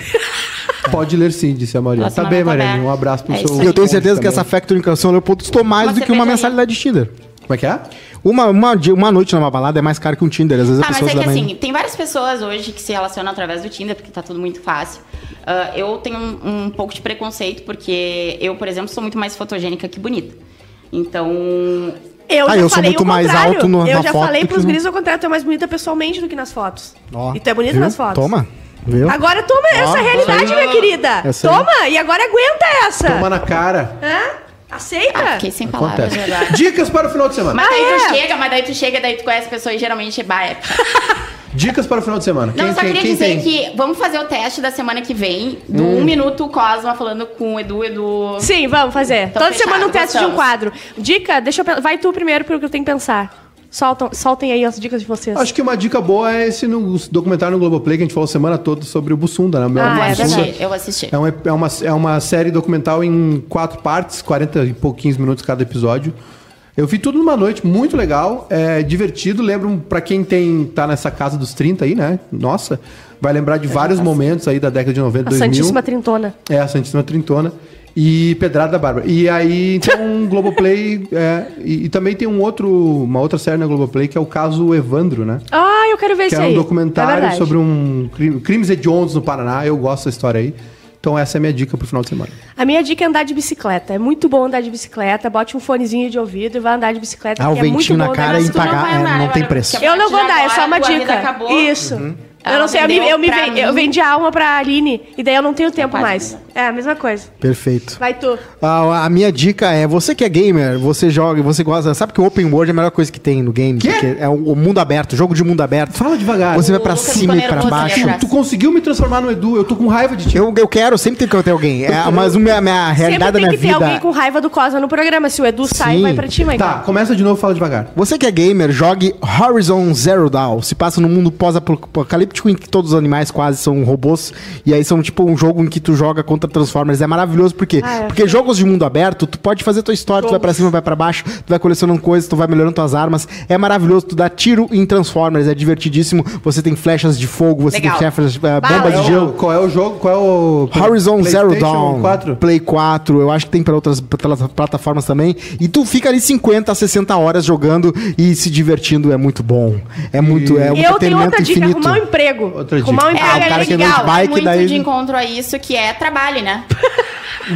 Speaker 3: Pode ler sim, disse a Mariana.
Speaker 4: Nossa,
Speaker 3: Tá
Speaker 4: Mariana,
Speaker 3: bem,
Speaker 4: tá
Speaker 3: Mariana.
Speaker 4: bem.
Speaker 3: Um abraço pro
Speaker 4: É
Speaker 3: seu.
Speaker 4: isso
Speaker 1: E eu tenho
Speaker 3: cônjuge
Speaker 1: certeza que
Speaker 3: também.
Speaker 1: essa Factory em Canção Leopoldo custou mais
Speaker 4: Uma
Speaker 1: do que uma
Speaker 4: cervejaria.
Speaker 1: mensalidade de Tinder.
Speaker 3: Como é que é?
Speaker 1: Uma, uma, di- uma noite numa balada é mais caro que um Tinder. Às vezes a
Speaker 4: Ah, mas
Speaker 1: pessoa
Speaker 4: é
Speaker 1: se
Speaker 4: que
Speaker 1: dá bem.
Speaker 4: assim, tem várias pessoas hoje que se relacionam através do Tinder, porque tá tudo muito fácil. Ah, eu tenho um, um pouco de preconceito, porque eu, por exemplo, sou muito mais fotogênica que bonita. Então.
Speaker 2: Eu
Speaker 1: Ah,
Speaker 2: já
Speaker 1: eu sou
Speaker 2: falei
Speaker 1: muito
Speaker 2: o
Speaker 1: mais
Speaker 2: contrário.
Speaker 1: alto no-
Speaker 2: Eu
Speaker 1: na
Speaker 2: já
Speaker 1: foto
Speaker 2: falei
Speaker 1: do
Speaker 2: pros
Speaker 1: que-
Speaker 2: guris ao contrário, tu é mais bonita pessoalmente do que nas fotos.
Speaker 1: Ó,
Speaker 2: e tu é bonita
Speaker 1: viu?
Speaker 2: nas fotos.
Speaker 1: Toma. Viu?
Speaker 2: Agora toma essa realidade, minha querida.
Speaker 1: Essa aí.
Speaker 2: toma! E agora aguenta essa.
Speaker 3: Toma na cara.
Speaker 2: Hã?
Speaker 4: Ah,
Speaker 2: Aceita?
Speaker 4: fiquei sem Tá. palavras,
Speaker 3: Acontece.
Speaker 4: verdade.
Speaker 3: Dicas para o final de semana.
Speaker 4: Mas
Speaker 2: É. Ah,
Speaker 4: daí
Speaker 2: é?
Speaker 4: tu chega, mas daí tu chega, daí tu conhece pessoas e geralmente bah, é.
Speaker 3: Dicas para o final de semana.
Speaker 4: Não,
Speaker 3: Quem
Speaker 4: só
Speaker 3: tem-
Speaker 4: queria
Speaker 3: quem
Speaker 4: dizer
Speaker 3: tem?
Speaker 4: que vamos fazer o teste da semana que vem, do
Speaker 1: Hum.
Speaker 4: um minuto o Cosma falando com o Edu, Edu.
Speaker 2: Sim, vamos fazer.
Speaker 4: Então,
Speaker 2: Toda
Speaker 4: fechado,
Speaker 2: semana um teste de um
Speaker 4: gostamos.
Speaker 2: quadro. Dica, deixa eu pensar. Vai tu primeiro, porque eu tenho que pensar. Soltam, soltem aí as dicas de vocês.
Speaker 3: Acho que uma dica boa é esse no documentário no Globoplay que a gente falou a semana toda sobre o Bussunda, né? O meu
Speaker 2: Ah,
Speaker 4: Eu vou
Speaker 3: amigo
Speaker 2: é
Speaker 3: Bussunda.
Speaker 4: assistir, eu vou assistir.
Speaker 3: É uma, é, uma, é uma série documental em quatro partes, 40 e pouquinhos minutos cada episódio. Eu vi tudo numa noite, muito legal, é divertido. Lembro, pra quem tem tá nessa casa dos 30 aí, né? Nossa, vai lembrar de vários momentos aí da década de 90,
Speaker 2: É A
Speaker 3: 2000.
Speaker 2: Santíssima Trintona.
Speaker 3: É, a Santíssima Trintona. E Pedrada da Bárbara. E aí, então, um Globoplay. É, e, e também tem um outro, uma outra série na Globoplay que é o caso Evandro, né?
Speaker 2: Ah, eu quero ver
Speaker 3: Que
Speaker 2: isso
Speaker 3: era
Speaker 2: aí.
Speaker 3: um
Speaker 2: É
Speaker 3: documentário
Speaker 2: verdade.
Speaker 3: sobre um crime, crimes hediondos no Paraná. Eu gosto dessa história aí. Então essa é a minha dica pro final de semana.
Speaker 2: A minha dica é andar de bicicleta. É muito bom andar de bicicleta. Bote um fonezinho de ouvido e vai andar de bicicleta.
Speaker 1: Ah, o
Speaker 2: porque é muito
Speaker 1: ventinho na
Speaker 2: bom
Speaker 1: cara
Speaker 2: andar
Speaker 1: e
Speaker 2: de bicicleta.
Speaker 1: pagar é, não tem preço.
Speaker 2: Eu não vou andar, é só uma
Speaker 4: Tua vida
Speaker 2: dica.
Speaker 4: acabou.
Speaker 2: Isso.
Speaker 1: Uhum.
Speaker 2: Eu
Speaker 4: Ela
Speaker 2: não sei, eu, me-
Speaker 4: vendeu
Speaker 2: eu me
Speaker 4: pra
Speaker 2: ven- eu
Speaker 4: mim.
Speaker 2: vendi a alma pra Aline e daí eu não tenho tempo
Speaker 4: quase
Speaker 2: mais. É a mesma coisa.
Speaker 1: Perfeito.
Speaker 2: Vai tu.
Speaker 1: A, a minha dica é, você que é gamer, você joga, você gosta, sabe que o open world é a melhor coisa que tem no game,
Speaker 3: Quê?
Speaker 1: porque é o, o mundo aberto, jogo de mundo aberto.
Speaker 3: Fala devagar.
Speaker 1: Você vai
Speaker 4: O
Speaker 1: pra
Speaker 4: Lucas
Speaker 1: cima e
Speaker 4: ficou
Speaker 1: pra
Speaker 4: nervoso,
Speaker 1: baixo.
Speaker 4: né?
Speaker 3: Tu conseguiu me transformar no Edu, eu tô com raiva de ti.
Speaker 1: Eu, eu quero, sempre tem que ter alguém. É, mas a minha, minha realidade da
Speaker 2: Sempre tem
Speaker 1: minha
Speaker 2: que ter alguém
Speaker 1: vida.
Speaker 2: com raiva do Cosa no programa. Se o Edu sai,
Speaker 1: Sim.
Speaker 2: vai pra ti, Maica.
Speaker 3: Tá, começa de novo, fala devagar.
Speaker 1: Você que é gamer, jogue Horizon Zero Dawn. Se passa num mundo pós-apocalíptico em que todos os animais quase são robôs. E aí são tipo um jogo em que tu joga contra Transformers. É maravilhoso por quê?
Speaker 2: Ah, eu
Speaker 1: porque jogos de mundo aberto, tu pode fazer tua história, tu vai pra cima, vai pra baixo, tu vai colecionando coisas, tu vai melhorando tuas armas. É maravilhoso, tu dá tiro em Transformers, é divertidíssimo. Você tem flechas de fogo, você
Speaker 4: Legal.
Speaker 1: tem flechas, eh,
Speaker 4: Bala.
Speaker 1: bombas
Speaker 3: Qual é,
Speaker 1: de gelo.
Speaker 3: o, qual é o jogo? Qual é o.
Speaker 1: Horizon Zero
Speaker 3: PlayStation
Speaker 1: Dawn,
Speaker 3: 4?
Speaker 1: Play 4, eu acho que tem para outras pla- plataformas também. E tu fica ali 50, 60 horas jogando e se divertindo, é muito bom. É muito, é um
Speaker 2: Eu tenho
Speaker 1: entretenimento
Speaker 2: outra dica,
Speaker 1: infinito.
Speaker 2: arrumar um emprego.
Speaker 3: Outra
Speaker 2: arrumar um
Speaker 1: dica.
Speaker 2: emprego
Speaker 1: Ah, o
Speaker 2: é
Speaker 1: cara que
Speaker 2: legal.
Speaker 1: anda de bike,
Speaker 4: muito
Speaker 1: daí-
Speaker 4: de encontro a isso que é trabalho, né?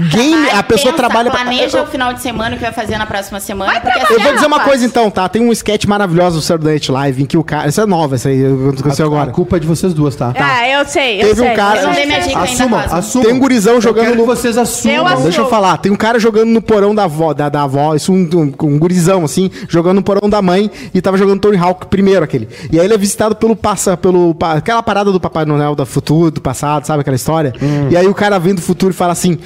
Speaker 1: Game,
Speaker 4: Trabalho,
Speaker 1: a pessoa
Speaker 4: pensa,
Speaker 1: trabalha pra-
Speaker 4: planeja o final de semana o que vai fazer na próxima semana. porque
Speaker 1: Eu
Speaker 4: assim,
Speaker 1: vou dizer uma
Speaker 2: rapaz.
Speaker 1: coisa então, tá? Tem um sketch maravilhoso do Saturday Night Live em que o cara, essa é nova, essa aí aconteceu
Speaker 3: A,
Speaker 1: agora.
Speaker 3: a culpa é de vocês duas, tá?
Speaker 2: Ah, eu sei, eu
Speaker 1: Teve um
Speaker 2: sei.
Speaker 1: cara-
Speaker 2: Eu
Speaker 4: Eu não
Speaker 2: sei,
Speaker 4: dei minha
Speaker 2: eu sei.
Speaker 4: dica ainda,
Speaker 3: Assumam,
Speaker 4: Cosma.
Speaker 3: assumam.
Speaker 1: Tem um gurizão jogando
Speaker 3: Eu quero
Speaker 1: no-
Speaker 3: que vocês
Speaker 2: Eu
Speaker 3: assumam.
Speaker 2: assumo.
Speaker 1: Deixa eu falar, tem um cara jogando no porão da avó, da, da avó, isso um, um, um gurizão, assim, jogando no porão da mãe e tava jogando Tony Hawk primeiro aquele. E aí ele é visitado pelo passa, pelo. pa- aquela parada do Papai Noel da futuro, do passado, sabe aquela história? E aí o cara vem do futuro e fala assim.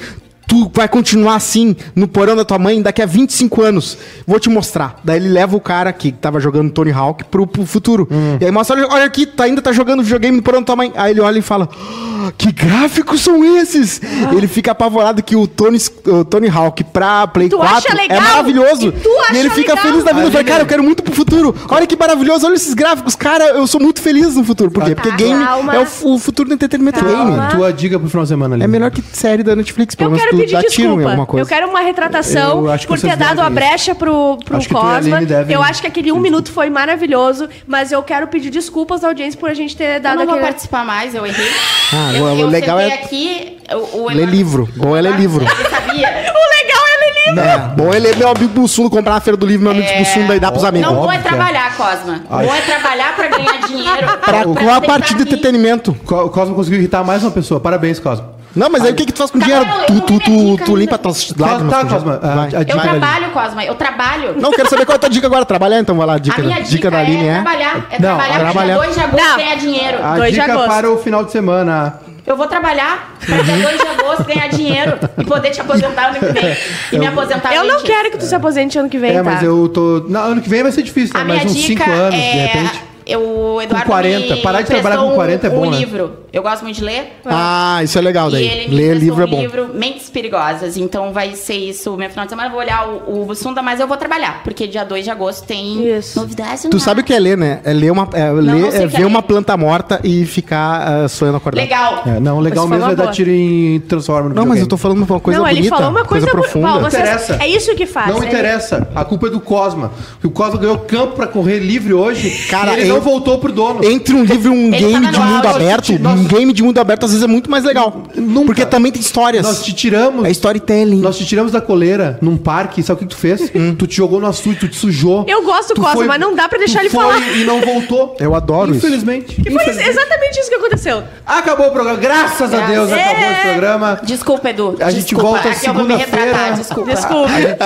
Speaker 1: Tu vai continuar assim, no porão da tua mãe, daqui a 25 anos. Vou te mostrar. Daí ele leva o cara que tava jogando Tony Hawk pro, pro futuro.
Speaker 2: Hum.
Speaker 1: E aí mostra, olha, olha aqui, tu ainda tá jogando videogame no porão da tua mãe. Aí ele olha e fala, "Ah, que gráficos são esses?
Speaker 2: Ah.
Speaker 1: Ele fica apavorado que o Tony, o Tony Hawk pra Play
Speaker 2: Tu
Speaker 1: 4
Speaker 2: acha legal?
Speaker 1: é maravilhoso.
Speaker 2: E tu acha
Speaker 1: ele fica
Speaker 2: legal?
Speaker 1: feliz da vida.
Speaker 3: Ali
Speaker 1: Fala, cara,
Speaker 3: mesmo.
Speaker 1: eu quero muito pro futuro. Olha que maravilhoso, olha esses gráficos. Cara, eu sou muito feliz no futuro. Por quê? Porque
Speaker 2: Tá,
Speaker 1: game
Speaker 2: calma.
Speaker 1: é o, fu- o futuro do entretenimento game.
Speaker 2: Calma.
Speaker 3: Tua, tua dica pro final de semana ali.
Speaker 1: É melhor que série da Netflix, pelo
Speaker 2: Eu
Speaker 1: menos tu
Speaker 2: quero pedir
Speaker 1: dá tiro em
Speaker 2: desculpa.
Speaker 1: alguma coisa.
Speaker 2: Eu quero uma
Speaker 3: Eu
Speaker 2: retratação
Speaker 3: acho que
Speaker 2: por ter
Speaker 3: vocês
Speaker 2: dado
Speaker 3: devem
Speaker 2: a
Speaker 3: isso.
Speaker 2: brecha pro, pro
Speaker 3: Acho que tu e a
Speaker 2: Cosma.
Speaker 3: Aline devem-
Speaker 2: Eu acho que aquele um minuto foi maravilhoso, mas eu quero pedir desculpas à audiência por a gente ter
Speaker 4: Eu
Speaker 2: dado
Speaker 4: não vou
Speaker 2: aquele...
Speaker 4: participar mais, eu errei.
Speaker 1: Ah,
Speaker 4: eu,
Speaker 1: o- o legal
Speaker 4: cheguei
Speaker 1: é-
Speaker 4: aqui, o, o
Speaker 1: Lê livro. Bom é ler livro.
Speaker 4: Ele sabia.
Speaker 2: O legal é ele livre.
Speaker 1: É, bom ele é meu amigo Bussundo, comprar na feira do livro, meu amigo é... Bussundo, daí dá pros amigos.
Speaker 4: Não vou é
Speaker 3: óbvio que é.
Speaker 4: trabalhar, Cosma. Vou é trabalhar pra ganhar dinheiro.
Speaker 1: Pra, qual a
Speaker 4: tentar
Speaker 1: parte de
Speaker 4: vir.
Speaker 1: entretenimento?
Speaker 3: Co- O Cosmo conseguiu irritar mais uma pessoa. Parabéns, Cosmo.
Speaker 1: Não, mas aí o que, que tu faz com o
Speaker 4: Tá,
Speaker 1: dinheiro?
Speaker 4: eu
Speaker 1: Tu,
Speaker 4: não
Speaker 1: tu,
Speaker 4: dei minha
Speaker 1: tu,
Speaker 4: dica
Speaker 1: tu
Speaker 4: ainda.
Speaker 1: limpa tuas
Speaker 3: Tá,
Speaker 1: lágrimas.
Speaker 3: tá,
Speaker 1: com o dinheiro.
Speaker 3: Cosma.
Speaker 1: Vai.
Speaker 3: A, a
Speaker 4: Eu
Speaker 3: dica ali.
Speaker 4: trabalho, Cosma, eu trabalho.
Speaker 1: Não, quero saber qual é a tua dica agora. Trabalhar, então vai lá. Dica,
Speaker 4: a minha
Speaker 1: dica, da Aline é.
Speaker 4: trabalhar. É
Speaker 3: né? Não, Ah.
Speaker 4: trabalhar,
Speaker 1: trabalhar.
Speaker 4: porque dia 2 de agosto
Speaker 2: Não.
Speaker 4: ganhar dinheiro.
Speaker 3: A
Speaker 2: Dois de
Speaker 3: dica
Speaker 2: agosto.
Speaker 3: para o final de semana.
Speaker 4: Eu vou trabalhar pra
Speaker 3: Uhum.
Speaker 4: dia 2 de agosto ganhar dinheiro e poder te aposentar ano que vem. E me aposentar
Speaker 2: Eu não
Speaker 4: antes.
Speaker 2: quero que tu se aposente ano que vem,
Speaker 3: É,
Speaker 2: tá?
Speaker 3: mas eu tô. Não, ano que vem vai ser difícil,
Speaker 4: A
Speaker 3: né?
Speaker 4: minha
Speaker 3: Mais uns
Speaker 4: dica
Speaker 3: 5 anos,
Speaker 4: é...
Speaker 3: de repente.
Speaker 4: Eu, o Eduardo
Speaker 3: Com 40,
Speaker 4: me
Speaker 3: parar de trabalhar
Speaker 4: emprestou
Speaker 3: com 40 é
Speaker 4: um-
Speaker 3: bom,
Speaker 4: um
Speaker 3: né?
Speaker 4: livro. Eu gosto muito de ler.
Speaker 1: Ah, isso é legal
Speaker 4: E
Speaker 1: daí.
Speaker 4: ele me
Speaker 1: Ler
Speaker 4: emprestou
Speaker 1: livro é
Speaker 4: um
Speaker 1: bom.
Speaker 4: livro Mentes Perigosas. Então vai ser isso o meu final de semana. Eu vou olhar o, o Bussunda, mas eu vou trabalhar. Porque dia 2 de agosto tem
Speaker 2: Isso.
Speaker 4: novidades.
Speaker 1: Tu sabe o que é ler, né? É ler uma, é ler-
Speaker 4: não sei
Speaker 1: é
Speaker 4: o que é
Speaker 1: ver uma
Speaker 4: ler.
Speaker 1: planta morta e ficar ah, sonhando acordado.
Speaker 4: Legal.
Speaker 3: É, não, o legal
Speaker 2: Isso foi
Speaker 3: mesmo
Speaker 2: uma
Speaker 3: é dar
Speaker 2: boa.
Speaker 3: tiro em Transformer no
Speaker 1: Não, mas eu tô
Speaker 3: videogame.
Speaker 1: falando uma coisa
Speaker 2: não,
Speaker 1: bonita.
Speaker 2: ele falou uma coisa, bu-
Speaker 1: profunda.
Speaker 2: Paulo, vocês-
Speaker 3: Interessa.
Speaker 2: É isso que faz.
Speaker 3: Não
Speaker 2: ele-
Speaker 3: interessa. A culpa é do Cosma. Porque o Cosma ganhou campo pra correr livre hoje.
Speaker 1: Cara,
Speaker 3: e ele não não voltou pro dono.
Speaker 1: Entre um livro e um
Speaker 4: Ele tá
Speaker 1: game
Speaker 4: tava
Speaker 1: de
Speaker 4: no
Speaker 1: mundo
Speaker 4: auge.
Speaker 1: aberto,
Speaker 3: Nossa.
Speaker 1: um game de mundo aberto às vezes é muito mais legal.
Speaker 3: Nunca.
Speaker 1: Porque também tem histórias.
Speaker 3: Nós te tiramos.
Speaker 1: É storytelling.
Speaker 3: Nós te tiramos da coleira num parque, sabe o que que tu fez?
Speaker 1: Hum.
Speaker 3: tu te jogou no açude, tu te sujou.
Speaker 2: Eu gosto do
Speaker 3: Tu
Speaker 2: Cosmo,
Speaker 3: foi-
Speaker 2: mas não dá pra deixar
Speaker 3: tu
Speaker 2: ele
Speaker 3: foi
Speaker 2: falar.
Speaker 3: E não voltou.
Speaker 1: Eu adoro isso.
Speaker 3: Infelizmente.
Speaker 2: E foi
Speaker 3: Infelizmente.
Speaker 2: exatamente isso que aconteceu.
Speaker 3: Acabou o programa. Graças a Deus,
Speaker 4: Graças-
Speaker 3: acabou esse
Speaker 1: É.
Speaker 3: programa.
Speaker 4: Desculpa, Edu.
Speaker 3: A
Speaker 4: desculpa.
Speaker 3: gente volta
Speaker 4: Aqui eu vou me
Speaker 3: segunda-feira.
Speaker 4: retratar, desculpa.
Speaker 2: Desculpa.
Speaker 3: Ah,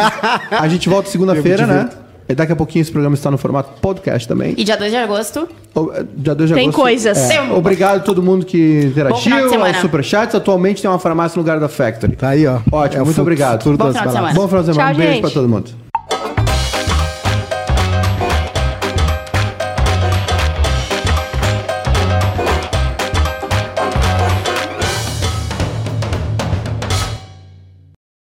Speaker 3: A gente volta segunda-feira,
Speaker 1: Eu me
Speaker 3: né? E daqui a pouquinho esse programa está no formato podcast também.
Speaker 4: E dia 2 de agosto,
Speaker 3: O- Dia 2 de
Speaker 2: Tem
Speaker 3: agosto. É.
Speaker 2: coisas.
Speaker 4: Tem.
Speaker 3: Obrigado a todo mundo que
Speaker 4: Bom final de
Speaker 3: interagiu,
Speaker 4: semana.
Speaker 3: aos superchats. Atualmente tem uma farmácia no lugar da Factory.
Speaker 1: Tá aí, ó.
Speaker 3: Ótimo,
Speaker 1: É o
Speaker 3: muito
Speaker 1: fu-
Speaker 3: obrigado.
Speaker 1: futuro
Speaker 4: Bom
Speaker 1: das
Speaker 4: final de
Speaker 1: baladas.
Speaker 4: semana.
Speaker 3: Bom final de semana.
Speaker 2: Tchau,
Speaker 3: um beijo
Speaker 2: gente.
Speaker 3: pra todo mundo.